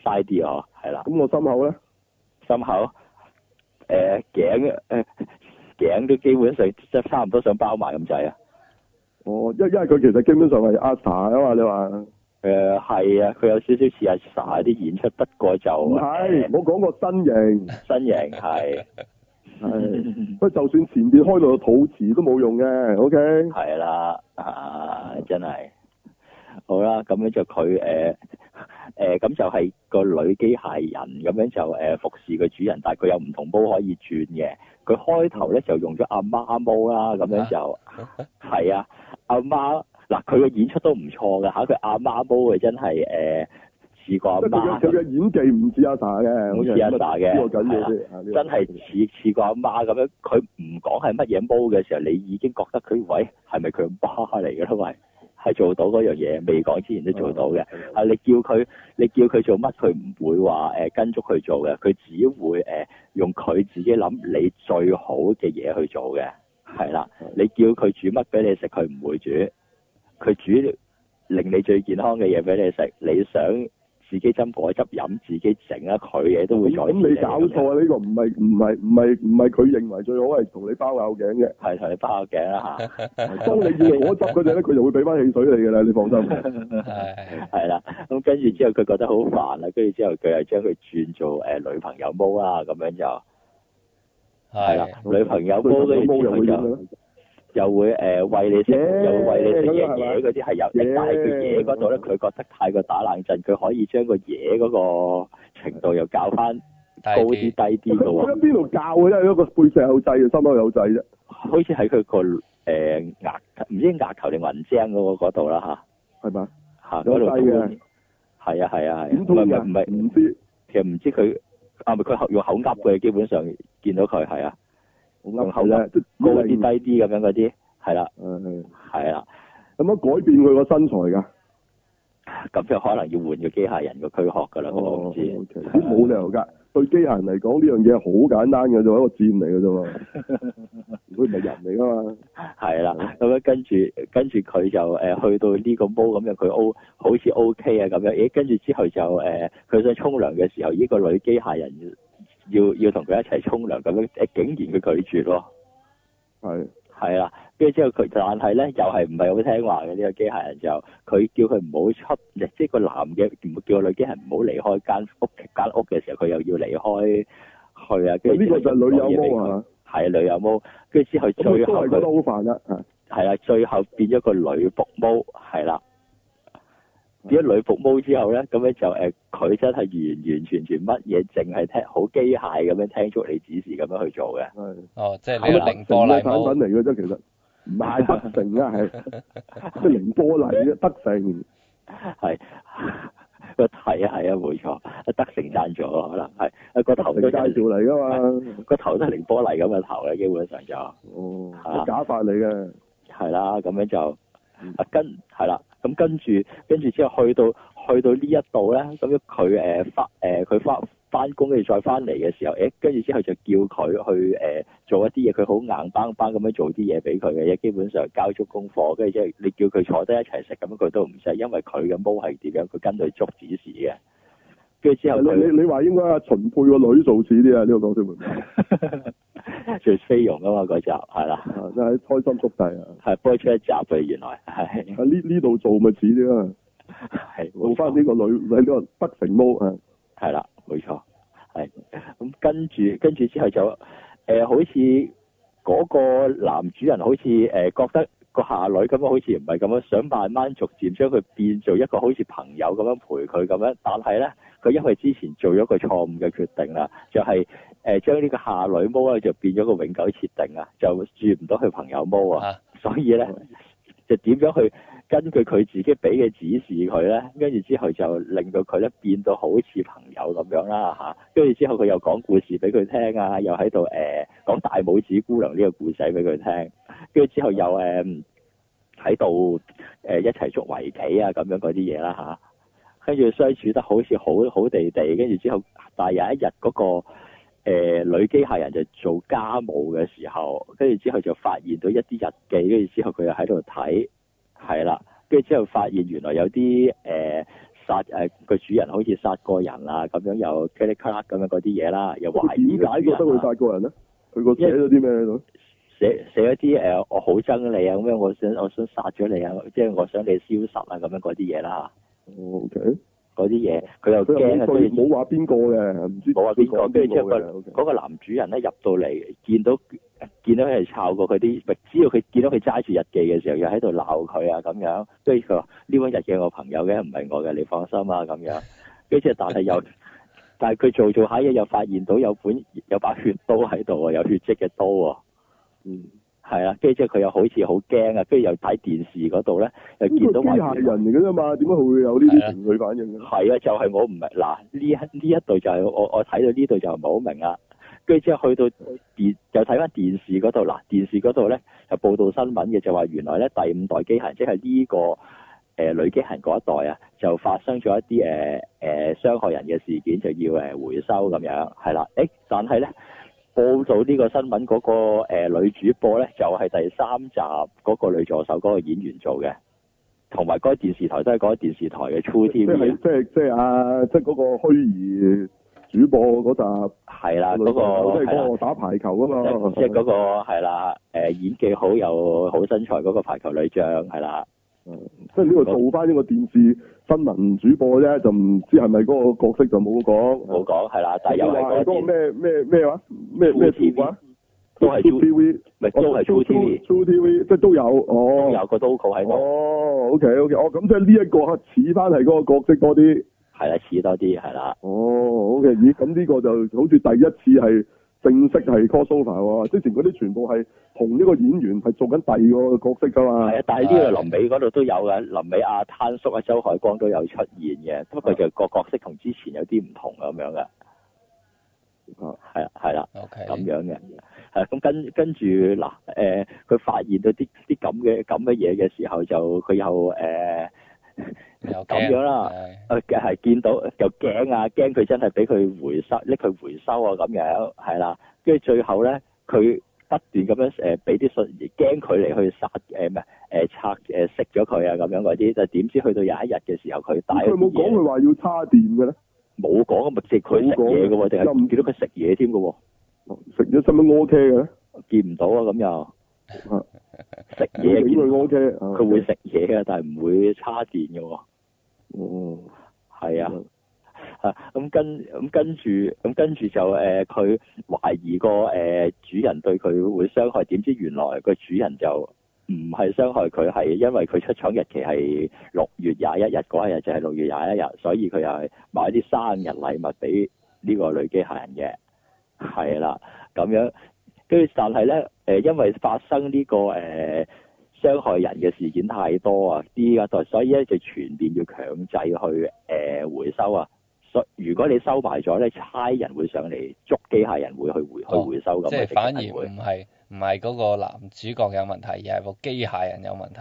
Speaker 2: 嘥啲哦，係啦，
Speaker 1: 哦咁我心口咧，
Speaker 2: 心口，呃誒頸誒頸都基本上即係差唔多想包埋咁滯啊，
Speaker 1: 哦，因因為佢其實基本上係阿 Sa 啊嘛，你話
Speaker 2: 誒係啊，佢有少少似阿 Sa 啲演出，不過就
Speaker 1: 唔係？我講個身形
Speaker 2: 誒身形係
Speaker 1: 係， 不過就算前邊開到個肚臍都冇用嘅，OK，
Speaker 2: 係啦，啊真係，好啦，咁樣就佢誒。誒咁、就係個女機械人咁樣就誒、服侍個主人，但係佢有唔同煲可以轉嘅。佢開頭咧就用咗阿媽毛啦，咁樣就係啊，阿媽嗱佢嘅演出都唔錯㗎嚇，佢阿媽毛嘅真係誒、似個阿
Speaker 1: 即係佢嘅
Speaker 2: 媽
Speaker 1: 佢嘅演技唔似阿 Sa 嘅，
Speaker 2: 唔
Speaker 1: OK，
Speaker 2: 似阿 Sa 嘅
Speaker 1: 呢個緊要啲，啊呢個
Speaker 2: 真係似似個阿媽咁樣，佢唔講係乜嘢毛嘅時候，你已經覺得佢喂係咪佢阿媽嚟嘅啦？喂，係做到嗰樣嘢，未講之前都做到嘅。啊，你叫佢你叫佢做乜，佢唔會話誒、跟足佢做嘅，佢只會誒、用佢自己諗你最好嘅嘢去做嘅，係啦。
Speaker 1: 嗯
Speaker 2: 你叫佢煮乜俾你食，佢唔會煮，佢煮令你最健康嘅嘢俾你食，你想。自己斟果汁飲，自己整啊！佢嘢都會再
Speaker 1: 咁咁你搞錯啊！呢個唔係唔係唔係唔係佢認為最好係同你包拗頸 嘅。
Speaker 2: 係同你包頸啦嚇，
Speaker 1: 當你要果汁嗰陣咧，佢就會俾翻汽水你嘅啦，你放心。
Speaker 3: 唉，
Speaker 2: 係啦。咁跟住之後佢覺得好煩啦，跟住之後佢又將佢轉做誒、女朋友毛啦，咁樣就係啦
Speaker 3: 係，
Speaker 2: 女朋友毛跟住
Speaker 1: 冇
Speaker 2: 之
Speaker 1: 人
Speaker 2: 後
Speaker 1: 會
Speaker 2: 就
Speaker 1: 咁樣。
Speaker 2: 又會誒、喂你食，
Speaker 1: 嘢
Speaker 2: 又會餵你食
Speaker 1: 咁
Speaker 2: 嘢
Speaker 1: 樣係咪
Speaker 2: 嘢嗰啲係有
Speaker 1: 嘢
Speaker 2: 的，但係佢嘢嗰度咧，佢覺得太過打冷震，佢可以將個嘢嗰個程度又搞翻高啲低
Speaker 3: 低
Speaker 2: 啲
Speaker 1: 佢
Speaker 2: 嘅
Speaker 1: 佢
Speaker 2: 喎
Speaker 1: 喺，邊度教嘅啫？一個背脊有掣，心口有掣啫。
Speaker 2: 好似喺佢個誒額唔知額頭定雲漿嗰個嗰度啦嚇。
Speaker 1: 係嘛？
Speaker 2: 行
Speaker 1: 有
Speaker 2: 嗰度
Speaker 1: 掣
Speaker 2: 通
Speaker 1: 嘅
Speaker 2: 係啊係啊係啊，
Speaker 1: 點
Speaker 2: 唔
Speaker 1: 通
Speaker 2: 係唔
Speaker 1: 㗎？
Speaker 2: 係
Speaker 1: 唔
Speaker 2: 唔係，
Speaker 1: 知。
Speaker 2: 其實唔知佢啊，咪佢口用口噏嘅，基本上見到佢係啊，
Speaker 1: 我
Speaker 2: 用
Speaker 1: 噏
Speaker 2: 口
Speaker 1: 佢
Speaker 2: 噏
Speaker 1: 咧，即係
Speaker 2: 高啲
Speaker 1: 零
Speaker 2: 低啲咁樣嗰啲，係啦
Speaker 1: 誒係
Speaker 2: 係啦，
Speaker 1: 有冇改變佢個身材㗎？
Speaker 2: 咁就可能要換個機械人個軀殼㗎啦，咁我唔知，
Speaker 1: 哦，OK 咁冇理由㗎。對機械人嚟講，呢樣嘢好簡單嘅啫，一個箭嚟嘅啫 嘛。佢唔係人嚟㗎嘛。
Speaker 2: 係
Speaker 1: 哦
Speaker 2: 啦，咁樣跟住跟住佢就誒、去到呢個毛咁樣，佢 O 好似 O K 啊咁樣，咦跟住之後就誒佢、想沖涼嘅時候，呢、個女機械人要要同佢一齊沖涼咁樣，誒竟然佢拒絕喎。
Speaker 1: 係。
Speaker 2: 係啦，跟住之後佢，但係咧又係唔係好聽話嘅呢、個機械人就，佢叫佢唔好出，即係個男嘅唔叫個女機械人唔好離開間屋間屋嘅時候，佢又要離開去啊，跟住
Speaker 1: 呢個就係女友毛係嘛？
Speaker 2: 係女友毛，跟住之後
Speaker 1: 咁佢
Speaker 2: 最
Speaker 1: 都
Speaker 2: 後
Speaker 1: 係覺得
Speaker 2: 佢
Speaker 1: 好煩啊啦。嚇
Speaker 2: 係啦，最後變咗個女仆毛係啦。變咗女服務之後咧，咁樣就誒，佢、真係完完全全乜嘢，淨係聽好機械咁樣聽足你指示咁樣去做嘅，
Speaker 1: 係。
Speaker 3: 哦，
Speaker 2: 啊
Speaker 3: 即
Speaker 1: 係
Speaker 3: 係
Speaker 1: 啊
Speaker 3: 你個零波禮
Speaker 1: 產
Speaker 3: 帽，
Speaker 1: 品嚟嘅啫，其實唔係德成啊，係 即係零波麗啫，德成
Speaker 2: 係個 係啊係啊，冇錯，德成贊助咯，可能係啊個頭
Speaker 1: 成
Speaker 2: 都
Speaker 1: 介
Speaker 2: 真
Speaker 1: 紹嚟噶嘛，
Speaker 2: 個頭都係凌波麗咁嘅頭嘅，基本上就
Speaker 1: 哦，假髮嚟嘅，
Speaker 2: 係啦，咁樣就
Speaker 1: 嗯
Speaker 2: 啊跟係啦，咁跟住跟住之後去到去到呢一度咧，咁樣佢誒翻誒佢翻翻工跟住再翻嚟嘅時候，誒跟住之後就叫佢去誒、呃做一啲嘢，佢好硬邦邦咁樣做啲嘢俾佢嘅，基本上交足功課，跟住之後你叫佢坐低一齊食，咁樣佢都唔使，因為佢嘅毛係點樣，佢跟佢捉指示嘅，跟住之後佢
Speaker 1: 你你你話應該阿秦沛個女做似啲啊？呢個角色會唔會
Speaker 2: 最菲傭啊嘛嗰集係啦，
Speaker 1: 啊真係開心速遞啊！
Speaker 2: 係播出一集嘅原來係
Speaker 1: 啊呢呢度做咪似啲啊，
Speaker 2: 係
Speaker 1: 做
Speaker 2: 冇
Speaker 1: 翻呢
Speaker 2: 翻
Speaker 1: 個女你呢個德成毛啊，
Speaker 2: 係啦冇錯，係咁跟住跟住之後就誒、呃好似嗰個男主人好似誒、呃、覺得個下女咁樣，好似唔係咁樣，想慢慢逐漸將佢變做一個好似朋友咁樣陪佢咁樣，但係咧佢因為之前做咗個錯誤嘅決定啦，就係、誒將呢個下女毛咧就變咗個永久設定啊，就轉唔到去朋友毛啊，
Speaker 3: 啊
Speaker 2: 所以咧就點樣去根據佢自己俾嘅指示佢咧，跟住之後就令到佢咧變到好似朋友咁樣啦嚇，跟住之後佢又講故事俾佢聽啊，又喺度誒講大拇指姑娘呢個故仔俾佢聽，跟住之後又誒喺度誒一齊捉圍棋啊咁樣嗰啲嘢啦嚇。跟住相處得好似好好地地，跟住之後，但係有一日嗰、個、呃、女機械人就做家務嘅時候，跟住之後就發現到一啲日記，跟住之後佢又喺度睇，係啦，跟住之後發現原來有啲誒、呃、殺誒個、主人好似殺過人啊，咁樣又噼里咔啦咁樣嗰啲嘢啦，又懷
Speaker 1: 點
Speaker 2: 疑個
Speaker 1: 解覺
Speaker 2: 主人
Speaker 1: 得佢
Speaker 2: 啊
Speaker 1: 殺過人咧？佢個寫咗啲咩喺度？
Speaker 2: 寫寫一啲誒、呃我好憎你啊，咁樣我想我想殺咗你啊，即係我想你消失啊，咁樣嗰啲嘢啦，
Speaker 1: 哦，OK，
Speaker 2: 嗰啲嘢佢又
Speaker 1: 佢
Speaker 2: 驚
Speaker 1: 又冇
Speaker 2: 啊，跟
Speaker 1: 句
Speaker 2: 住
Speaker 1: 冇話邊個嘅，唔知
Speaker 2: 冇話邊個，
Speaker 1: 佢講
Speaker 2: 跟住之後
Speaker 1: 邊
Speaker 2: 個
Speaker 1: 嘅，OK
Speaker 2: 嗰個男主人咧入到嚟，見到呃見到佢係抄過佢啲，唔係知道佢見到佢揸住日記嘅時候，又喺度鬧佢啊咁樣，跟住佢話呢本日記係我朋友嘅，唔係我嘅，你放心啊咁樣，跟住但係又。 但係佢做做下嘢，又發現到有本有把血刀喺度啊，有血跡嘅刀喎。
Speaker 1: 嗯，
Speaker 2: 係啦，啊跟住之後佢又好似好驚啊，跟住又睇電視嗰度咧，又
Speaker 1: 呢
Speaker 2: 見
Speaker 1: 個
Speaker 2: 到
Speaker 1: 機
Speaker 2: 話
Speaker 1: 械人嚟嘅啫嘛，點解佢會有呢
Speaker 3: 係啊
Speaker 1: 啲情緒反應嘅咧？
Speaker 2: 係啊，就係、我唔明嗱呢一呢一度就係、我我睇到呢度就唔係好明啦。跟住之後去到電又睇翻電視嗰度嗱，電視嗰度咧就報道新聞嘅，就話原來咧第五代機械人即係呢個誒、呃女機械人嗰一代啊，就發生咗一啲誒誒傷害人嘅事件，就要誒回收咁樣係啦。誒，但係咧報道呢個新聞嗰、個、呃、女主播咧，就係、第三集嗰個女助手嗰個演員做嘅，同埋嗰個電視台都係嗰個電視台嘅 True
Speaker 1: 即
Speaker 2: TV 啊
Speaker 1: 係即係即係啊！即係嗰個虛擬主播嗰集，
Speaker 2: 係啦，
Speaker 1: 女
Speaker 2: 嗰、個
Speaker 1: 朋友即係
Speaker 2: 係啦
Speaker 1: 嗰個打排球啊嘛，
Speaker 2: 即係嗰個係啦，誒演技好又好身材嗰個排球女將係
Speaker 1: 啊
Speaker 2: 啦，
Speaker 1: 即係呢個做翻呢個電視新聞主播啫，就唔知係咪嗰個角色就冇講。
Speaker 2: 冇講係啦，但係
Speaker 1: 你
Speaker 2: 又
Speaker 1: 話
Speaker 2: 係
Speaker 1: 嗰個
Speaker 2: 嗰件
Speaker 1: 咩咩咩話咩咩
Speaker 2: 2TV
Speaker 1: 話
Speaker 2: 都係
Speaker 1: True TV，
Speaker 2: 咪都係 True TV
Speaker 1: True TV 即係都有哦
Speaker 2: 都。有個 logo 喺度，
Speaker 1: 哦，OK OK，哦咁即係呢一個似翻係嗰個角色多啲。
Speaker 2: 係啦似多啲係啦，
Speaker 1: 哦，OK，咦，咁呢個就好似第一次係正式係 crossover 喎，之前嗰啲全部係同呢個演員係做緊第二個角色㗎嘛。
Speaker 2: 係啊，但係呢個臨尾嗰度都有嘅，臨尾阿攤叔啊周海光都有出現嘅，不過就個角色同之前有啲唔同咁樣嘅，
Speaker 1: 啊
Speaker 2: 係啊係啦。
Speaker 3: ，OK，
Speaker 2: 咁樣嘅。係咁跟跟住嗱，誒、佢發現到啲啲咁嘅咁嘅嘢嘅時候，就佢又呃誒。
Speaker 3: 又
Speaker 2: 咁樣啦誒
Speaker 3: 係
Speaker 2: 係見到又驚啊，驚佢真係俾佢回收，拎佢回收啊咁樣，係啦。跟住最後咧，佢不斷咁樣誒俾啲信，驚佢嚟去殺誒唔係誒拆誒熄咗佢啊咁樣嗰啲，就點知去到有一日嘅時候，佢帶
Speaker 1: 咁佢有
Speaker 2: 咗
Speaker 1: 冇啊講
Speaker 2: 啲嘢
Speaker 1: 佢話要叉電嘅咧？
Speaker 2: 冇講啊，咪直佢食嘢嘅喎，定
Speaker 1: 又
Speaker 2: 係
Speaker 1: 唔
Speaker 2: 見到佢食嘢添嘅喎，
Speaker 1: 食咗使唔使 O K 嘅咧？
Speaker 2: 見唔到啊咁又
Speaker 1: 啊
Speaker 2: 食
Speaker 1: 影
Speaker 2: 嘢見
Speaker 1: 佢 O K，佢
Speaker 2: 佢會食嘢嘅，但係唔會叉電嘅喎，
Speaker 1: 哦，
Speaker 2: 係啊。啊，咁跟咁跟住咁跟住就誒，佢、懷疑個誒、呃主人對佢會傷害，點知原來個主人就唔係傷害佢，係因為佢出廠日期係六月廿一日嗰一日就係六月廿一日，所以佢又係買啲生日禮物俾呢個女機械人嘅，係啦，咁樣跟住但係咧誒，因為發生呢、個誒。呃傷害人嘅事件太多啊！呢個代，所以咧就全面要強制去誒、呃回收啊！所如果你收埋咗咧，差人會上嚟捉機械人會去回去
Speaker 3: 哦
Speaker 2: 回收咁啊，
Speaker 3: 即係
Speaker 2: 直
Speaker 3: 反而
Speaker 2: 情係會
Speaker 3: 唔係唔係嗰個男主角有問題，而係部機械人有問題。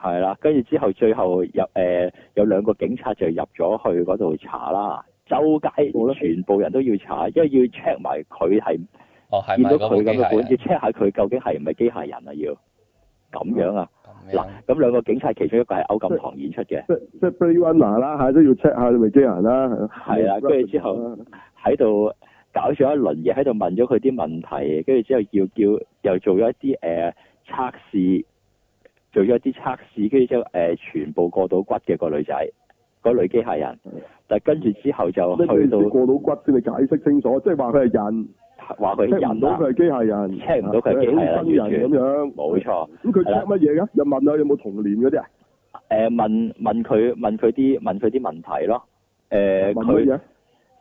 Speaker 2: 係啦，跟住之後最後入誒、呃有兩個警察就入咗去嗰度查啦，
Speaker 3: 嗯
Speaker 2: 周街
Speaker 1: 好啦
Speaker 2: 全部人都要查，因為要 check 埋佢係
Speaker 3: 哦，係
Speaker 2: 見
Speaker 3: 咪
Speaker 2: 到
Speaker 3: 嗰部
Speaker 2: 佢
Speaker 3: 機
Speaker 2: 咁嘅
Speaker 3: 械
Speaker 2: 款，要
Speaker 3: 人？
Speaker 2: check 下佢究竟係唔係機械人啊？要咁樣啊？
Speaker 3: 咁
Speaker 2: 嗱
Speaker 3: 樣，
Speaker 2: 咁兩個警察其中一個係歐錦棠演出嘅，
Speaker 1: 即即 b r a y Runner 啦嚇，都要 check 下你咪機人啦，
Speaker 2: 係啦跟住之後喺度搞咗一輪嘢，喺度問咗佢啲問題，跟住之後要叫又做咗一啲誒、呃、測試，做咗一啲測試，跟住之後誒、呃全部過到骨嘅個女仔，嗰類機械人，但跟住之後就
Speaker 1: 咩
Speaker 2: 去
Speaker 1: 叫
Speaker 2: 到
Speaker 1: 過到骨先？你解釋清楚，即係話佢係人，
Speaker 2: 話佢
Speaker 1: check
Speaker 2: 人
Speaker 1: 唔到
Speaker 2: 啦，
Speaker 1: 佢係機械人，
Speaker 2: check 唔到佢係機械人
Speaker 1: 好生人咁樣。
Speaker 2: 冇錯。
Speaker 1: 咁佢
Speaker 2: 係啦
Speaker 1: check 乜嘢㗎？又問下有冇童年嗰啲啊？
Speaker 2: 誒呃問問佢問佢啲問佢啲問題咯。
Speaker 1: 問
Speaker 2: 誒
Speaker 1: 乜
Speaker 2: 佢
Speaker 1: 嘢？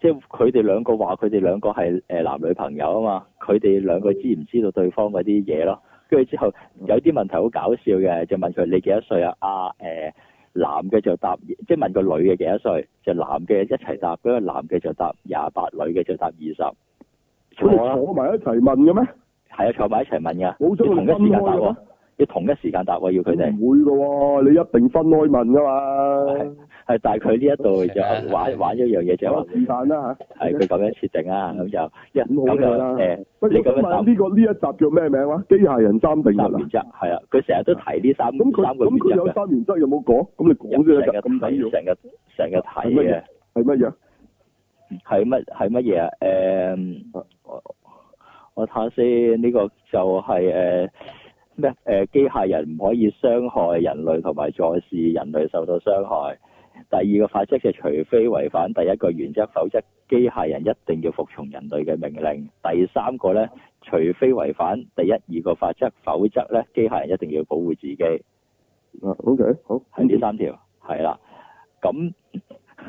Speaker 2: 即係佢哋兩個話佢哋兩個係誒男女朋友啊嘛，佢哋兩個知唔知道對方嗰啲嘢咯？跟住之後有啲問題好搞笑嘅，就問佢你幾多歲啊？啊誒、男嘅就答，即係問個女嘅幾多歲，就男嘅一齊答，跟住男嘅就答廿八，女嘅就答二十。
Speaker 1: 佢
Speaker 2: 錯啦
Speaker 1: 哋，坐埋一齊問嘅咩？
Speaker 2: 係啊，坐埋一齊問噶，
Speaker 1: 冇
Speaker 2: 要
Speaker 1: 將
Speaker 2: 同
Speaker 1: 佢
Speaker 2: 一
Speaker 1: 分
Speaker 2: 時間
Speaker 1: 開
Speaker 2: 答
Speaker 1: 嘅
Speaker 2: 喎
Speaker 1: 咩，
Speaker 2: 要同一時間答喎，要佢
Speaker 1: 唔
Speaker 2: 哋。
Speaker 1: 會嘅嗯喎，你一定分開問㗎嘛。
Speaker 2: 係，但係佢呢一度就
Speaker 3: 係啊
Speaker 2: 玩玩一樣嘢就係話，
Speaker 1: 是但啦嚇。
Speaker 2: 係佢咁樣設定啊，咁就一
Speaker 1: 咁好
Speaker 2: 咁就
Speaker 1: 㗎
Speaker 2: 呃
Speaker 1: 啦
Speaker 2: 誒，
Speaker 1: 不
Speaker 2: 你
Speaker 1: 過
Speaker 2: 咁樣
Speaker 1: 咁
Speaker 2: 答
Speaker 1: 問呢個呢一集叫咩名話？機械人三定律
Speaker 2: 三
Speaker 1: 啊
Speaker 2: 原！則係啊，佢成日都提呢三
Speaker 1: 咁佢
Speaker 2: 三個
Speaker 1: 咁佢
Speaker 2: 原
Speaker 1: 有
Speaker 2: 則嘅，
Speaker 1: 三原則有冇講？咁你講
Speaker 2: 成
Speaker 1: 先
Speaker 2: 日
Speaker 1: 得㗎，咁緊
Speaker 2: 提
Speaker 1: 要
Speaker 2: 成日成日
Speaker 1: 係
Speaker 2: 提
Speaker 1: 乜
Speaker 2: 嘅
Speaker 1: 嘢，係乜嘢？
Speaker 2: 係乜係乜嘢啊？誒，我我睇下先，呢個就係誒咩誒機械人唔可以傷害人類同埋再使人類受到傷害。第二個法則就係除非違反第一個原則，否則機械人一定要服從人類嘅命令。第三個呢，除非違反第一二個法則，否則呢機械人一定要保護自己。係
Speaker 1: 啊，OK，好。
Speaker 2: 呢三條，係啦。咁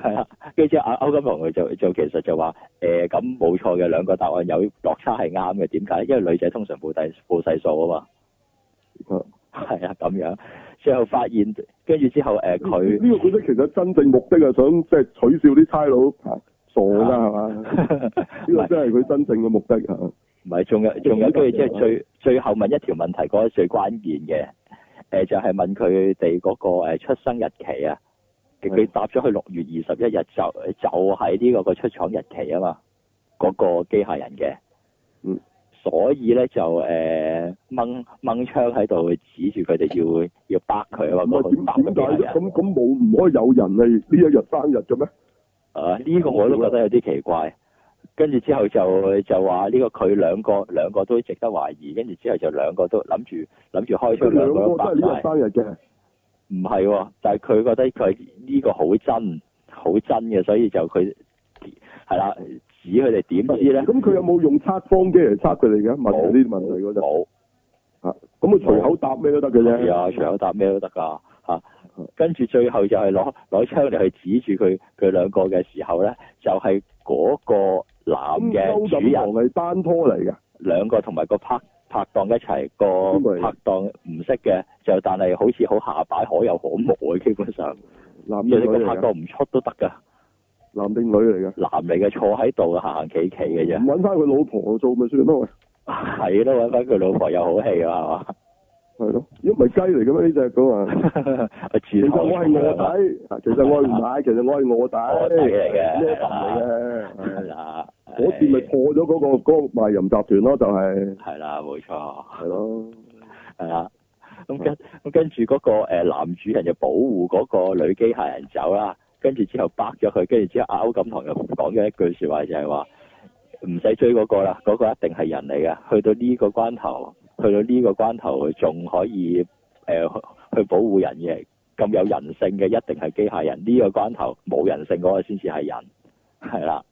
Speaker 2: 係啦，跟住阿歐金龍佢就就其實就話誒咁冇錯嘅兩個答案有落差係啱嘅，點解？因為女仔通常報第報細數啊嘛
Speaker 1: 嗯。
Speaker 2: 係啊，咁樣，最後發現，跟住之後誒佢。
Speaker 1: 呢個古仔其實真正目的係想即係取笑啲差佬嚇傻㗎係嘛？呢
Speaker 2: 唔
Speaker 1: 個
Speaker 2: 係
Speaker 1: 真係佢真正嘅目的嚇。
Speaker 2: 啊唔係，仲有仲有，跟住之後最最後問一條問題，嗰、個最關鍵嘅，誒、就係、問佢哋嗰個誒出生日期啊，佢佢答咗佢六月二十一日就就係呢個個出廠日期啊嘛，嗰、個機械人嘅，
Speaker 1: 嗯，
Speaker 2: 所以咧就誒掹掹槍喺度指住佢哋要要掰佢啊
Speaker 1: 唔
Speaker 2: 嘛，嗰、
Speaker 1: 係
Speaker 2: 個
Speaker 1: 點
Speaker 2: 搭嘅啊
Speaker 1: 點
Speaker 2: 機
Speaker 1: 解
Speaker 2: 械
Speaker 1: 啫？
Speaker 2: 人，
Speaker 1: 咁咁冇唔可以有人係呢一日生日嘅咩？
Speaker 2: 啊呢、個我都覺得有啲奇怪。跟住之後就就話呢個佢兩個兩個都值得懷疑，跟住之後就兩個都諗住諗住開
Speaker 1: 佢
Speaker 2: 槍，兩
Speaker 1: 兩
Speaker 2: 個都
Speaker 1: 個
Speaker 2: 白
Speaker 1: 都係呢日
Speaker 2: 晒。
Speaker 1: 生日嘅。
Speaker 2: 唔係喎，但係佢覺得佢呢個好真好真嘅，所以就佢係啦，指佢哋點知咧
Speaker 1: 咁佢有冇用測謊機嚟測佢哋嘅？問佢呢啲問題嗰陣
Speaker 2: 冇
Speaker 1: 嚇，咁佢隨口答咩都得嘅啫。
Speaker 2: 係啊，隨口答咩都得㗎嚇。跟住最後就係攞攞槍嚟去指住佢佢兩個嘅時候咧，就係、嗰個男
Speaker 1: 咁
Speaker 2: 嘅
Speaker 1: 周
Speaker 2: 主
Speaker 1: 錦
Speaker 2: 人
Speaker 1: 堂。係單拖嚟嘅，
Speaker 2: 兩個同埋個拍拍檔一齊，個
Speaker 1: 咁咪
Speaker 2: 拍檔唔識嘅，就但係好似好下擺，可有可無嘅，基本上，
Speaker 1: 男
Speaker 2: 即
Speaker 1: 定女
Speaker 2: 係你個
Speaker 1: 嚟
Speaker 2: 拍
Speaker 1: 嘅，
Speaker 2: 檔唔出都得㗎，
Speaker 1: 男定女嚟嘅。
Speaker 2: 男嚟嘅坐喺度行行企企嘅
Speaker 1: 唔
Speaker 2: 啫，
Speaker 1: 揾翻佢老婆做咪算咯，喂，嗯
Speaker 2: 係咯，揾翻佢老婆又好氣啊，
Speaker 1: 係咯，如果唔係雞嚟嘅咩呢只咁
Speaker 2: 係
Speaker 1: 啊？
Speaker 2: 嘛？
Speaker 1: 其
Speaker 2: 其
Speaker 1: 實我係卧底，啊其實我係唔係，其實我係卧底，
Speaker 2: 卧底嚟嘅
Speaker 1: 咩份嚟嘅？
Speaker 2: 啦，
Speaker 1: 嗰次咪錯咗嗰個嗰個賣淫集團咯，就係
Speaker 2: 係啦，冇錯。
Speaker 1: 係咯，
Speaker 2: 係啊，咁跟咁跟住嗰、個、呃、男主人就保護嗰個女機械人走啦，跟住之後掰咗佢，跟住之後阿歐錦棠又講咗一句説話就係話唔使追嗰個啦，嗰、個一定係人嚟嘅，去到呢個關頭，去到呢個關頭仲可以誒、呃去去保護人嘅，咁有人性嘅一定係機械人，呢、個關頭冇人性嗰個先至係人，係啦。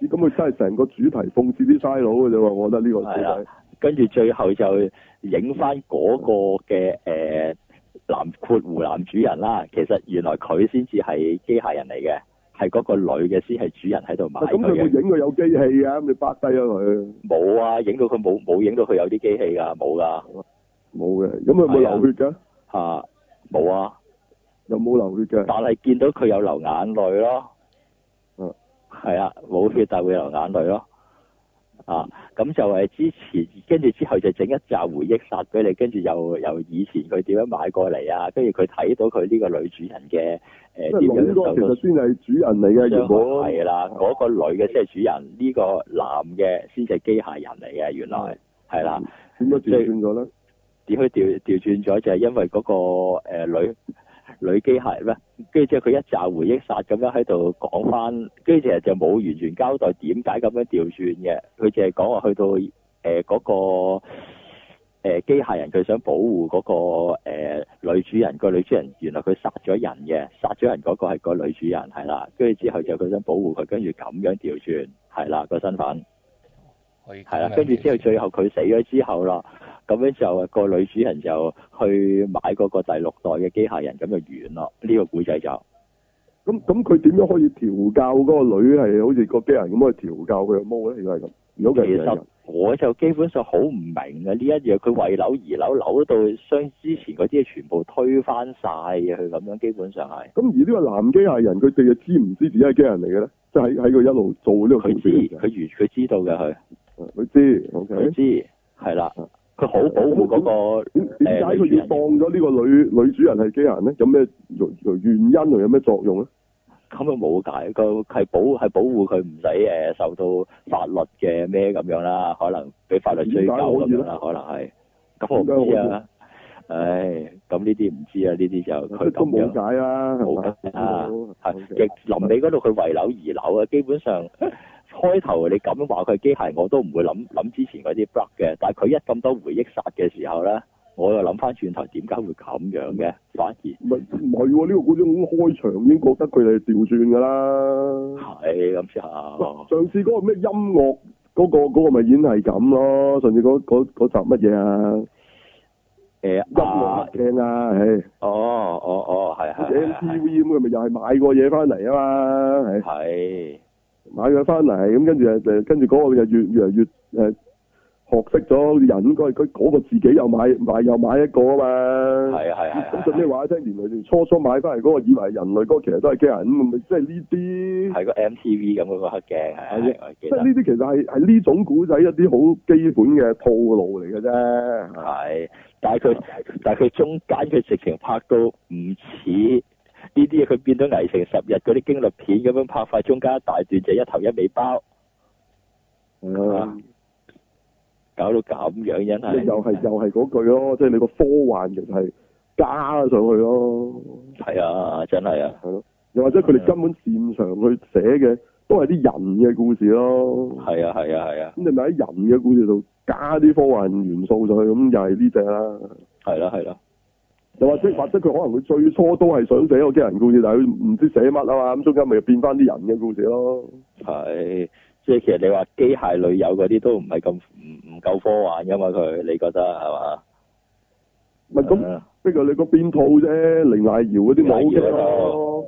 Speaker 1: 咦咁佢真係成個主題諷刺啲差佬嘅啫喎，我覺得呢個主
Speaker 2: 係
Speaker 1: 題
Speaker 2: 跟住最後就影翻嗰個嘅誒、呃男括弧男主人啦。其實原來佢先至係機械人嚟嘅，係嗰個女嘅先係主人喺度買
Speaker 1: 喂啊咁佢
Speaker 2: 佢
Speaker 1: 會
Speaker 2: 嘅。
Speaker 1: 影佢有機器嘅，咁你拍低咗佢
Speaker 2: 冇啊，影到佢冇冇影到佢有啲機器㗎，冇㗎
Speaker 1: 冇嘅，咁佢有冇
Speaker 2: 係啊
Speaker 1: 流血㗎？
Speaker 2: 嚇，冇啊。
Speaker 1: 又冇流血嘅，
Speaker 2: 但係見到佢有流眼淚咯。
Speaker 1: 嗯。
Speaker 2: 係啊，冇血但會流眼淚咯。啊，咁就係之前，跟住之後就整一紮回憶殺俾你，跟住又又以前佢點樣買過嚟啊，跟住佢睇到佢呢個女主人嘅
Speaker 1: 即
Speaker 2: 誒
Speaker 1: 係
Speaker 2: 點樣
Speaker 1: 女
Speaker 2: 受
Speaker 1: 嗰個其
Speaker 2: 到
Speaker 1: 實先係主人嚟嘅原
Speaker 2: 傷害，
Speaker 1: 本。
Speaker 2: 係啊啦，嗰、個女嘅先係主人，呢、個男嘅先係機械人嚟嘅，原
Speaker 1: 嗯
Speaker 2: 來係啦。
Speaker 1: 點解調轉咗咧？
Speaker 2: 點去調調轉咗，就係因為嗰、個、呃、女女機械咩？跟住之後佢一紮回憶殺咁樣喺度講翻，跟住其實就冇完全交呃代點解咁樣調轉嘅，佢淨係講話去到誒嗰、個、誒機呃械人佢想保護嗰、個、誒女主人，個女主人原來佢殺咗人嘅，殺咗人嗰個係個女主人係啦，跟住之後就佢想保護佢，跟住咁樣調轉係啦個身份。
Speaker 3: 可以
Speaker 2: 係
Speaker 1: 啊
Speaker 2: 啦，跟住之後最後佢死咗之後啦，咁樣就個女主人就去買嗰個第六代嘅機械人，咁就完咯。呢、個古仔就
Speaker 1: 咁咁佢點樣可以調教嗰個女係好似個機人咁去調教佢個毛咧？如果係咁，啊如果佢係
Speaker 2: 其
Speaker 1: 人
Speaker 2: 實我就基本上好唔明嘅呢一樣，佢為樓而樓，樓到相之前嗰啲嘢全部推翻晒嘅，佢咁樣基本上係。
Speaker 1: 咁而呢個男機械人佢哋又知唔知自己係機人嚟嘅咧？即係喺喺佢一路做呢個
Speaker 2: 佢
Speaker 1: 故
Speaker 2: 知，
Speaker 1: 事嘅時
Speaker 2: 佢
Speaker 1: 候
Speaker 2: 如佢知道嘅佢，
Speaker 1: 佢知，OK。
Speaker 2: 佢知係啦
Speaker 1: 嗯，
Speaker 2: 佢好保護嗰、個
Speaker 1: 點點解
Speaker 2: 啊
Speaker 1: 佢要當咗呢個女女主人係機人咧？有咩原因同有咩作用咧？
Speaker 2: 咁樣冇解，佢係保係保護佢唔使誒受到法律嘅咩咁樣啦，可能俾法律追究咁樣啦，可能係。咁我唔知啊，唉，咁呢啲唔知啊，呢啲就 佢
Speaker 1: 都
Speaker 2: 咁
Speaker 1: 冇
Speaker 2: 樣。
Speaker 1: 解啦，係
Speaker 2: 冇
Speaker 1: 嘛
Speaker 2: 解啊係，
Speaker 1: OK
Speaker 2: 亦臨尾嗰度佢為樓而樓啊，基本上開頭你咁樣話佢係機械，我都唔會諗諗之前嗰啲 bug 嘅，但係佢一咁多回憶殺嘅時候咧，我又諗翻轉頭點解會咁樣嘅，反而
Speaker 1: 唔係唔係喎？呢個古仔咁開場已經覺得佢哋係調轉㗎啦。
Speaker 2: 係咁之後，
Speaker 1: 上次嗰個咩音樂嗰、個嗰、個咪演係咁咯。上次嗰嗰嗰集乜嘢啊？
Speaker 2: 誒
Speaker 1: 音樂
Speaker 2: 啊
Speaker 1: 黑鏡啊，唉
Speaker 2: 哦哦哦，係係係係
Speaker 1: MTV 咁佢咪又係買過嘢翻嚟啊嘛，係
Speaker 2: 係
Speaker 1: 買咗翻嚟，咁跟住誒跟住嗰個就越越嚟越誒、學識咗人應該佢嗰個自己又買買又買一個啊嘛。
Speaker 2: 係係係
Speaker 1: 咁最尾話聽，原來初初買翻嚟嗰個以為係人類嗰個，其實都係機械人，咁咪即係呢啲。
Speaker 2: 係個 MTV 咁嗰個黑鏡係係我記
Speaker 1: 即係
Speaker 2: 得
Speaker 1: 呢啲其實係係呢種古仔一啲好基本嘅套路嚟嘅啫。
Speaker 2: 係，但係佢但係佢中間佢直情拍到唔似呢啲嘢，佢變咗危城十日嗰啲驚慄片咁樣拍法，中間一大段就一頭一尾包，
Speaker 1: 係
Speaker 2: 啊搞到咁樣真係。
Speaker 1: 又係又係嗰句咯，即係你個科幻其實係加上去咯，
Speaker 2: 係啊，真係啊，
Speaker 1: 係咯。又或者佢哋根本擅長去寫嘅都係啲人嘅故事咯。
Speaker 2: 係啊，係啊，係啊
Speaker 1: 咁，你咪喺人嘅故事度加啲科幻元素上去，咁又係呢只啦。
Speaker 2: 係啦，係啦，
Speaker 1: 又或者或者佢可能佢最初都係想寫個機人故事，但係佢唔知寫乜啊嘛，咁中間咪變翻啲人嘅故事咯。
Speaker 2: 係。即係其實你話機械女友嗰啲都唔係咁唔唔夠科幻噶嘛，佢你覺得係嘛？
Speaker 1: 咪咁。
Speaker 2: 係啊
Speaker 1: 不過你個邊套啫，凌麗瑤嗰啲咪 O
Speaker 2: 凌
Speaker 1: K
Speaker 2: 麗瑤
Speaker 1: 咯。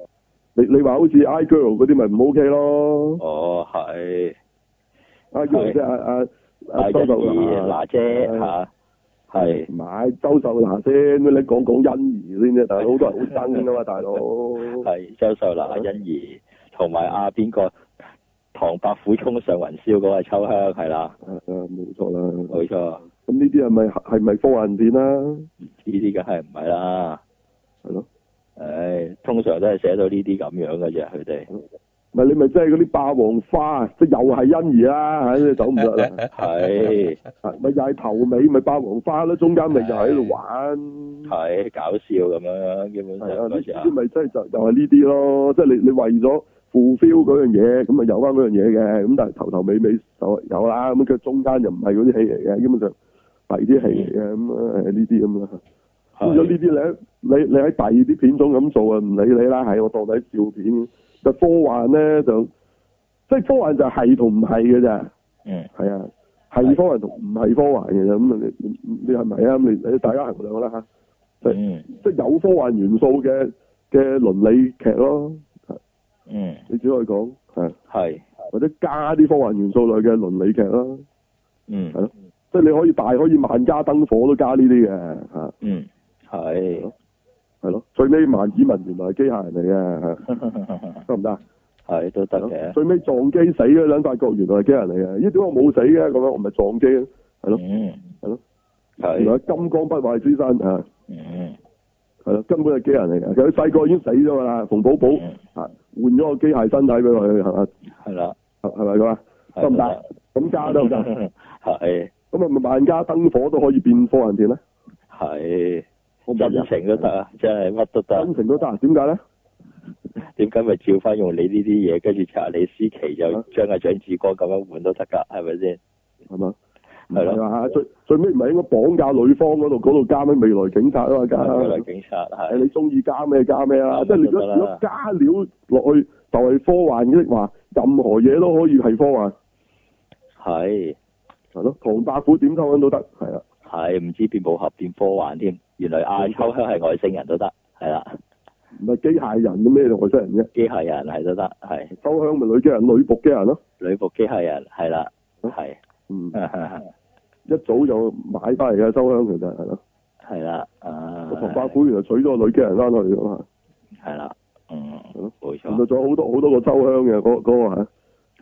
Speaker 1: 你你話好似 I Girl 嗰啲咪唔 O K 咯
Speaker 2: 哦，係。
Speaker 1: ？I Girl
Speaker 2: 係
Speaker 1: 即係阿阿阿
Speaker 2: 啊，
Speaker 1: 周
Speaker 2: 欣
Speaker 1: 秀
Speaker 2: 怡
Speaker 1: 娜，
Speaker 2: 娜姐
Speaker 1: 係
Speaker 2: 嚇，係
Speaker 1: 唔係周秀娜先，你講講欣怡先啫，大佬好多人好憎噶嘛， 大佬。嗯啊
Speaker 2: 係周秀娜、
Speaker 1: 係
Speaker 2: 欣怡同埋阿邊個唐伯虎衝上雲霄嗰個秋香係啦，
Speaker 1: 啊啊冇錯啦。
Speaker 2: 冇錯，呢
Speaker 1: 咁呢啲係咪係咪科幻片啦？
Speaker 2: 啲梗係唔係啦，
Speaker 1: 係咯，
Speaker 2: 唉，通常都係寫到呢啲咁樣嘅啫，佢哋
Speaker 1: 咪你咪即係嗰啲霸王花，啊即係又係欣怡啦，唉，你走唔得啦。
Speaker 2: 係
Speaker 1: 啊咪 又係頭尾咪霸王花啦，中間咪又喺度玩。
Speaker 2: 係搞笑咁樣，基本上
Speaker 1: 係啊，呢
Speaker 2: 嗰時
Speaker 1: 呢啲咪真係就又係呢啲咯，即係你你為咗 fulfill 嗰樣嘢，咁咪啊有翻嗰樣嘢嘅，咁但係頭頭尾尾就有啦，咁佢中間又唔係嗰啲戲嚟嘅，基本上係啲戲嚟嘅，咁啊係呢啲咁啦。咁咗呢啲
Speaker 2: 係
Speaker 1: 你喺你你喺第二啲片種咁做啊，唔理你啦，係我當睇笑片。但科幻咧就即係科幻就係同唔係嘅咋，
Speaker 2: 嗯
Speaker 1: 係啊，係科幻同唔係科幻嘅咋，咁啊你你你係咪啊？咁你你大家衡量啦嚇。
Speaker 2: 嗯
Speaker 1: 即係有科幻元素嘅嘅倫理劇咯，
Speaker 2: 嗯
Speaker 1: 你只可以講係，
Speaker 2: 係
Speaker 1: 或者加啲科幻元素類嘅倫理劇啦，
Speaker 2: 嗯
Speaker 1: 係咯，即係你可以大可以萬家燈火都加呢啲嘅嚇，
Speaker 2: 嗯係
Speaker 1: 係咯，最尾萬子文原來係機械人嚟嘅嚇，得唔得啊？
Speaker 2: 係都得
Speaker 1: 係咯
Speaker 2: 嘅，
Speaker 1: 最尾撞機死嗰陣，發覺原來係機械人嚟嘅，咦點解我冇死嘅咁樣？我咪撞機咯，係咯，
Speaker 2: 嗯
Speaker 1: 係咯原來
Speaker 2: 係
Speaker 1: 係金剛不壞之身嚇。
Speaker 2: 嗯
Speaker 1: 係咯，根本係機械人嚟嘅。佢細個已經死咗㗎啦，馮寶寶
Speaker 2: 嗯
Speaker 1: 啊換咗個機械身體俾佢，係嘛？
Speaker 2: 係啦，
Speaker 1: 係係咪咁啊？
Speaker 2: 係
Speaker 1: 得唔得？咁加得唔得？
Speaker 2: 係
Speaker 1: 咁啊，咪萬家燈火都可以變科幻片咧？
Speaker 2: 係。
Speaker 1: 我唔
Speaker 2: 真
Speaker 1: 得
Speaker 2: 情都得，啊，真係乜都得
Speaker 1: 真。情都得，點解咧？
Speaker 2: 點解咪照翻用你呢啲嘢，跟住查理斯奇就將阿蔣志光咁樣換都得㗎，係咪先？
Speaker 1: 係嘛？
Speaker 2: 係
Speaker 1: 係
Speaker 2: 咯，
Speaker 1: 嘛？最最尾唔係應該綁架女方嗰度嗰度加咩未來警察啊嘛？加
Speaker 2: 未來警察
Speaker 1: 係
Speaker 2: 係
Speaker 1: 你中意加咩加咩啦，
Speaker 2: 啊
Speaker 1: 即係你
Speaker 2: 咁就
Speaker 1: 如
Speaker 2: 得
Speaker 1: 果
Speaker 2: 啦
Speaker 1: 如果加料落去就係科幻嘅話，任何嘢都可以係科幻，
Speaker 2: 係
Speaker 1: 係咯，唐伯虎點偷緊都得，係啦，
Speaker 2: 係唔知變武俠變科幻添，原來阿秋香係外星人都得，係啦，
Speaker 1: 唔係機械人咩外星人啫，
Speaker 2: 機械人係都得，係
Speaker 1: 偷香咪女機人、女仆機人咯，
Speaker 2: 女仆機械人係啦，係
Speaker 1: 嗯，
Speaker 2: 係
Speaker 1: 一早就買翻嚟嘅收香其實係咯，
Speaker 2: 啦，啊
Speaker 1: 個唐伯虎原來娶咗個女機人翻去㗎
Speaker 2: 哦
Speaker 1: 嘛，
Speaker 2: 係啦，嗯
Speaker 1: 咯，
Speaker 2: 冇錯
Speaker 1: 原。來仲有好多好多個收香嘅嗰嗰個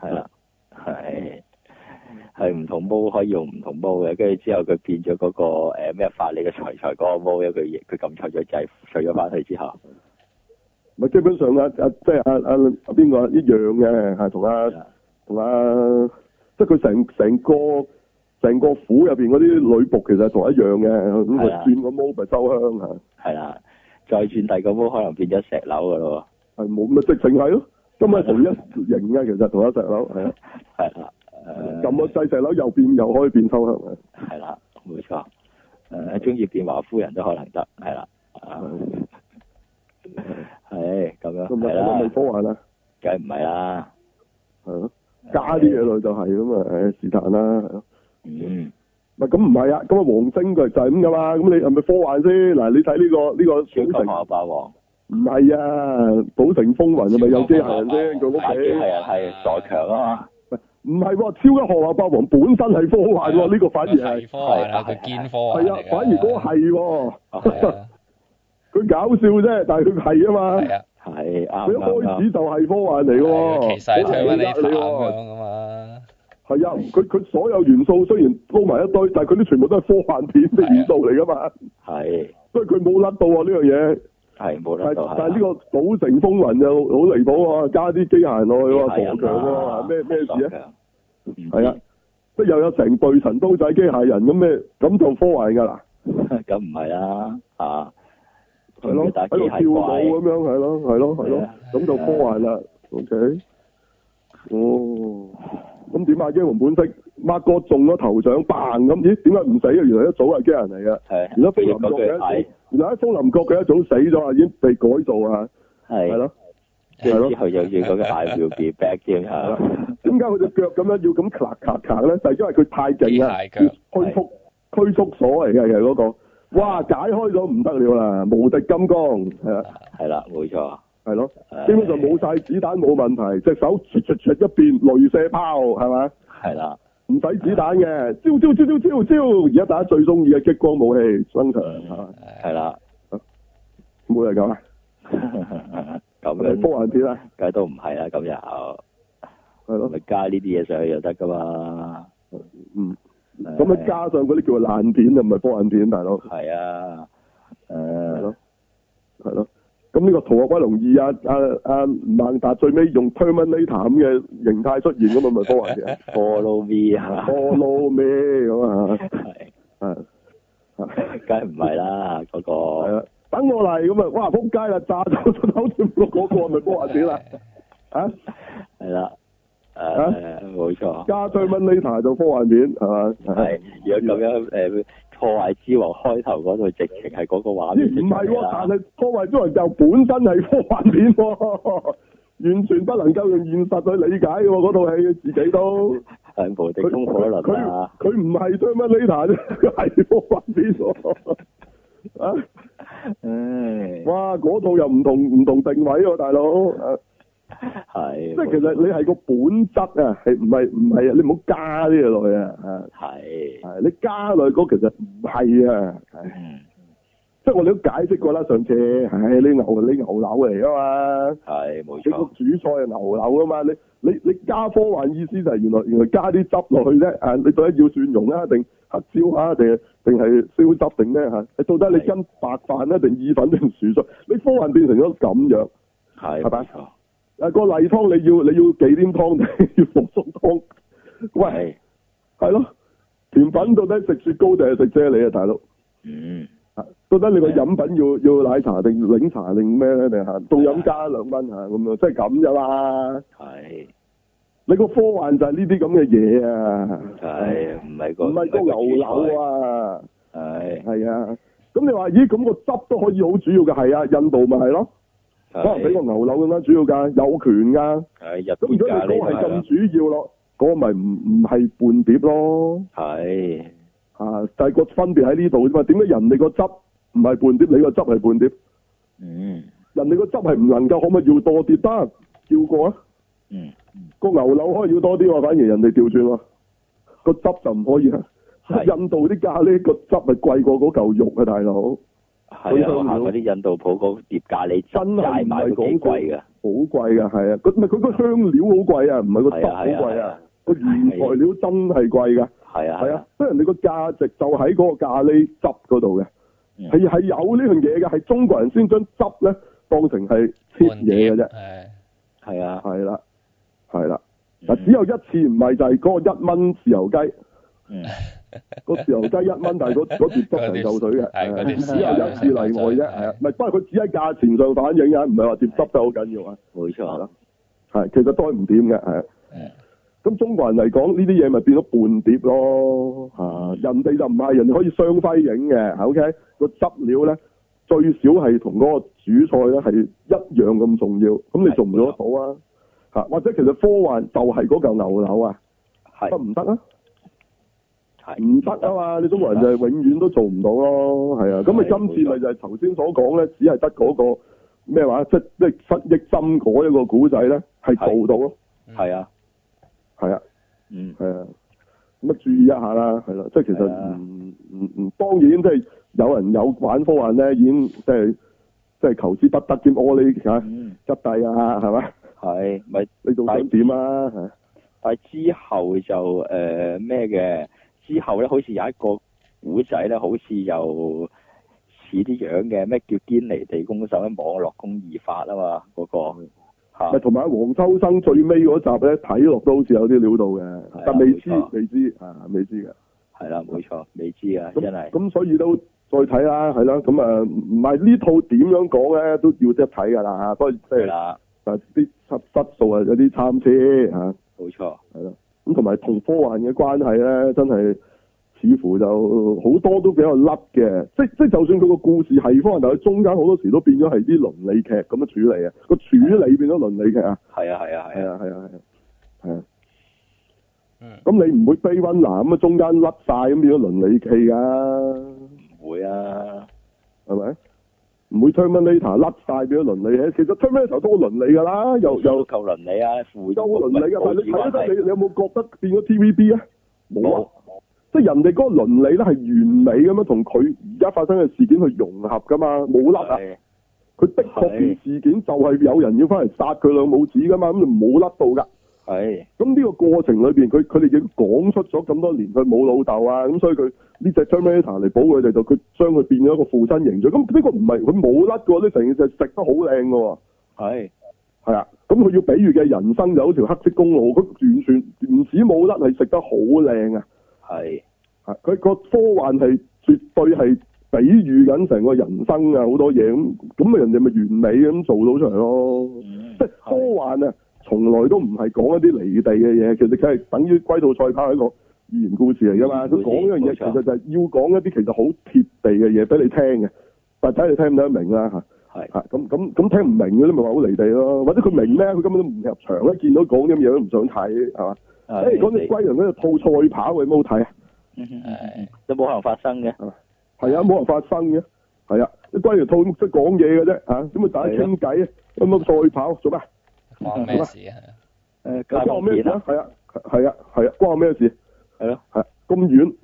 Speaker 1: 係
Speaker 2: 系啦，系系唔同毛可以用唔同毛嘅，跟住之後佢變咗嗰、個诶咩、法理嘅財財嗰個毛，因為佢佢撳錯咗掣，除咗翻去之後，
Speaker 1: 咪基本上啊啊即係啊啊啊邊個啊一樣嘅係同阿
Speaker 2: 係。啦
Speaker 1: 同啊，即係佢成成個成個府入邊嗰啲女仆其實係同一樣嘅，咁
Speaker 2: 係
Speaker 1: 佢
Speaker 2: 啊
Speaker 1: 轉個毛咪收香啊嚇，
Speaker 2: 係啦，再轉第二個毛可能變咗石樓噶咯
Speaker 1: 係冇咪直情係咯，根本係同一
Speaker 2: 啊
Speaker 1: 型嘅，其實同一石樓係啊，
Speaker 2: 喎，係啦，啊誒
Speaker 1: 撳個細石樓右邊又可以變收香啊嘅，
Speaker 2: 呃係啦，冇錯，誒中意變華夫人都可能得，係啦，啊係咁樣
Speaker 1: 咁咪咁
Speaker 2: 係啊
Speaker 1: 咪
Speaker 2: 啦，
Speaker 1: 科幻啦，
Speaker 2: 梗係唔係啦，
Speaker 1: 係
Speaker 2: 啊
Speaker 1: 咯，加啲嘢落去就係咁啊，誒是但啦，係咯
Speaker 2: 嗯
Speaker 1: 唔係咁唔係啊，咁啊黃星佢就係咁噶嘛，咁你係咪科幻先？嗱，你睇呢個呢個
Speaker 2: 超級
Speaker 1: 賭城
Speaker 2: 學霸王，
Speaker 1: 唔係啊，賭城風雲係咪有機械人先？佢屋
Speaker 2: 係啊
Speaker 1: 企
Speaker 2: 機。械人係傻強 啊嘛。
Speaker 1: 唔係喎，超級學校霸王本身係科幻喎，啊呢個反而係
Speaker 3: 係科幻
Speaker 2: 係
Speaker 3: 啊，
Speaker 2: 係
Speaker 3: 佢
Speaker 2: 係
Speaker 3: 堅科幻
Speaker 1: 係啊
Speaker 3: 嚟，㗎
Speaker 1: 反而嗰個係喎，
Speaker 3: 係啊
Speaker 1: 佢搞笑啫，但係佢係啊
Speaker 3: 係
Speaker 1: 嘛，
Speaker 3: 啊，
Speaker 2: 係
Speaker 1: 佢
Speaker 2: 啱
Speaker 1: 一
Speaker 2: 啱
Speaker 1: 開
Speaker 2: 啱，
Speaker 1: 始就係科幻嚟嘅
Speaker 3: 係啊
Speaker 1: 喎，
Speaker 3: 其實係
Speaker 1: 好
Speaker 3: 唱緊
Speaker 1: 呃
Speaker 3: 你
Speaker 1: 你
Speaker 3: 咁
Speaker 1: 喎，
Speaker 3: 樣噶嘛，
Speaker 1: 係啊，佢佢所有元素雖然撈埋一堆，但係佢啲全部都係科幻片嘅元素嚟噶
Speaker 3: 啊
Speaker 1: 嘛，
Speaker 2: 係
Speaker 1: 所以佢冇甩到啊呢樣嘢，
Speaker 2: 係冇
Speaker 1: 但係啊
Speaker 2: 得到
Speaker 1: 但係呢
Speaker 2: 個
Speaker 1: 個賭城風雲就好離譜喎，加啲機械人落去喎，
Speaker 2: 強
Speaker 1: 防強喎，咩咩事啊？
Speaker 2: 啊？
Speaker 1: 係啊，即係又有成隊神刀仔機械人咁咩，咁就科幻㗎啦。
Speaker 2: 咁唔係啦嚇，
Speaker 1: 係咯，
Speaker 2: 打
Speaker 1: 喺
Speaker 2: 機
Speaker 1: 度跳
Speaker 2: 械
Speaker 1: 舞
Speaker 2: 怪
Speaker 1: 咁樣，係咯，係咯，係
Speaker 2: 係
Speaker 1: 咯
Speaker 2: 啊，
Speaker 1: 咁就科幻啦。OK，哦，咁點啊？英雄本色，孖哥中咗頭獎，嘭咁，咦？點解唔死啊？原來一早係機人嚟嘅，
Speaker 2: 係
Speaker 1: 原來風
Speaker 2: 佢
Speaker 1: 林國
Speaker 2: 嗰
Speaker 1: 佢一
Speaker 2: 句係
Speaker 1: 早，原來喺風林國佢一早死咗啊，已經被改造啊，係
Speaker 2: 係，
Speaker 1: 咯，
Speaker 2: 跟
Speaker 1: 係
Speaker 2: 住
Speaker 1: 咯
Speaker 2: 之後又要嗰個 I will be back 添
Speaker 1: 係啦
Speaker 2: 嚇，。
Speaker 1: 點解佢隻腳咁樣要咁咔咔咔咧？就係因為佢太勁啦，
Speaker 3: 機械腳
Speaker 1: 要拘束拘束所嚟嘅，其實嗰個，哇！解開咗唔得了啦，無敵金剛係啊，
Speaker 2: 係啦 冇錯，
Speaker 1: 係咯。
Speaker 2: 係
Speaker 1: 基本上冇晒子彈冇問題，隻手唰唰唰一變雷射炮係嘛？
Speaker 2: 係啦
Speaker 1: 唔使子彈嘅，招招招招招招！而家大家最中意嘅激光武器登場係嘛？
Speaker 2: 係啦，
Speaker 1: 冇人咁啊，
Speaker 2: 咁
Speaker 1: 係咪
Speaker 2: 樣
Speaker 1: 科幻片啊？
Speaker 2: 梗係都唔係啦，咁又
Speaker 1: 係咯，
Speaker 2: 咪加呢啲嘢上去就得噶嘛，
Speaker 1: 嗯，
Speaker 2: 係
Speaker 1: 咁啊加上嗰啲叫做爛片啊，唔係科幻片，大佬
Speaker 2: 係啊，
Speaker 1: 係
Speaker 2: 誒
Speaker 1: 咯。係咯。咁呢個《逃學威龍二》啊啊啊，孟達最尾用 Terminator 咁嘅形態出現咁啊，咪科幻片啊
Speaker 2: follow me 啊。
Speaker 1: ？Follow me 咁
Speaker 2: 係
Speaker 1: 啊，係係。
Speaker 2: 梗係唔係啦，
Speaker 1: 係
Speaker 2: 嗰、個
Speaker 1: 啊，等我嚟咁啊！哇，仆街啦，炸走出口店嗰個係咪波下子 啦？啊，
Speaker 2: 係啦，誒、
Speaker 1: 啊
Speaker 2: 冇錯，
Speaker 1: 加 Terminator 就科幻片係啊嘛？
Speaker 2: 係如果咁樣誒、破壞之王開頭嗰度直情係嗰個畫面
Speaker 1: 咦
Speaker 2: 出
Speaker 1: 唔係
Speaker 2: 嚟
Speaker 1: 喎，
Speaker 2: 啦
Speaker 1: 但係科幻中人就本身係科幻片喎， 完全不能夠用現實去理解嘅喎，嗰套戲自己都
Speaker 2: 係無敵
Speaker 1: 佢
Speaker 2: 風火輪
Speaker 1: 佢
Speaker 2: 啊，
Speaker 1: 佢唔係 Terminator 啫，佢 係科幻片喎。啊！
Speaker 2: 唉，
Speaker 1: 哇，嗰套又唔同唔同定位喎，大佬。啊
Speaker 2: 係，
Speaker 1: 即係其實你係個本質啊，係唔係唔係啊？你唔好加啲嘢落去啊！啊
Speaker 2: 係，
Speaker 1: 係你加落去嗰個其實唔係啊，係
Speaker 2: 嗯，
Speaker 1: 即係我哋都解釋過啦。上次唉，你牛你牛柳嚟啊嘛，
Speaker 2: 係冇
Speaker 1: 你個
Speaker 2: 錯，
Speaker 1: 主菜係牛柳啊嘛。你你你加科幻意思就係原來原來加啲汁落去啫。啊，你到底要蒜蓉啊，定黑椒啊，定定係燒汁定咩嚇？你到底你
Speaker 2: 係
Speaker 1: 跟白飯啊，定意粉定薯碎？你科幻變成咗咁樣。
Speaker 2: 係
Speaker 1: 係咪
Speaker 2: 冇錯，
Speaker 1: 啊，個例湯你要你要忌廉湯定 要濃縮湯？喂。
Speaker 2: 係，
Speaker 1: 係咯，甜品到底食雪糕定係食啫喱啊，大佬？
Speaker 2: 嗯，
Speaker 1: 到底你個飲品要要奶茶定檸茶定咩咧？定嚇仲飲加兩蚊嚇咁樣，即係咁咋嘛？
Speaker 2: 係，
Speaker 1: 你個科幻就係呢啲咁嘅嘢啊，
Speaker 2: 係唔係個
Speaker 1: 唔係個牛柳啊，
Speaker 2: 係，
Speaker 1: 係啊。咁你話咦咁個汁都可以好主要嘅，係啊，印度咪係咯，可能俾個牛柳咁樣主要㗎，有權㗎。
Speaker 2: 係日
Speaker 1: 咁如
Speaker 2: 本
Speaker 1: 果你嗰
Speaker 2: 咖喱
Speaker 1: 個係
Speaker 2: 係啦，
Speaker 1: 咁主要咯，嗰、個咪唔唔係半碟咯。
Speaker 2: 係
Speaker 1: 啊！但係個分別喺呢度啫嘛。點解人哋個汁唔係半碟，你個汁係半碟？
Speaker 2: 嗯
Speaker 1: 人哋個汁係唔能夠，可唔可以要多啲？得要過啊！
Speaker 2: 嗯
Speaker 1: 個牛柳可以要多啲喎，反而人哋調轉喎，個汁就唔可以啊。
Speaker 2: 係
Speaker 1: 印度啲咖喱個汁係貴過嗰嚿肉啊，大佬，
Speaker 2: 係啊，我行嗰啲印度鋪嗰碟咖喱汁
Speaker 1: 真係
Speaker 2: 齋
Speaker 1: 唔
Speaker 2: 買
Speaker 1: 係
Speaker 2: 都幾
Speaker 1: 講
Speaker 2: 貴㗎，
Speaker 1: 好貴㗎，係啊，佢唔係佢個香料好貴啊，唔係個汁
Speaker 2: 係啊
Speaker 1: 好
Speaker 2: 係
Speaker 1: 貴
Speaker 2: 啊係
Speaker 1: 啊
Speaker 2: 啊，
Speaker 1: 個原材料真係貴㗎，
Speaker 2: 係啊
Speaker 1: 係啊，，所以人哋個價值就喺嗰個咖喱汁嗰度嘅。
Speaker 2: 嗯
Speaker 1: 係係有呢樣嘢嘅，係中國人先將汁咧當成係切
Speaker 3: 半
Speaker 1: 嘢
Speaker 3: 碟
Speaker 1: 嘅啫，
Speaker 3: 係
Speaker 2: 係啊，
Speaker 1: 係啦，係啦。
Speaker 2: 嗯
Speaker 1: 嗱，只有一次唔係就係嗰個一蚊豉油 雞，
Speaker 2: 嗯
Speaker 1: 個豉油雞一蚊，但係嗰嗰碟汁係夠水嘅，
Speaker 3: 係嗰碟
Speaker 1: 只有一次例外啫，
Speaker 3: 係
Speaker 1: 係啊，唔係不過佢只喺價錢上反映啊，唔係話碟汁都好緊要啊，
Speaker 2: 冇
Speaker 1: 係
Speaker 2: 錯
Speaker 1: 咯，，係其實都係唔掂嘅，係啊
Speaker 3: 嗯。
Speaker 1: 咁中國人嚟講，呢啲嘢咪變咗半碟咯嚇、人哋就唔係，人哋可以雙輝影嘅嚇，OK 個汁料咧最少係同嗰個主菜咧係一樣咁重要，咁你做唔做得到啊？嚇，或者其實科幻就係嗰嚿牛柳啊，得
Speaker 2: 係
Speaker 1: 唔得啊？
Speaker 2: 係
Speaker 1: 唔得啊嘛！你中國人就係永遠都做唔到咯，係啊。咁
Speaker 2: 係
Speaker 1: 啊，今次咪
Speaker 2: 冇錯
Speaker 1: 就係頭先所講咧，只係得嗰個咩話，即即失憶針嗰一個古仔咧，係做到咯，
Speaker 2: 係啊，
Speaker 1: 係啊。
Speaker 2: 嗯
Speaker 1: 係啊，咁啊注意一下啦，係啦，即係其實
Speaker 2: 係啊
Speaker 1: 唔唔唔，當然即係有人有玩科幻咧，已經即係即係求之不得兼屙呢嚇
Speaker 2: 嗯
Speaker 1: 執帝啊，係嘛？
Speaker 2: 係咪？
Speaker 1: 你仲想點啊？係
Speaker 2: 但係之後就誒咩嘅？之後咧，好似有一個古仔咧，好似又似啲樣嘅，咩叫堅尼地攻守咧？網絡公義法啊嘛，嗰、
Speaker 1: 咪
Speaker 2: 個
Speaker 1: 同埋黃秋生最尾嗰集咧，睇落都好似有啲料到嘅
Speaker 2: 啊，
Speaker 1: 但未知
Speaker 2: 冇錯
Speaker 1: 未知啊，未知嘅。
Speaker 2: 嚇係啦，冇錯，未知啊，真
Speaker 1: 咁
Speaker 2: 係
Speaker 1: 咁所以都再睇啦，係啦，咁啊唔係呢套點樣講咧，都要即係睇㗎啦，不過即
Speaker 2: 係
Speaker 1: 係
Speaker 2: 啦，
Speaker 1: 但係啲質質素啊有啲參差啊嚇。
Speaker 2: 冇錯，
Speaker 1: 係咯，咁同埋同科幻嘅關係咧，真係似乎就好多都比較甩嘅，即即就算佢個故事係科幻，但係佢中間好多時都變咗係啲倫理劇咁樣處理啊，個處理變咗倫理劇啊，
Speaker 2: 係啊，係啊，
Speaker 1: 係
Speaker 2: 係
Speaker 1: 啊係
Speaker 2: 啊，
Speaker 1: 啊係啊係啊，
Speaker 3: 嗯
Speaker 1: 咁你唔會悲温拿咁啊，中間甩晒咁變咗倫理劇㗎，
Speaker 2: 唔會啊，
Speaker 1: 係咪？唔會 Terminator 甩晒變咗倫理劇，其實 Terminator 都好倫理㗎啦，又又
Speaker 2: 都夠倫理啊，父
Speaker 1: 有倫理㗎，但係你睇得
Speaker 2: 係
Speaker 1: 你你有冇覺得變咗 TVB 啊？冇啊
Speaker 2: 冇。
Speaker 1: 即係人哋嗰個倫理咧係完美咁樣同佢而家發生嘅事件去融合噶嘛，冇甩啊！
Speaker 2: 係
Speaker 1: 佢的確
Speaker 2: 係
Speaker 1: 件事件就係有人要翻嚟殺佢兩母子噶嘛，咁就冇甩到噶。
Speaker 2: 係
Speaker 1: 咁呢個過程裏邊，佢佢哋已經講出咗咁多年佢冇老豆啊，咁所以佢呢隻 Terminator 嚟保佢哋，就佢將佢變咗一個父親形象。咁呢個唔係佢冇甩過，呢成件事係食得好靚噶喎。
Speaker 2: 係
Speaker 1: 係啊，咁佢要比喻嘅人生就好條黑色公路，佢完全唔止冇甩，係食得好靚啊！
Speaker 2: 係
Speaker 1: 係啊佢個科幻係絕對係比喻緊成個人生啊，好多嘢咁，咁啊人哋咪完美咁做到出嚟咯。
Speaker 2: 嗯
Speaker 1: 即係科幻啊，從來都唔係講一啲離地嘅嘢，其實佢係等於龜兔賽跑係一個寓言故事嚟㗎嘛。佢講呢樣嘢
Speaker 2: 冇錯
Speaker 1: 其實就係要講一啲其實好貼地嘅嘢俾你聽嘅，但係睇你聽唔聽得明啦嚇。
Speaker 2: 係
Speaker 1: 嚇咁咁咁聽唔明嗰啲咪話好離地咯，或者佢明咩？佢根本都唔入場啦，見到講啲咁嘢都唔想睇係嘛？誒講隻龜同嗰隻兔賽跑有冇好睇啊？
Speaker 3: 係
Speaker 2: 都冇可能發生嘅，
Speaker 1: 係啊，冇人發生嘅，係啊，啲龜條兔識講嘢嘅啫嚇，咁啊大家傾偈啊，咁啊賽跑做咩？
Speaker 3: 關 咩事啊？
Speaker 2: 誒家
Speaker 1: 關我
Speaker 2: 訪
Speaker 1: 咩
Speaker 2: 片
Speaker 1: 事
Speaker 2: 啊
Speaker 1: 啊？，係啊，係啊，係啊，關我咩事？
Speaker 2: 係咯，
Speaker 1: 係啊咁遠，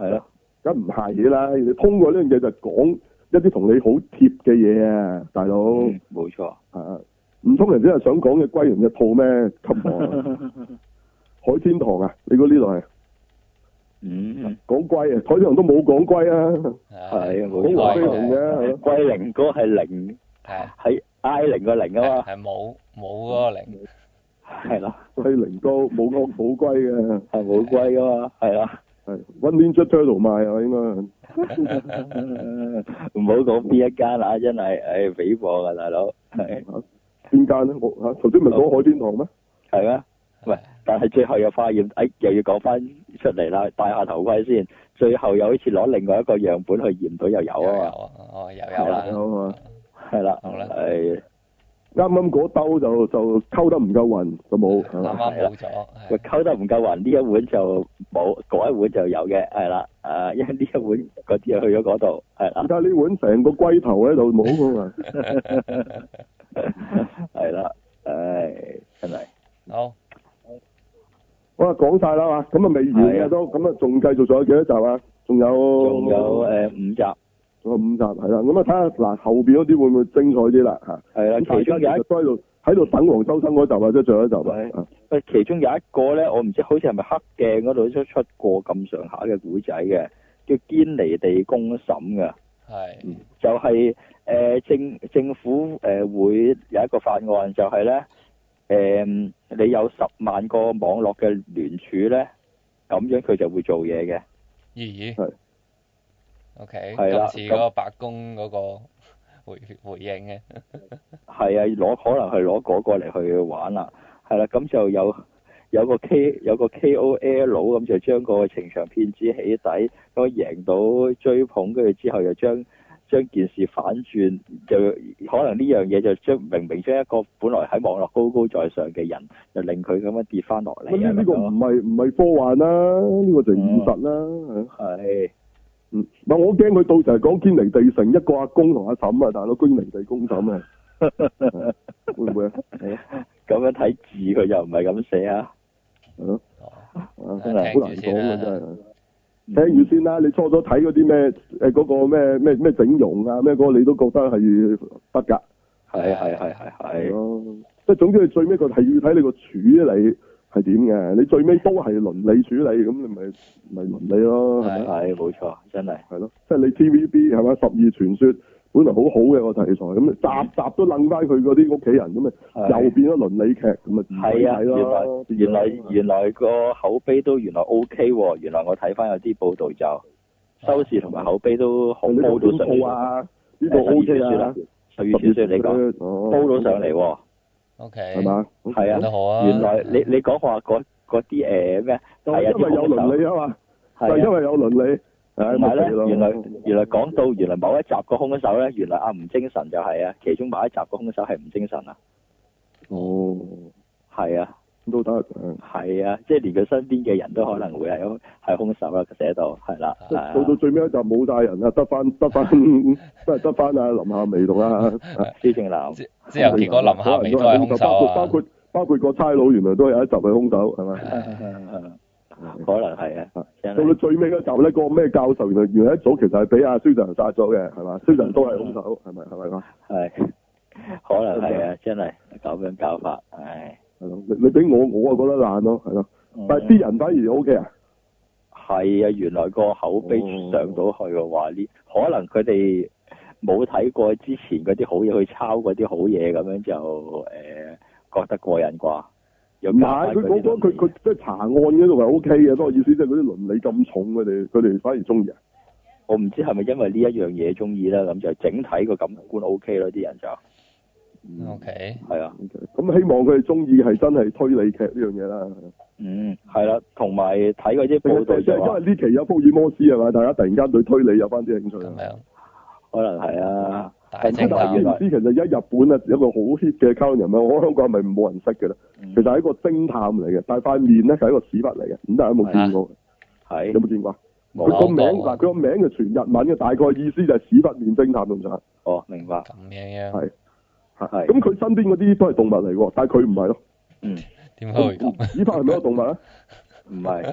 Speaker 2: 係咯。
Speaker 1: 梗唔係啦，你通過呢樣嘢就講一啲同你好貼嘅嘢啊，大佬
Speaker 2: 嗯冇錯，
Speaker 1: 啊，唔通人哋係想講嘅龜同隻兔咩？吸我海天堂啊，你嗰呢度係
Speaker 2: 嗯，
Speaker 1: 講龜啊，海天堂都冇講龜啊，
Speaker 2: 係啊，
Speaker 1: 講
Speaker 2: 冇
Speaker 1: 黃飛
Speaker 2: 錯。
Speaker 1: 鴻嘅係咯，
Speaker 2: 桂零嗰係零，
Speaker 3: 係
Speaker 2: 喺 I 零個零啊
Speaker 3: 係冇冇嗰個零，
Speaker 2: 嘛，係啦，
Speaker 1: 係靈高冇惡冇龜嘅。
Speaker 2: 係冇龜噶嘛，係啦，
Speaker 1: 係揾 Ninja Turtle 賣啊，應該
Speaker 2: 唔好講邊一間啦，真係，唉，俾貨噶大佬，係
Speaker 1: 啊邊間咧？我嚇頭先咪講海天堂咩？
Speaker 2: 係咩？喂，但係最後又發現，哎，又要講翻出嚟啦，戴下頭盔先。最後又好似攞另外一個樣本去驗到又有
Speaker 3: 又有
Speaker 2: 啊嘛，
Speaker 3: 啊，哦又有
Speaker 2: 係
Speaker 3: 啦
Speaker 2: 啦，
Speaker 1: 有啊嘛，
Speaker 2: 係啦，
Speaker 3: 好啦
Speaker 2: 係
Speaker 1: 啱啱嗰兜就就溝得唔夠運就 冇，係
Speaker 3: 啱
Speaker 1: 嘛
Speaker 3: 啱冇咗，
Speaker 2: 喂
Speaker 3: 係
Speaker 2: 溝得唔夠雲呢一碗就冇，嗰一碗就有嘅，係啦，誒，因為呢一碗嗰啲又去咗嗰度，係 啦
Speaker 1: 而，家呢碗成個龜頭喺度冇啊 噶嘛，
Speaker 2: 係啦，唉，真係
Speaker 3: 好
Speaker 1: 好啦，講晒啦嘛，咁啊未完
Speaker 2: 係
Speaker 1: 嘅
Speaker 2: 啊
Speaker 1: 都，咁啊仲繼續仲有幾多集啊？仲有
Speaker 2: 仲有誒五集，
Speaker 1: 仲有五集係啦，咁啊睇下嗱後邊嗰啲會唔會精彩啲啦嚇？
Speaker 2: 係啦，
Speaker 1: 咁
Speaker 2: 啊其中有
Speaker 1: 大家其
Speaker 2: 一
Speaker 1: 實都喺度喺度等黃秋生嗰集啊，即係最後一集
Speaker 2: 係
Speaker 1: 啊。
Speaker 2: 喂，其中有一個咧，我唔知好似係咪黑鏡嗰度都出過咁上下嘅古仔嘅，叫堅尼地公審嘅，
Speaker 3: 係
Speaker 2: 就係、呃政政府誒、呃、會有一個法案，就係咧誒你有十萬個網絡嘅聯署咧，咁樣佢就會做嘢嘅，
Speaker 3: 咦咦
Speaker 1: 係
Speaker 3: ，OK，
Speaker 2: 係啦
Speaker 3: 今次嗰個白宮嗰個回回應嘅，
Speaker 2: 係啊，攞可能係攞嗰個嚟去玩啦，係啦，咁就有。有個 K 有個 KOL 咁就將個情場騙子起底，咁贏到追捧，跟住之後又將將件事反轉，就可能呢樣嘢就將明明將一個本來喺網絡高高在上嘅人，就令佢咁樣跌翻落嚟
Speaker 1: 咁呢
Speaker 2: 啊！
Speaker 1: 呢個唔係唔係科幻啦，呢個就現實啦。係
Speaker 2: 係
Speaker 1: 嗯，嗱我驚佢到時係講堅尼地城一個阿公同阿嬸啊，大佬堅尼地公嬸啊，係會唔會啊？
Speaker 2: 咁樣睇字佢又唔係咁寫啊！
Speaker 1: 係咯，
Speaker 3: 哦
Speaker 1: 啊
Speaker 2: 真
Speaker 1: 真
Speaker 2: 係
Speaker 1: 係好難
Speaker 3: 聽住先
Speaker 1: 講
Speaker 3: 啦
Speaker 1: 啊，真係。聽住先啦，你初初睇嗰啲咩誒嗰個咩咩咩整容啊咩嗰個，你都覺得係得㗎，
Speaker 2: 係係係係
Speaker 1: 係
Speaker 2: 係
Speaker 1: 咯。即係總之，你最尾個係要睇你個處理係點嘅，你最尾都係倫理處理，咁你咪咪倫理咯，係咪？啊
Speaker 2: 係冇錯，真係
Speaker 1: 係咯，即係你 TVB 係咪十二傳說本來好好嘅個題材，咁你集集都楞翻佢嗰啲屋企人，咁咪
Speaker 2: 嗯係
Speaker 1: 又變咗倫理劇，咁咪
Speaker 2: 係啊，
Speaker 1: 咯。嗯
Speaker 2: 原來
Speaker 1: 變
Speaker 2: 原
Speaker 1: 咗
Speaker 2: 來原來個口碑都原來 O K 喎，原來我睇翻有啲報道就收視同埋口碑都好
Speaker 1: 你
Speaker 2: 高
Speaker 1: 講
Speaker 2: 到
Speaker 1: 邊
Speaker 2: 上
Speaker 1: 套
Speaker 2: 嚟，
Speaker 1: 啊？呢個 O K 啊，
Speaker 2: 十二小說你講
Speaker 1: 哦，
Speaker 2: 高到上嚟喎，
Speaker 3: ，OK，
Speaker 1: 係嘛？嗯
Speaker 2: 係啊
Speaker 3: 都好啊，
Speaker 2: 原來你你講話嗰嗰啲誒咩
Speaker 1: 就係因為有倫理啊嘛，就係因
Speaker 2: 係啊，
Speaker 1: 為有倫理，
Speaker 2: 同
Speaker 1: 係
Speaker 2: 埋
Speaker 1: 咪
Speaker 2: 咧
Speaker 1: 死咯
Speaker 2: 原來原來講到原來某一集個兇手咧，原來阿吳精神就係啊，其中某一集個兇手係吳精神啊，
Speaker 1: 哦
Speaker 2: 係啊
Speaker 1: 咁都得，係
Speaker 2: 係啊，即係連佢身邊嘅人都可能會係兇係兇手啦，寫到係啦，
Speaker 1: 即
Speaker 2: 係
Speaker 1: 係
Speaker 2: 啊
Speaker 1: 到到最尾一集冇晒人啦，得翻得翻 都係得翻阿林夏薇同阿
Speaker 2: 施啊正男。
Speaker 3: 之之後結果林夏薇都係兇手啊，
Speaker 1: 包括包括個差佬原來都有一集係兇手，係咪？
Speaker 2: 可 能係啊，真
Speaker 1: 到到
Speaker 2: 係
Speaker 1: 最尾嗰集咧，個咩教授原來原來一早其實係俾阿蕭澤仁殺咗嘅，係嘛？蕭澤仁都係兇手，係咪？係咪啊？
Speaker 2: 係，可能係啊，真係咁樣搞法，唉，
Speaker 1: 係咯，你你俾我我啊覺得爛咯，係咯。
Speaker 2: 嗯
Speaker 1: 但係啲人反而 O K 啊，
Speaker 2: 係啊，原來個口碑上到去嘅話，呢可能佢哋冇睇過之前嗰啲好嘢，去抄嗰啲好嘢，咁樣就誒覺得過癮啩，又
Speaker 1: 唔
Speaker 2: 加
Speaker 1: 係
Speaker 2: 翻
Speaker 1: 佢
Speaker 2: 嗰
Speaker 1: 講
Speaker 2: 啲
Speaker 1: 講佢佢即係查案嗰度係 O K 嘅，不過意思即係嗰啲倫理咁重，佢哋佢哋反而中意啊。
Speaker 2: 我唔知係咪因為呢一樣嘢中意啦，咁就整體個感官 O K 咯，啲人就
Speaker 3: OK。
Speaker 2: 係啊。
Speaker 1: OK，咁希望佢哋中意係真係推理劇呢樣嘢啦。
Speaker 2: 嗯，係啦，同埋睇嗰啲
Speaker 1: 即
Speaker 2: 報道
Speaker 1: 係即
Speaker 2: 就話
Speaker 1: 係因為呢期有福爾摩斯係嘛，大家突然間對推理有翻啲興趣啊
Speaker 3: 咁。樣
Speaker 2: 可能係啊，
Speaker 3: 大
Speaker 2: 咁
Speaker 1: 但
Speaker 3: 正
Speaker 2: 但
Speaker 1: 係
Speaker 2: 係
Speaker 1: 知
Speaker 2: 原
Speaker 1: 唔
Speaker 2: 來
Speaker 1: 知其實而家日本啊有一個好 hit 嘅卡通人物，我香港係咪冇人識嘅咧？
Speaker 2: 嗯
Speaker 1: 其實係一個偵探嚟嘅，但係塊面咧係一個屎忽嚟嘅，唔知大家有冇見過？
Speaker 2: 係
Speaker 1: 有冇見過啊？
Speaker 2: 啊冇
Speaker 1: 佢
Speaker 2: 啊
Speaker 1: 個名嗱，佢個名就全日文嘅，大概意思就係屎忽面偵探咁上下。
Speaker 2: 哦，明白，
Speaker 3: 咁樣樣，
Speaker 1: 係
Speaker 2: 係
Speaker 1: 咁佢身邊嗰啲都係動物嚟喎，但係佢唔係咯。
Speaker 2: 嗯，
Speaker 3: 點解會咁？
Speaker 1: 屎忽係咪一個動物啊？
Speaker 2: 唔係，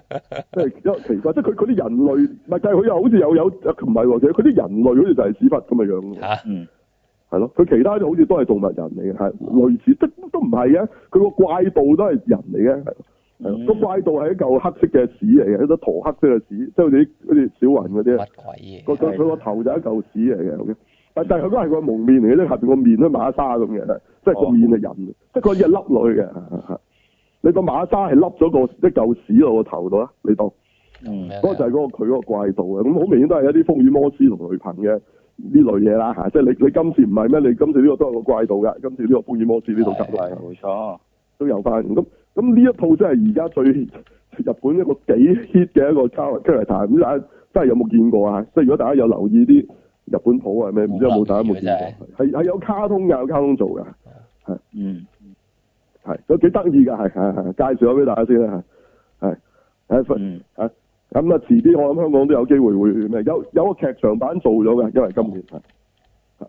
Speaker 1: 即係有奇怪，即係佢佢啲人類，唔係但係佢又好似又有唔係喎，其實佢啲人類好似就係屎忽咁嘅樣喎。
Speaker 3: 嚇
Speaker 2: 嗯，
Speaker 1: 係咯，佢其他啲好似都係動物人嚟嘅，
Speaker 2: 啊
Speaker 1: 係類似，即都唔係嘅。佢個怪盜都係人嚟嘅，係係咯
Speaker 2: 嗯
Speaker 1: 個怪盜係一嚿黑色嘅屎嚟嘅，一粒陀黑色嘅屎，即係好似啲好似小雲嗰啲啊
Speaker 3: 乜。鬼嘢？
Speaker 1: 個佢佢個頭就一嚿屎嚟嘅，OK 但但係佢都係個蒙面嚟嘅，即係下邊個面都馬沙咁嘅，即係個
Speaker 2: 哦
Speaker 1: 面係人，即係個嘢凹落去嘅。你個馬沙係凹咗個一嚿屎落個頭度啊！你當
Speaker 2: 嗯，
Speaker 1: 嗰個就係啊嗰個佢嗰個怪盜嘅，咁好明顯都係一啲福爾摩斯同雷朋嘅呢類嘢啦啊嚇，即係你你今次唔係咩？你今次呢個都係個怪盜㗎，今次呢個福爾摩斯呢度夾
Speaker 2: 係
Speaker 1: 埋，
Speaker 2: 冇錯，
Speaker 1: 都有翻。啊咁咁呢一套真係而家最 日本一個幾 hit 嘅一個 character，咁大家真係有冇見過啊？即係如果大家有留意啲日本譜啊咩，唔知有冇大家有冇見過？係係有卡通㗎，有卡通做㗎，
Speaker 2: 嗯，
Speaker 1: 係都幾得意㗎，係係係，介紹咗俾大家先啦，係係係
Speaker 2: 嗯，
Speaker 1: 咁啊，遲啲我諗香港都有機會會咩？有有個劇場版做咗嘅，因為今年係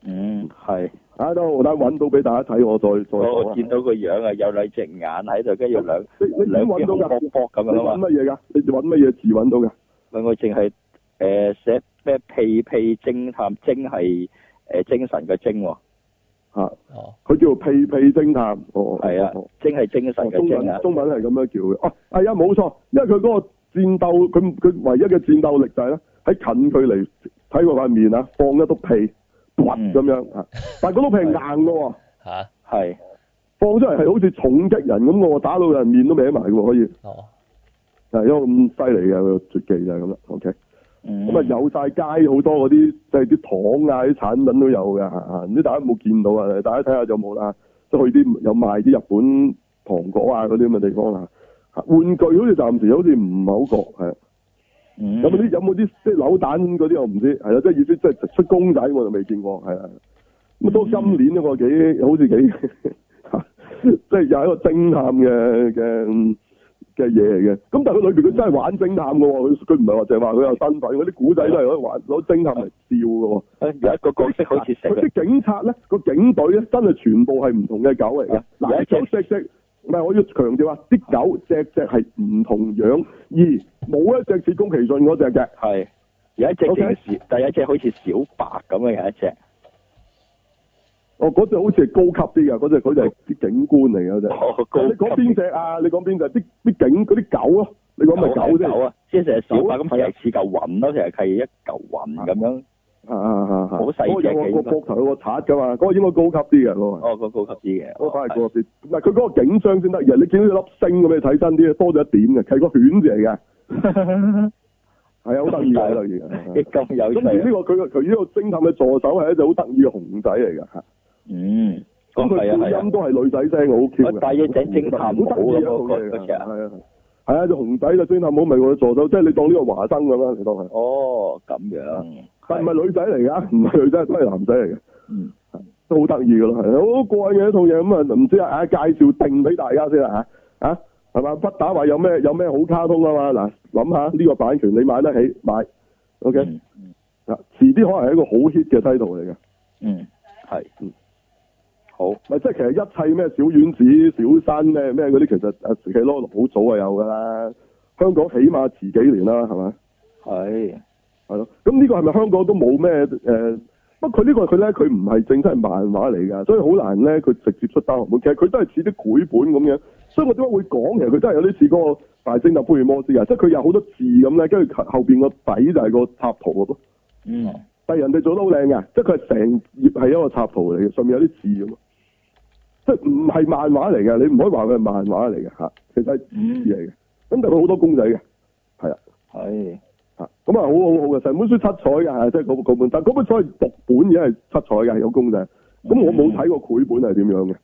Speaker 2: 嗯，係。
Speaker 1: 啊，都我等揾到俾大家睇，我再再
Speaker 2: 我
Speaker 1: 講
Speaker 2: 我
Speaker 1: 啊。
Speaker 2: 見到個樣啊，有兩隻眼喺度，跟住有兩
Speaker 1: 你你點
Speaker 2: 兩邊
Speaker 1: 揾
Speaker 2: 紅
Speaker 1: 到㗎？
Speaker 2: 卜卜咁
Speaker 1: 你
Speaker 2: 樣啊
Speaker 1: 揾
Speaker 2: 嘛。
Speaker 1: 乜嘢㗎？你揾乜嘢字揾到㗎？
Speaker 2: 咪我淨係誒寫咩屁屁偵探，精係誒精神嘅精喎，
Speaker 1: 嚇！
Speaker 3: 哦，
Speaker 1: 啊佢叫屁屁偵探，哦，
Speaker 2: 係啊
Speaker 1: 哦，
Speaker 2: 精係精神
Speaker 1: 哦
Speaker 2: 嘅
Speaker 1: 中
Speaker 2: 精啊
Speaker 1: 文。中文係咁樣叫嘅，哦，係啊，冇錯，因為佢嗰個戰鬥，佢佢唯一嘅戰鬥力就係咧喺近距離睇佢塊面啊，放一督屁，噗
Speaker 2: 嗯
Speaker 1: 咁樣啊，但係嗰督屁係硬嘅喎，
Speaker 3: 吓，
Speaker 2: 係
Speaker 1: 放出嚟係好似重擊人咁嘅喎，打到人面都歪埋嘅喎，可以
Speaker 3: 哦，
Speaker 1: 係因為咁犀利嘅佢個絕技就係咁啦，OK，
Speaker 2: 嗯
Speaker 1: 咁啊有晒街好多嗰啲即係啲糖啊啲產品都有嘅嚇，唔知大家有冇見到啊？大家睇下有冇啦，即係去啲有賣啲日本糖果啊嗰啲咁嘅地方啦。嚇玩具好似暫時好似唔係好啊覺係，
Speaker 2: 嗯
Speaker 1: 有冇啲有冇啲即係扭蛋嗰啲我唔知，係啊啦，即係意思即係出公仔我就未見過，係啊。咁到今年呢個幾
Speaker 2: 嗯
Speaker 1: 好似幾， 即係又係一個偵探嘅嘅嘅嘢嚟嘅。咁但係佢裏邊佢真係玩偵探嘅喎，佢佢唔係話淨係話佢有身份，嗰啲古仔都係可以玩攞偵探嚟笑嘅喎。
Speaker 2: 有一個角色好似食啊
Speaker 1: 佢啲警察咧，個警隊咧，真係全部係唔同嘅狗嚟嘅
Speaker 2: 啊。
Speaker 1: 嗱，
Speaker 2: 有一
Speaker 1: 一隻
Speaker 2: 隻
Speaker 1: 隻，唔係我要強調啊，啲狗隻隻係唔同樣，而冇一隻似宮崎駿嗰只嘅。
Speaker 2: 係有一隻
Speaker 1: OK
Speaker 2: 正時，但有一隻好似小白咁嘅有一隻。
Speaker 1: 哦，嗰只好似係高級啲嘅，嗰只佢就係啲警官嚟嘅嗰隻。
Speaker 2: 哦高級
Speaker 1: 你講邊只啊？你講邊隻？啲啲警嗰啲狗咯，你講咪狗啫？
Speaker 2: 狗啊，即係成日小白咁，
Speaker 1: 狗啊係
Speaker 2: 成
Speaker 1: 啊
Speaker 2: 日似嚿雲咯，成日係一啊嚿雲咁樣。
Speaker 1: 啊啊啊啊！
Speaker 2: 好細隻
Speaker 1: 嗰個
Speaker 2: 嘅
Speaker 1: 有
Speaker 2: 應
Speaker 1: 個
Speaker 2: 該
Speaker 1: 膊頭有個刷噶嘛，嗰個應該高級啲嘅嗰個。
Speaker 2: 哦，個高級啲嘅。
Speaker 1: 嗰個反而高級啲，嗱佢嗰個警章先得嘅，你見到粒星咁，你睇真啲，多咗一點嘅，係個犬字嚟嘅。
Speaker 2: 係
Speaker 1: 係啊，好得意嘅，好得意嘅。
Speaker 2: 咁有
Speaker 1: 咁而呢
Speaker 2: 趣啊。
Speaker 1: 個佢個佢呢個偵探嘅助手係一隻好得意嘅熊仔嚟㗎，嚇
Speaker 2: 嗯，哦
Speaker 1: 咁
Speaker 2: 係
Speaker 1: 佢
Speaker 2: 啊係
Speaker 1: 聲
Speaker 2: 啊哦
Speaker 1: 音，都係女仔聲，好 Q 嘅。
Speaker 2: 戴咗頂偵探帽咁
Speaker 1: 好得意
Speaker 2: 嗰
Speaker 1: 啊
Speaker 2: 嗰
Speaker 1: 好
Speaker 2: 隻
Speaker 1: 得意啊
Speaker 2: 啊
Speaker 1: 係啊係啊係啊，隻熊仔嘅偵探帽咪我嘅助手，即係你當呢個華生咁啦，啊你當係。
Speaker 2: 哦咁樣。
Speaker 1: 但唔係女仔嚟㗎， 唔係女仔，都係男仔嚟嘅，
Speaker 2: 嗯，
Speaker 1: 都好得意㗎咯，係好過癮嘅一套嘢。咁啊，唔知啊，啊介紹定俾大家先啦嚇啊，係嘛？不打話有咩有咩好卡通啊嘛，嗱諗下呢個版權你買得起買，OK
Speaker 2: 嗯
Speaker 1: 嗱，遲啲可能係一個好 hit 嘅 title 嚟嘅。
Speaker 2: 嗯，係，
Speaker 1: 嗯
Speaker 2: 嗯，好，
Speaker 1: 咪即係其實一切咩小丸子、小新咩咩嗰啲，其實誒時期攞好早係有㗎啦。香港起碼遲幾年啦，係咪？
Speaker 2: 係，
Speaker 1: 係咯。咁呢個係咪香港都冇咩呃誒？不過佢呢個佢咧，佢唔係正式係漫畫嚟㗎，所以好難咧，佢直接出單行本。其實佢都係似啲繪本咁樣，所以我點解會講其實佢真係有啲似嗰個大偵探福爾摩斯㗎，即係佢有好多字咁咧，跟住後邊個底就係個插圖嗰個
Speaker 2: 嗯，
Speaker 1: 但係人哋做得好靚嘅，即係佢係成頁係一個插圖嚟嘅，上面有啲字咁，即係唔係漫畫嚟嘅，你唔可以話佢係漫畫嚟嘅嚇，其實係字嚟嘅。咁但係佢好多公仔嘅，係啊
Speaker 2: 係，
Speaker 1: 嚇，咁啊好好好嘅，成本書七彩嘅，係啊即係嗰嗰本，但係嗰本所謂讀本嘢係七彩嘅，有公仔。咁我冇睇過繪本係點樣嘅，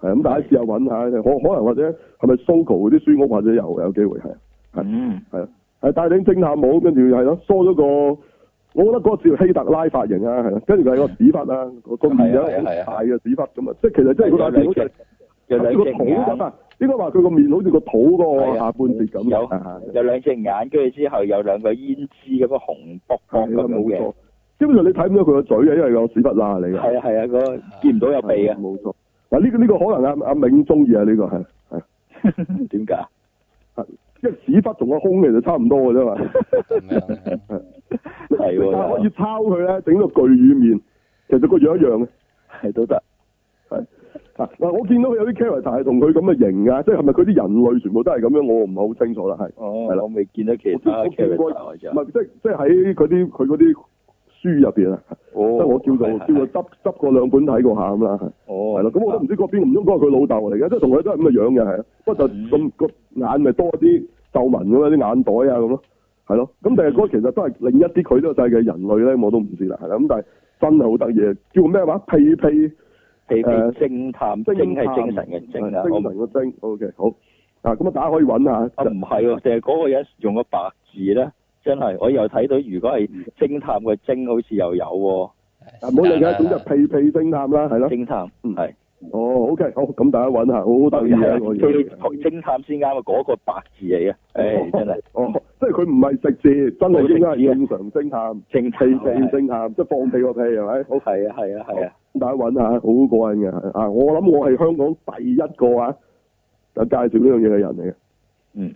Speaker 1: 係咁大家試下揾下，可可能或者係咪 Sogo 嗰啲書屋或者有有機會係。
Speaker 2: 嗯，
Speaker 1: 係啊，係戴頂偵探帽，跟住係咯，梳咗個，我覺得嗰個叫希特拉髮型啊，係啦，跟住佢係個屎忽啊，個個面有
Speaker 2: 係啊係啊係啊
Speaker 1: 大嘅屎忽咁啊，即係其實即係佢塊面好似
Speaker 2: 有
Speaker 1: 係
Speaker 2: 兩
Speaker 1: 個
Speaker 2: 隻
Speaker 1: 肚
Speaker 2: 眼
Speaker 1: 咁，啊，應該話佢個面好似個肚嗰個
Speaker 2: 係啊
Speaker 1: 下半截咁
Speaker 2: 有
Speaker 1: 啊，
Speaker 2: 有兩隻眼，跟住之後有兩個胭脂咁樣紅卜卜
Speaker 1: 係
Speaker 2: 咁
Speaker 1: 啦
Speaker 2: 樣
Speaker 1: 冇
Speaker 2: 嘅
Speaker 1: 錯，，基本上你睇唔到佢個嘴啊，因為有屎忽罅嚟嘅，
Speaker 2: 係啊係啊，個見唔到有鼻
Speaker 1: 係啊，冇錯。嗱呢個呢個可能阿阿銘中意啊，呢個係係，
Speaker 2: 嘅， 點解？啊
Speaker 1: 因為屎忽同個胸其實差唔多嘅啫 嘛。
Speaker 3: 咁樣 嘅，
Speaker 2: 係
Speaker 1: 你但係可以
Speaker 2: 喎，
Speaker 1: 抄佢咧，整到巨乳面，其實個樣一樣嘅。
Speaker 2: 係都得，
Speaker 1: 係嗱，啊嗱我見到佢有啲 character 係同佢咁嘅型啊，即係係咪佢啲人類全部都係咁樣？我唔係好清楚啦，係。
Speaker 2: 哦，
Speaker 1: 係啦
Speaker 2: 我未見到其
Speaker 1: 我見
Speaker 2: 他
Speaker 1: 我見過，唔
Speaker 2: character 就，
Speaker 1: 係即係即係喺嗰啲佢嗰啲書入邊啊，
Speaker 2: 哦
Speaker 1: 即係我叫做
Speaker 2: 係係
Speaker 1: 叫做執執過兩本睇過下咁啦，係。
Speaker 2: 哦，
Speaker 1: 係啦，咁我都唔知嗰邊唔通嗰個佢老豆嚟嘅，即係同佢都係咁嘅樣嘅，係啊，不過就
Speaker 2: 嗯
Speaker 1: 咁個眼咪多啲皺紋咁樣，啲眼袋啊咁咯，係咯，咁但係
Speaker 2: 嗯
Speaker 1: 嗰個其實都係另一啲佢呢個世界嘅人類咧，我都唔知啦，係啦，咁但係真係好得意，叫咩話？屁屁
Speaker 2: 地皮
Speaker 1: 誒
Speaker 2: 偵探，
Speaker 1: 精
Speaker 2: 精係精神嘅精
Speaker 1: 精
Speaker 2: 啊，我唔
Speaker 1: 神個精，OK 好啊，咁啊大家可以揾下，
Speaker 2: 啊唔係喎，定係嗰個人用個白字咧，真係我又睇到，如果係偵探嘅精，好似又有喎，
Speaker 1: 嗯啊唔好理
Speaker 3: 是但
Speaker 1: 佢，
Speaker 3: 啦
Speaker 1: 總之係屁屁偵探啦，係咯，
Speaker 2: 偵探
Speaker 1: 嗯
Speaker 2: 係，
Speaker 1: 哦 OK 好，咁大家揾下，好得意啊，我
Speaker 2: 最
Speaker 1: 覺得
Speaker 2: 偵探先啱啊，嗰個白字嚟嘅，誒哎真 係
Speaker 1: 哦，即係佢唔係食字，真係應該係
Speaker 2: 啊
Speaker 1: 正常偵探，
Speaker 2: 正
Speaker 1: 屁屁偵探，即係放屁個屁係咪？好，
Speaker 2: 係啊係啊係啊，
Speaker 1: 大家揾下，好過癮嘅係啊！我諗我係香港第一個啊，就介紹呢樣嘢嘅人嚟嘅，
Speaker 2: 嗯，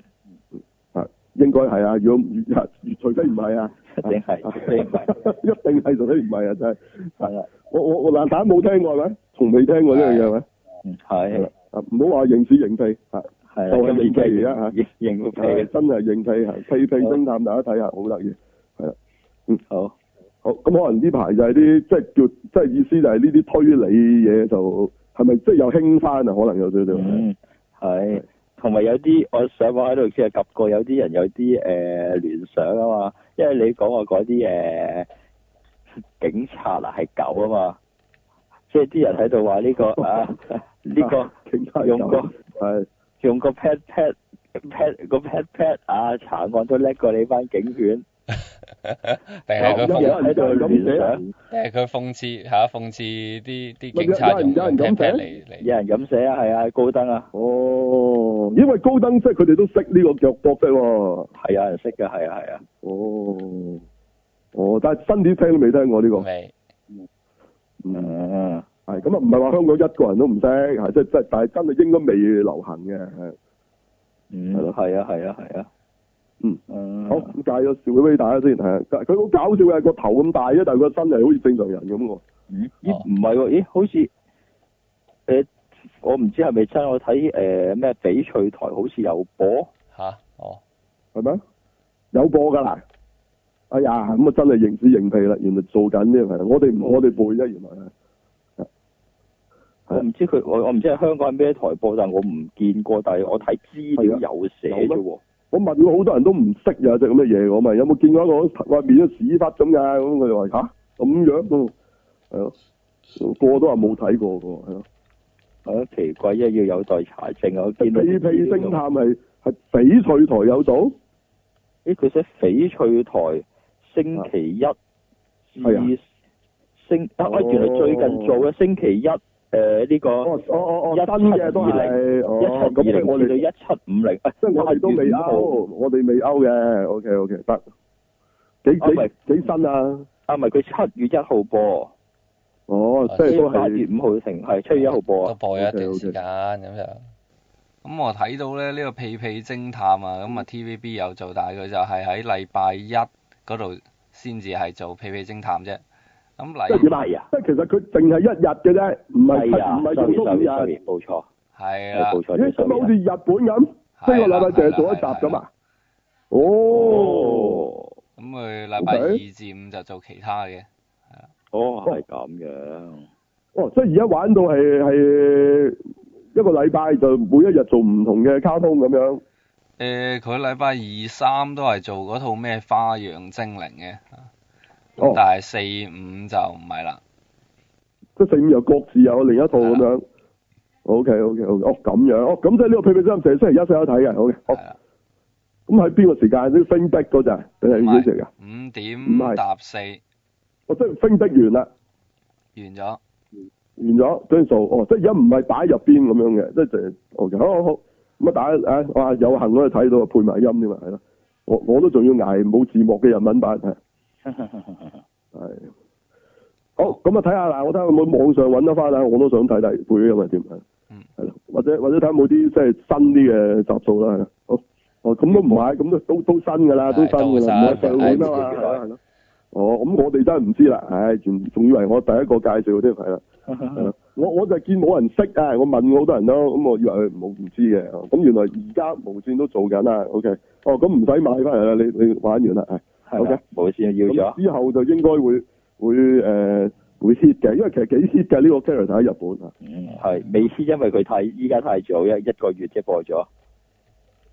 Speaker 1: 啊，應該係啊，如果唔除非唔係啊，
Speaker 2: 一定係一定係，
Speaker 1: 一定係，除非唔係啊，真係。
Speaker 2: 係啊，
Speaker 1: 我我我嗱，大家冇聽過係咪？從未聽過呢樣嘢係咪？
Speaker 2: 嗯
Speaker 1: 係啦
Speaker 2: 係
Speaker 1: 啊，唔好話認屎認屁啊，
Speaker 2: 係
Speaker 1: 就係
Speaker 2: 啦，
Speaker 1: 認
Speaker 2: 真
Speaker 1: 屁
Speaker 2: 係
Speaker 1: 而家嚇
Speaker 2: 認認個
Speaker 1: 係
Speaker 2: 屁，
Speaker 1: 真係認屁啊，屁屁偵探大家睇下，好得意。
Speaker 2: 好
Speaker 1: 好，咁可能呢排就係啲即係叫即係意思就係呢啲推理嘢就係咪即係又興翻啊？可能有少少。
Speaker 2: 嗯係。同埋有啲我上網喺度先係及過，有啲人有啲誒、呃、聯想啊嘛，因為你講話嗰啲誒警察啊係狗啊嘛，即係啲人喺度話呢 個啊呢、個
Speaker 1: 警察
Speaker 2: 用個
Speaker 1: 係
Speaker 2: 用個 pat pat pat 個 pat pat 啊查案都叻過你班警犬，
Speaker 3: 定係
Speaker 1: 有
Speaker 3: 佢諷
Speaker 1: 有人
Speaker 2: 喺度聯
Speaker 1: 有人咁寫啊
Speaker 2: 想，
Speaker 3: 定係佢諷刺嚇諷刺啲啲
Speaker 1: 咪
Speaker 3: 警察
Speaker 1: 有人
Speaker 3: 用
Speaker 1: 有人咁
Speaker 3: pat pat
Speaker 1: 寫
Speaker 3: 嚟嚟
Speaker 2: 有人咁寫啊，係啊高登啊，
Speaker 1: 哦，因為高登即係佢哋都識呢個腳搏啫喎。
Speaker 2: 係有人識㗎，係啊係啊，
Speaker 1: 哦，哦，但係新啲聽都未聽過呢個。
Speaker 3: 未？
Speaker 1: 嗯，
Speaker 2: 嗯
Speaker 1: 係咁啊，唔係話香港一個人都唔識，係即係即係，但係真係應該未流行嘅。係
Speaker 2: 嗯
Speaker 1: 係咯
Speaker 2: 係啊係啊係啊，
Speaker 1: 嗯
Speaker 2: 嗯
Speaker 1: 好，咁介咗紹俾大家先，係啊佢好搞笑嘅，個頭咁大啫，但係個身係好似正常人咁喎。
Speaker 2: 咦？
Speaker 3: 哦
Speaker 2: 咦唔係喎？咦？好似誒、我唔知係咪真。我睇誒咩翡翠台好似有播，
Speaker 3: 吓？哦，
Speaker 1: 係咪有播㗎啦！哎呀，咁啊真係認屎認屁啦！原來做緊呢樣嘢，我哋唔我哋背啫，原來係係
Speaker 2: 我唔知佢我我唔知係香港係咩台播，但我唔見過。但係我睇資料有寫啫
Speaker 1: 啊有
Speaker 2: 喎。
Speaker 1: 我問過好多人都唔識有隻咁嘅嘢，我咪有冇見過一個話面咗屎忽咁㗎？咁佢哋話吓咁樣喎，係咯，個個都話冇睇過喎，係咯。
Speaker 2: 我覺得奇怪，因為要有待查證啊！我
Speaker 1: 屁
Speaker 2: 見到啲資
Speaker 1: 屁
Speaker 2: 料
Speaker 1: 偵探係係翡翠台有做，
Speaker 2: 哦咦？佢寫翡翠台星期一
Speaker 1: 係啊
Speaker 2: 至星啊！
Speaker 1: 哦
Speaker 2: 原來最近做嘅星期一呃誒呢、個
Speaker 1: 哦哦哦哦，
Speaker 2: 一七
Speaker 1: 新嘅都係，
Speaker 2: 一
Speaker 1: 哦
Speaker 2: 七
Speaker 1: 咁
Speaker 2: 二
Speaker 1: 即係
Speaker 2: 零
Speaker 1: 我
Speaker 2: 至到
Speaker 1: 哋
Speaker 2: 一七五零，哎
Speaker 1: 即係我哋都未啊勾，我哋未勾嘅，OK OK 得，幾
Speaker 2: 啊咪
Speaker 1: 幾幾新啊？
Speaker 2: 啊，唔係佢七月一號播，
Speaker 1: 哦，
Speaker 3: 啊
Speaker 1: 即係都
Speaker 2: 八月
Speaker 1: 係
Speaker 2: 五號停，係七月一號播
Speaker 3: 都
Speaker 2: 啊。
Speaker 3: 播咗一段
Speaker 1: OK，OK
Speaker 3: 時間咁樣。咁我睇到咧呢、個屁屁偵探
Speaker 1: 嗯
Speaker 3: 啊，咁啊 TVB 有做，但係佢就係喺禮拜一嗰度先至係做屁屁偵探啫。咁
Speaker 1: 即係
Speaker 3: 禮
Speaker 1: 點啊
Speaker 2: 係啊？
Speaker 1: 即係其實佢淨係一日嘅啫，唔係七
Speaker 2: 係啊，
Speaker 1: 唔係用足五日。
Speaker 2: sorry，sorry，sorry，冇錯，
Speaker 3: 係啦
Speaker 2: 係，冇錯，
Speaker 1: 咦，咁咪好似
Speaker 2: 似
Speaker 1: 日本咁，哦即係個禮拜淨係做一集咁啊？哦，
Speaker 2: 哦，
Speaker 3: 咁佢禮拜
Speaker 1: OK
Speaker 3: 二至五就做其他嘅，
Speaker 2: 哦係咁樣，
Speaker 1: 哦，即係而家玩到係係一個禮拜就每一日做唔同嘅卡通咁樣。
Speaker 3: 誒呃佢禮拜二三都係做嗰套咩花樣精靈嘅，啊咁
Speaker 1: 哦
Speaker 3: 但係四五就唔係啦，
Speaker 1: 即係四五又各自有另一套咁
Speaker 3: 啊
Speaker 1: 樣。O K O K O K，哦咁樣，哦咁即係呢個屁屁真成星期一先有得睇嘅，好嘅，好
Speaker 3: 係。啊啦，
Speaker 1: 咁喺邊個時間？啲星逼嗰陣定
Speaker 3: 唔
Speaker 1: 係幾時
Speaker 3: 係
Speaker 1: 㗎？
Speaker 3: 五
Speaker 1: 啊唔係
Speaker 3: 點搭四完
Speaker 1: 我即係星逼完啦，
Speaker 3: 咗，
Speaker 1: 完咗張數，哦，即係而家唔係擺入邊咁樣嘅，即係就 O K，好好好。咁啊，大家啊，哇，有幸我哋睇到啊，配埋音添嘛，係咯。我我都仲要捱冇字幕嘅日文版係係。好，咁啊睇下嗱，我睇下有冇網上揾得翻啊，我都想睇睇配音係點啊。
Speaker 3: 嗯
Speaker 1: 係咯，或者或者睇下有冇啲即係新啲嘅集數啦。係咯好，哦，咁都唔係，咁都都都新㗎啦，
Speaker 3: 係
Speaker 1: 都新㗎啦，唔係上
Speaker 3: 都新
Speaker 1: 年啊嘛，係
Speaker 2: 係
Speaker 1: 咯係咯。哦，咁我哋真係唔知啦，唉，仲仲以為我第一個介紹添，係啦，係啦我我就見冇人識啊，我問過好多人咯，咁我以為佢冇唔知嘅，哦咁原來而家無線都做緊啦，OK，哦，咁唔使買翻嚟啦，你你玩完啦， 係。
Speaker 2: 係啦，冇先要
Speaker 1: 咁啊
Speaker 2: 咗，
Speaker 1: 之後就應該會會誒、呃、會 hit 嘅，因為其實幾 hit 嘅呢、個 character 喺日本啊，
Speaker 2: 嗯係未先，因為佢太依家太早，一一個月啫播咗，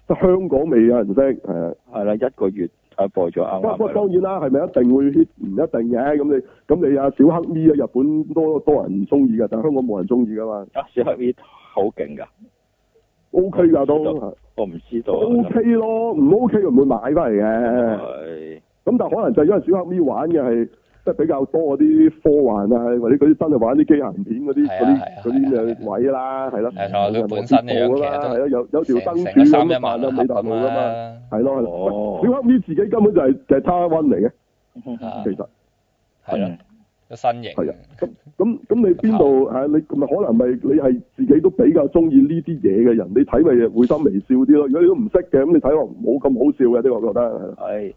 Speaker 1: 即係香港未有人識係啊
Speaker 2: 係啦，一個月啊播咗啱
Speaker 1: 不不過當
Speaker 2: 啱。
Speaker 1: 然啦，係咪一定會 hit 唔一定嘅？咁你咁你啊小黑咪啊，日本多多人中意㗎，但香港冇人中意㗎嘛。
Speaker 2: 啊，小黑 V 好勁㗎，
Speaker 1: O K 㗎都
Speaker 2: 知道我唔知道啊。
Speaker 1: O K 咯，唔 O K 就唔會買翻嚟嘅。
Speaker 2: 係
Speaker 1: 咁但係可能就係因為小黑咪玩嘅係即係比較多嗰啲科幻啊，或者嗰啲真係玩啲機械人片嗰啲
Speaker 3: 係
Speaker 1: 嗰
Speaker 3: 啊
Speaker 1: 啲
Speaker 3: 係啊
Speaker 1: 嗰啲嘅位啦，係啦，啊
Speaker 3: 係啊同埋佢本身嘅樣
Speaker 1: 有
Speaker 3: 其
Speaker 1: 啦
Speaker 3: 實，都
Speaker 1: 係啊，有有條
Speaker 3: 成
Speaker 1: 燈
Speaker 3: 成個
Speaker 1: 柱
Speaker 3: 三
Speaker 1: 咁
Speaker 3: 一
Speaker 1: 扮啊
Speaker 3: 萬合
Speaker 1: 美大
Speaker 3: 咁
Speaker 1: 陸噶嘛，
Speaker 3: 啦，
Speaker 1: 係咯係咯。
Speaker 2: 哦
Speaker 1: 小，黑咪自己根本就係就係差温嚟嘅，
Speaker 3: 啊
Speaker 1: 其實
Speaker 3: 係
Speaker 2: 嗯
Speaker 3: 咯個身
Speaker 1: 嗯
Speaker 3: 形
Speaker 1: 啊係啊。咁咁咁你邊度
Speaker 3: 啊
Speaker 1: 係你咪可能咪你係自己都比較中意呢啲嘢嘅人，你睇咪會心微笑啲咯。如果你都唔識嘅，咁你睇落冇咁好笑嘅，啲我覺得係啦。
Speaker 2: 係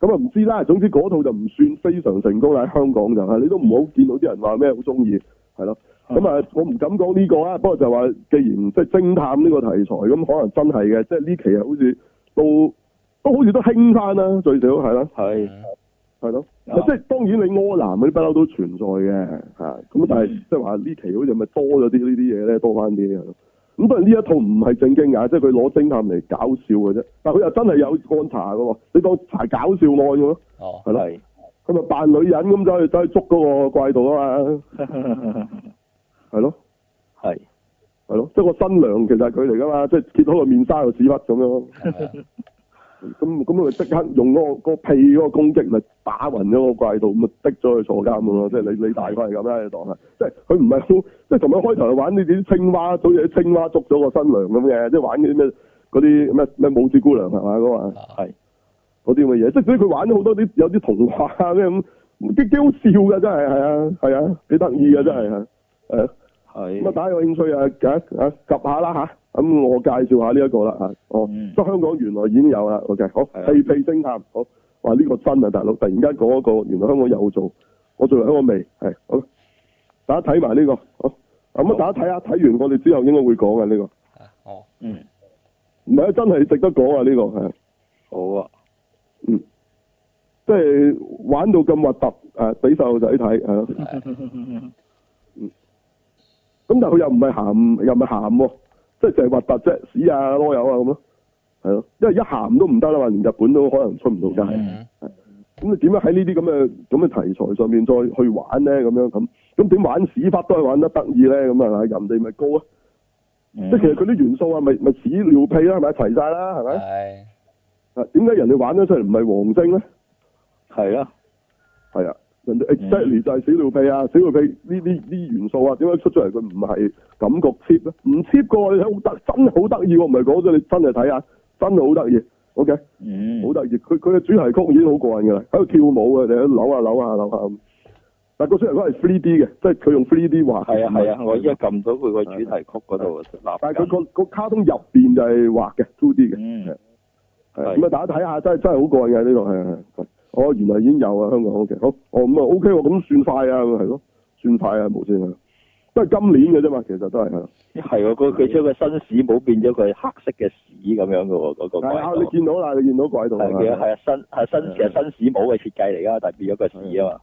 Speaker 1: 咁啊唔知啦，總之嗰套就唔算非常成功啦，喺香港就係你都唔好見到啲人話咩好中意，係咯。咁啊，我唔敢講呢個啊，不過就話既然即係偵探呢個題材，咁可能真係嘅，即係呢期啊，好似都都好似都興翻啦，最少係啦，
Speaker 2: 係
Speaker 3: 嗯
Speaker 1: 係咯。
Speaker 2: 啊
Speaker 1: 即係當然你柯南嗰啲不嬲都存在嘅嚇，咁但係即係話呢期好似咪多咗啲呢啲嘢咧，多翻啲係咯咁當然呢一套唔係正經㗎，即係佢攞偵探嚟搞笑嘅啫，但係佢又真係有案查嘅喎，你當查搞笑案嘅咯，
Speaker 3: 哦，
Speaker 1: 嗯係咯。
Speaker 2: 係
Speaker 1: 佢咪扮女人咁走去走去捉嗰個怪盜啊嘛，係咯
Speaker 2: 係
Speaker 1: 係咯，即係個新娘其實係佢嚟噶嘛，即係揭開個面紗個屎忽咁樣，
Speaker 3: 咁樣
Speaker 1: 咁咁佢即刻用嗰、個個屁嗰個攻擊咪打暈咗個怪盜，咁啊逼咗佢坐監咁咯，即係你你大概係咁啦，你當係，即係佢唔係好，即係同佢開頭玩呢啲青蛙，好似啲青蛙捉咗個新娘咁嘅，即係玩嗰啲咩嗰啲咩咩拇指姑娘係嘛嗰個。
Speaker 3: 啊
Speaker 2: 係
Speaker 1: 嗰啲咁嘅嘢，即係所以佢玩咗好多啲有啲童話啊咩咁，幾幾好笑㗎真係係啊係啊幾得意㗎真係係
Speaker 2: 嗯
Speaker 1: 係啊咁啊
Speaker 2: 係
Speaker 1: 大家有興趣啊啊啊及下啦吓，咁、我介紹下呢一個啦吓，哦，
Speaker 2: 嗯
Speaker 1: 即係香港原來已經有啦，OK 好，
Speaker 2: 係啊
Speaker 1: 屁屁偵探好，哇呢、個真啊大佬，突然間講一個原來香港有做，我做嚟香港未係好，大家睇埋呢個好，咁啊
Speaker 2: 好
Speaker 1: 大家睇下睇完我哋之後應該會講嘅呢個，
Speaker 3: 啊哦，
Speaker 2: 嗯
Speaker 1: 唔係啊真係值得講啊呢、個係啊。
Speaker 2: 好啊
Speaker 1: 嗯，即係玩到咁核突，诶、俾細路仔睇，係咯。咁但係佢又唔係鹹，又唔係鹹喎，即係就係核突啫，屎啊、啰柚啊咁咯，係咯。因為一鹹都唔得啦嘛，連日本都可能出唔到街。
Speaker 3: 嗯
Speaker 1: 咁你點樣喺呢啲咁嘅咁嘅題材上面再去玩咧？咁樣咁咁點玩屎忽都係玩得得意咧？咁啊，人哋咪高啊！
Speaker 2: 嗯
Speaker 1: 即係其實佢啲元素啊，咪咪屎尿屁啦，係咪齊晒啦？係咪？
Speaker 3: 係
Speaker 1: 啊，點解人哋玩得出嚟唔係黃精咧？
Speaker 2: 係啊啦
Speaker 1: 係啊，人哋
Speaker 2: 嗯
Speaker 1: exactly 就係屎尿屁啊，屎尿屁呢啲啲元素啊，點解出咗嚟佢唔係感覺 cheap 咧？唔 cheap 個你睇好得，真係好得意喎！唔係講咗，你真係睇下，真係好得意。OK，好
Speaker 2: 嗯
Speaker 1: 得意。佢佢嘅主題曲已經好過癮㗎啦，喺度跳舞啊，你喺度扭下扭下扭下咁。但個主題曲係 three D 嘅，即係佢用 three D 畫。
Speaker 2: 係啊係啊，我依家撳到佢個主題曲嗰度立
Speaker 1: 但係佢個個卡通入邊就係畫嘅 two D 嘅。
Speaker 2: 嗯
Speaker 1: 係咁啊，大家睇下，真係真係好過癮嘅呢度係係係。哦，原來已經有啊，香港 OK，好，哦咁啊 OK 喎，咁算快啊，係咯，算快啊，無線啊，都係今年嘅啫嘛，其實都係係啦。
Speaker 2: 係喎，佢佢將個新市冇變咗佢黑色嘅屎咁樣嘅喎，嗰個
Speaker 1: 係
Speaker 2: 怪
Speaker 1: 啊，你
Speaker 2: 盜。
Speaker 1: 見到啦，你見到怪盜
Speaker 2: 係嘅，
Speaker 1: 啊，
Speaker 2: 係啊，新係新其實新市帽嘅設計嚟㗎，但係變咗個屎啊嘛。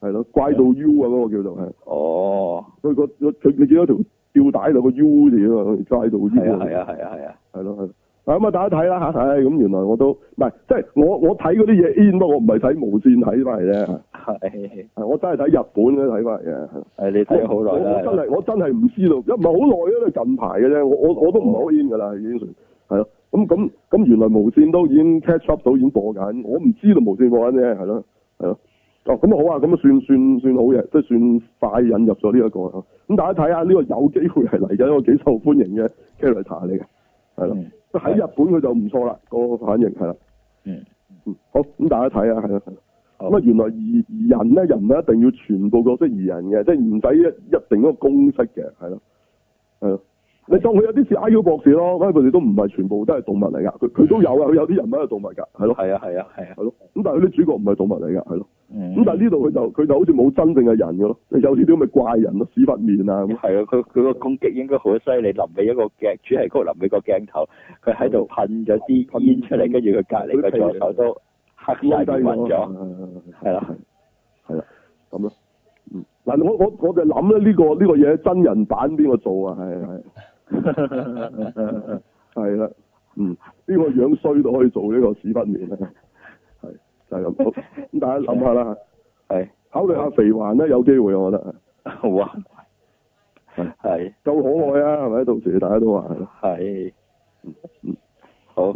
Speaker 1: 係咯，怪盜 U 啊嗰個叫做係，
Speaker 2: 哦，
Speaker 1: 佢個佢你見到條吊帶度個 U 字啊嘛，怪盜 U
Speaker 2: 係啊，係啊，係啊，係啊，
Speaker 1: 係咯係咯。嗱咁啊，大家睇啦嚇，唉咁原來我都唔係，即係我我睇嗰啲嘢 in 不過我唔係睇無線睇翻嚟啫，
Speaker 2: 係啊
Speaker 1: 係我真係睇日本嘅睇翻嚟嘅。係
Speaker 2: 係你睇咗好耐
Speaker 1: 我我真
Speaker 2: 啦。
Speaker 1: 係我真係唔知道，一唔係好耐啊，都係近排嘅啫。我我我都唔係
Speaker 2: 哦
Speaker 1: 好 in 㗎啦，已經算係咯。咁咁咁，原來無線都已經 catch up 到，已經播緊。我唔知道無線播緊啫，係咯係咯。哦，咁好啊，咁啊算算算好嘅，即係算快引入咗呢一個啊。咁大家睇下呢個有機會係嚟緊一個幾受歡迎嘅 character 嚟嘅，係咯
Speaker 2: 嗯。
Speaker 1: 喺日本佢就唔錯啦，個反應係啦。
Speaker 2: 嗯，
Speaker 1: 嗯，好，咁大家睇下，係啦，係啦。
Speaker 2: 好
Speaker 1: 咁啊，原來移移人咧，人唔一定要全部角色移人嘅，即係唔使一一定嗰個公式嘅，係咯，係咯。你當佢有啲似 IQ 博士咯，IQ 博士都唔係全部都係動物嚟㗎，佢佢都有啊，佢有啲人物係動物㗎，係咯，
Speaker 2: 係啊，係啊，係啊
Speaker 1: 係。咯。咁但係佢啲主角唔係動物嚟㗎，係咯。
Speaker 2: 嗯
Speaker 1: 咁但係呢度佢就佢就好似冇真正嘅人㗎咯，有啲啲咁嘅怪人咯，屎忽面啊 咁。
Speaker 2: 係啊，佢佢個攻擊應該好犀利，臨尾一個鏡主題曲臨尾個鏡頭，佢喺度噴咗啲煙出嚟，跟住佢隔離個左手都黑晒
Speaker 1: 低
Speaker 2: 變暈咗，
Speaker 1: 咗。
Speaker 2: 係啦，
Speaker 1: 係啦，咁咯。嗯，嗱，我我我就諗咧，呢個呢個嘢真人版邊個做啊？係係係啦，嗯，邊個樣衰都可以做呢個屎忽面啊？就係咁。好咁大家諗下啦，
Speaker 2: 係
Speaker 1: 考慮下肥環咧，有機會我覺得
Speaker 2: 好啊，係
Speaker 1: 夠可愛啊，係咪？到時大家都話係咯
Speaker 2: 係，嗯好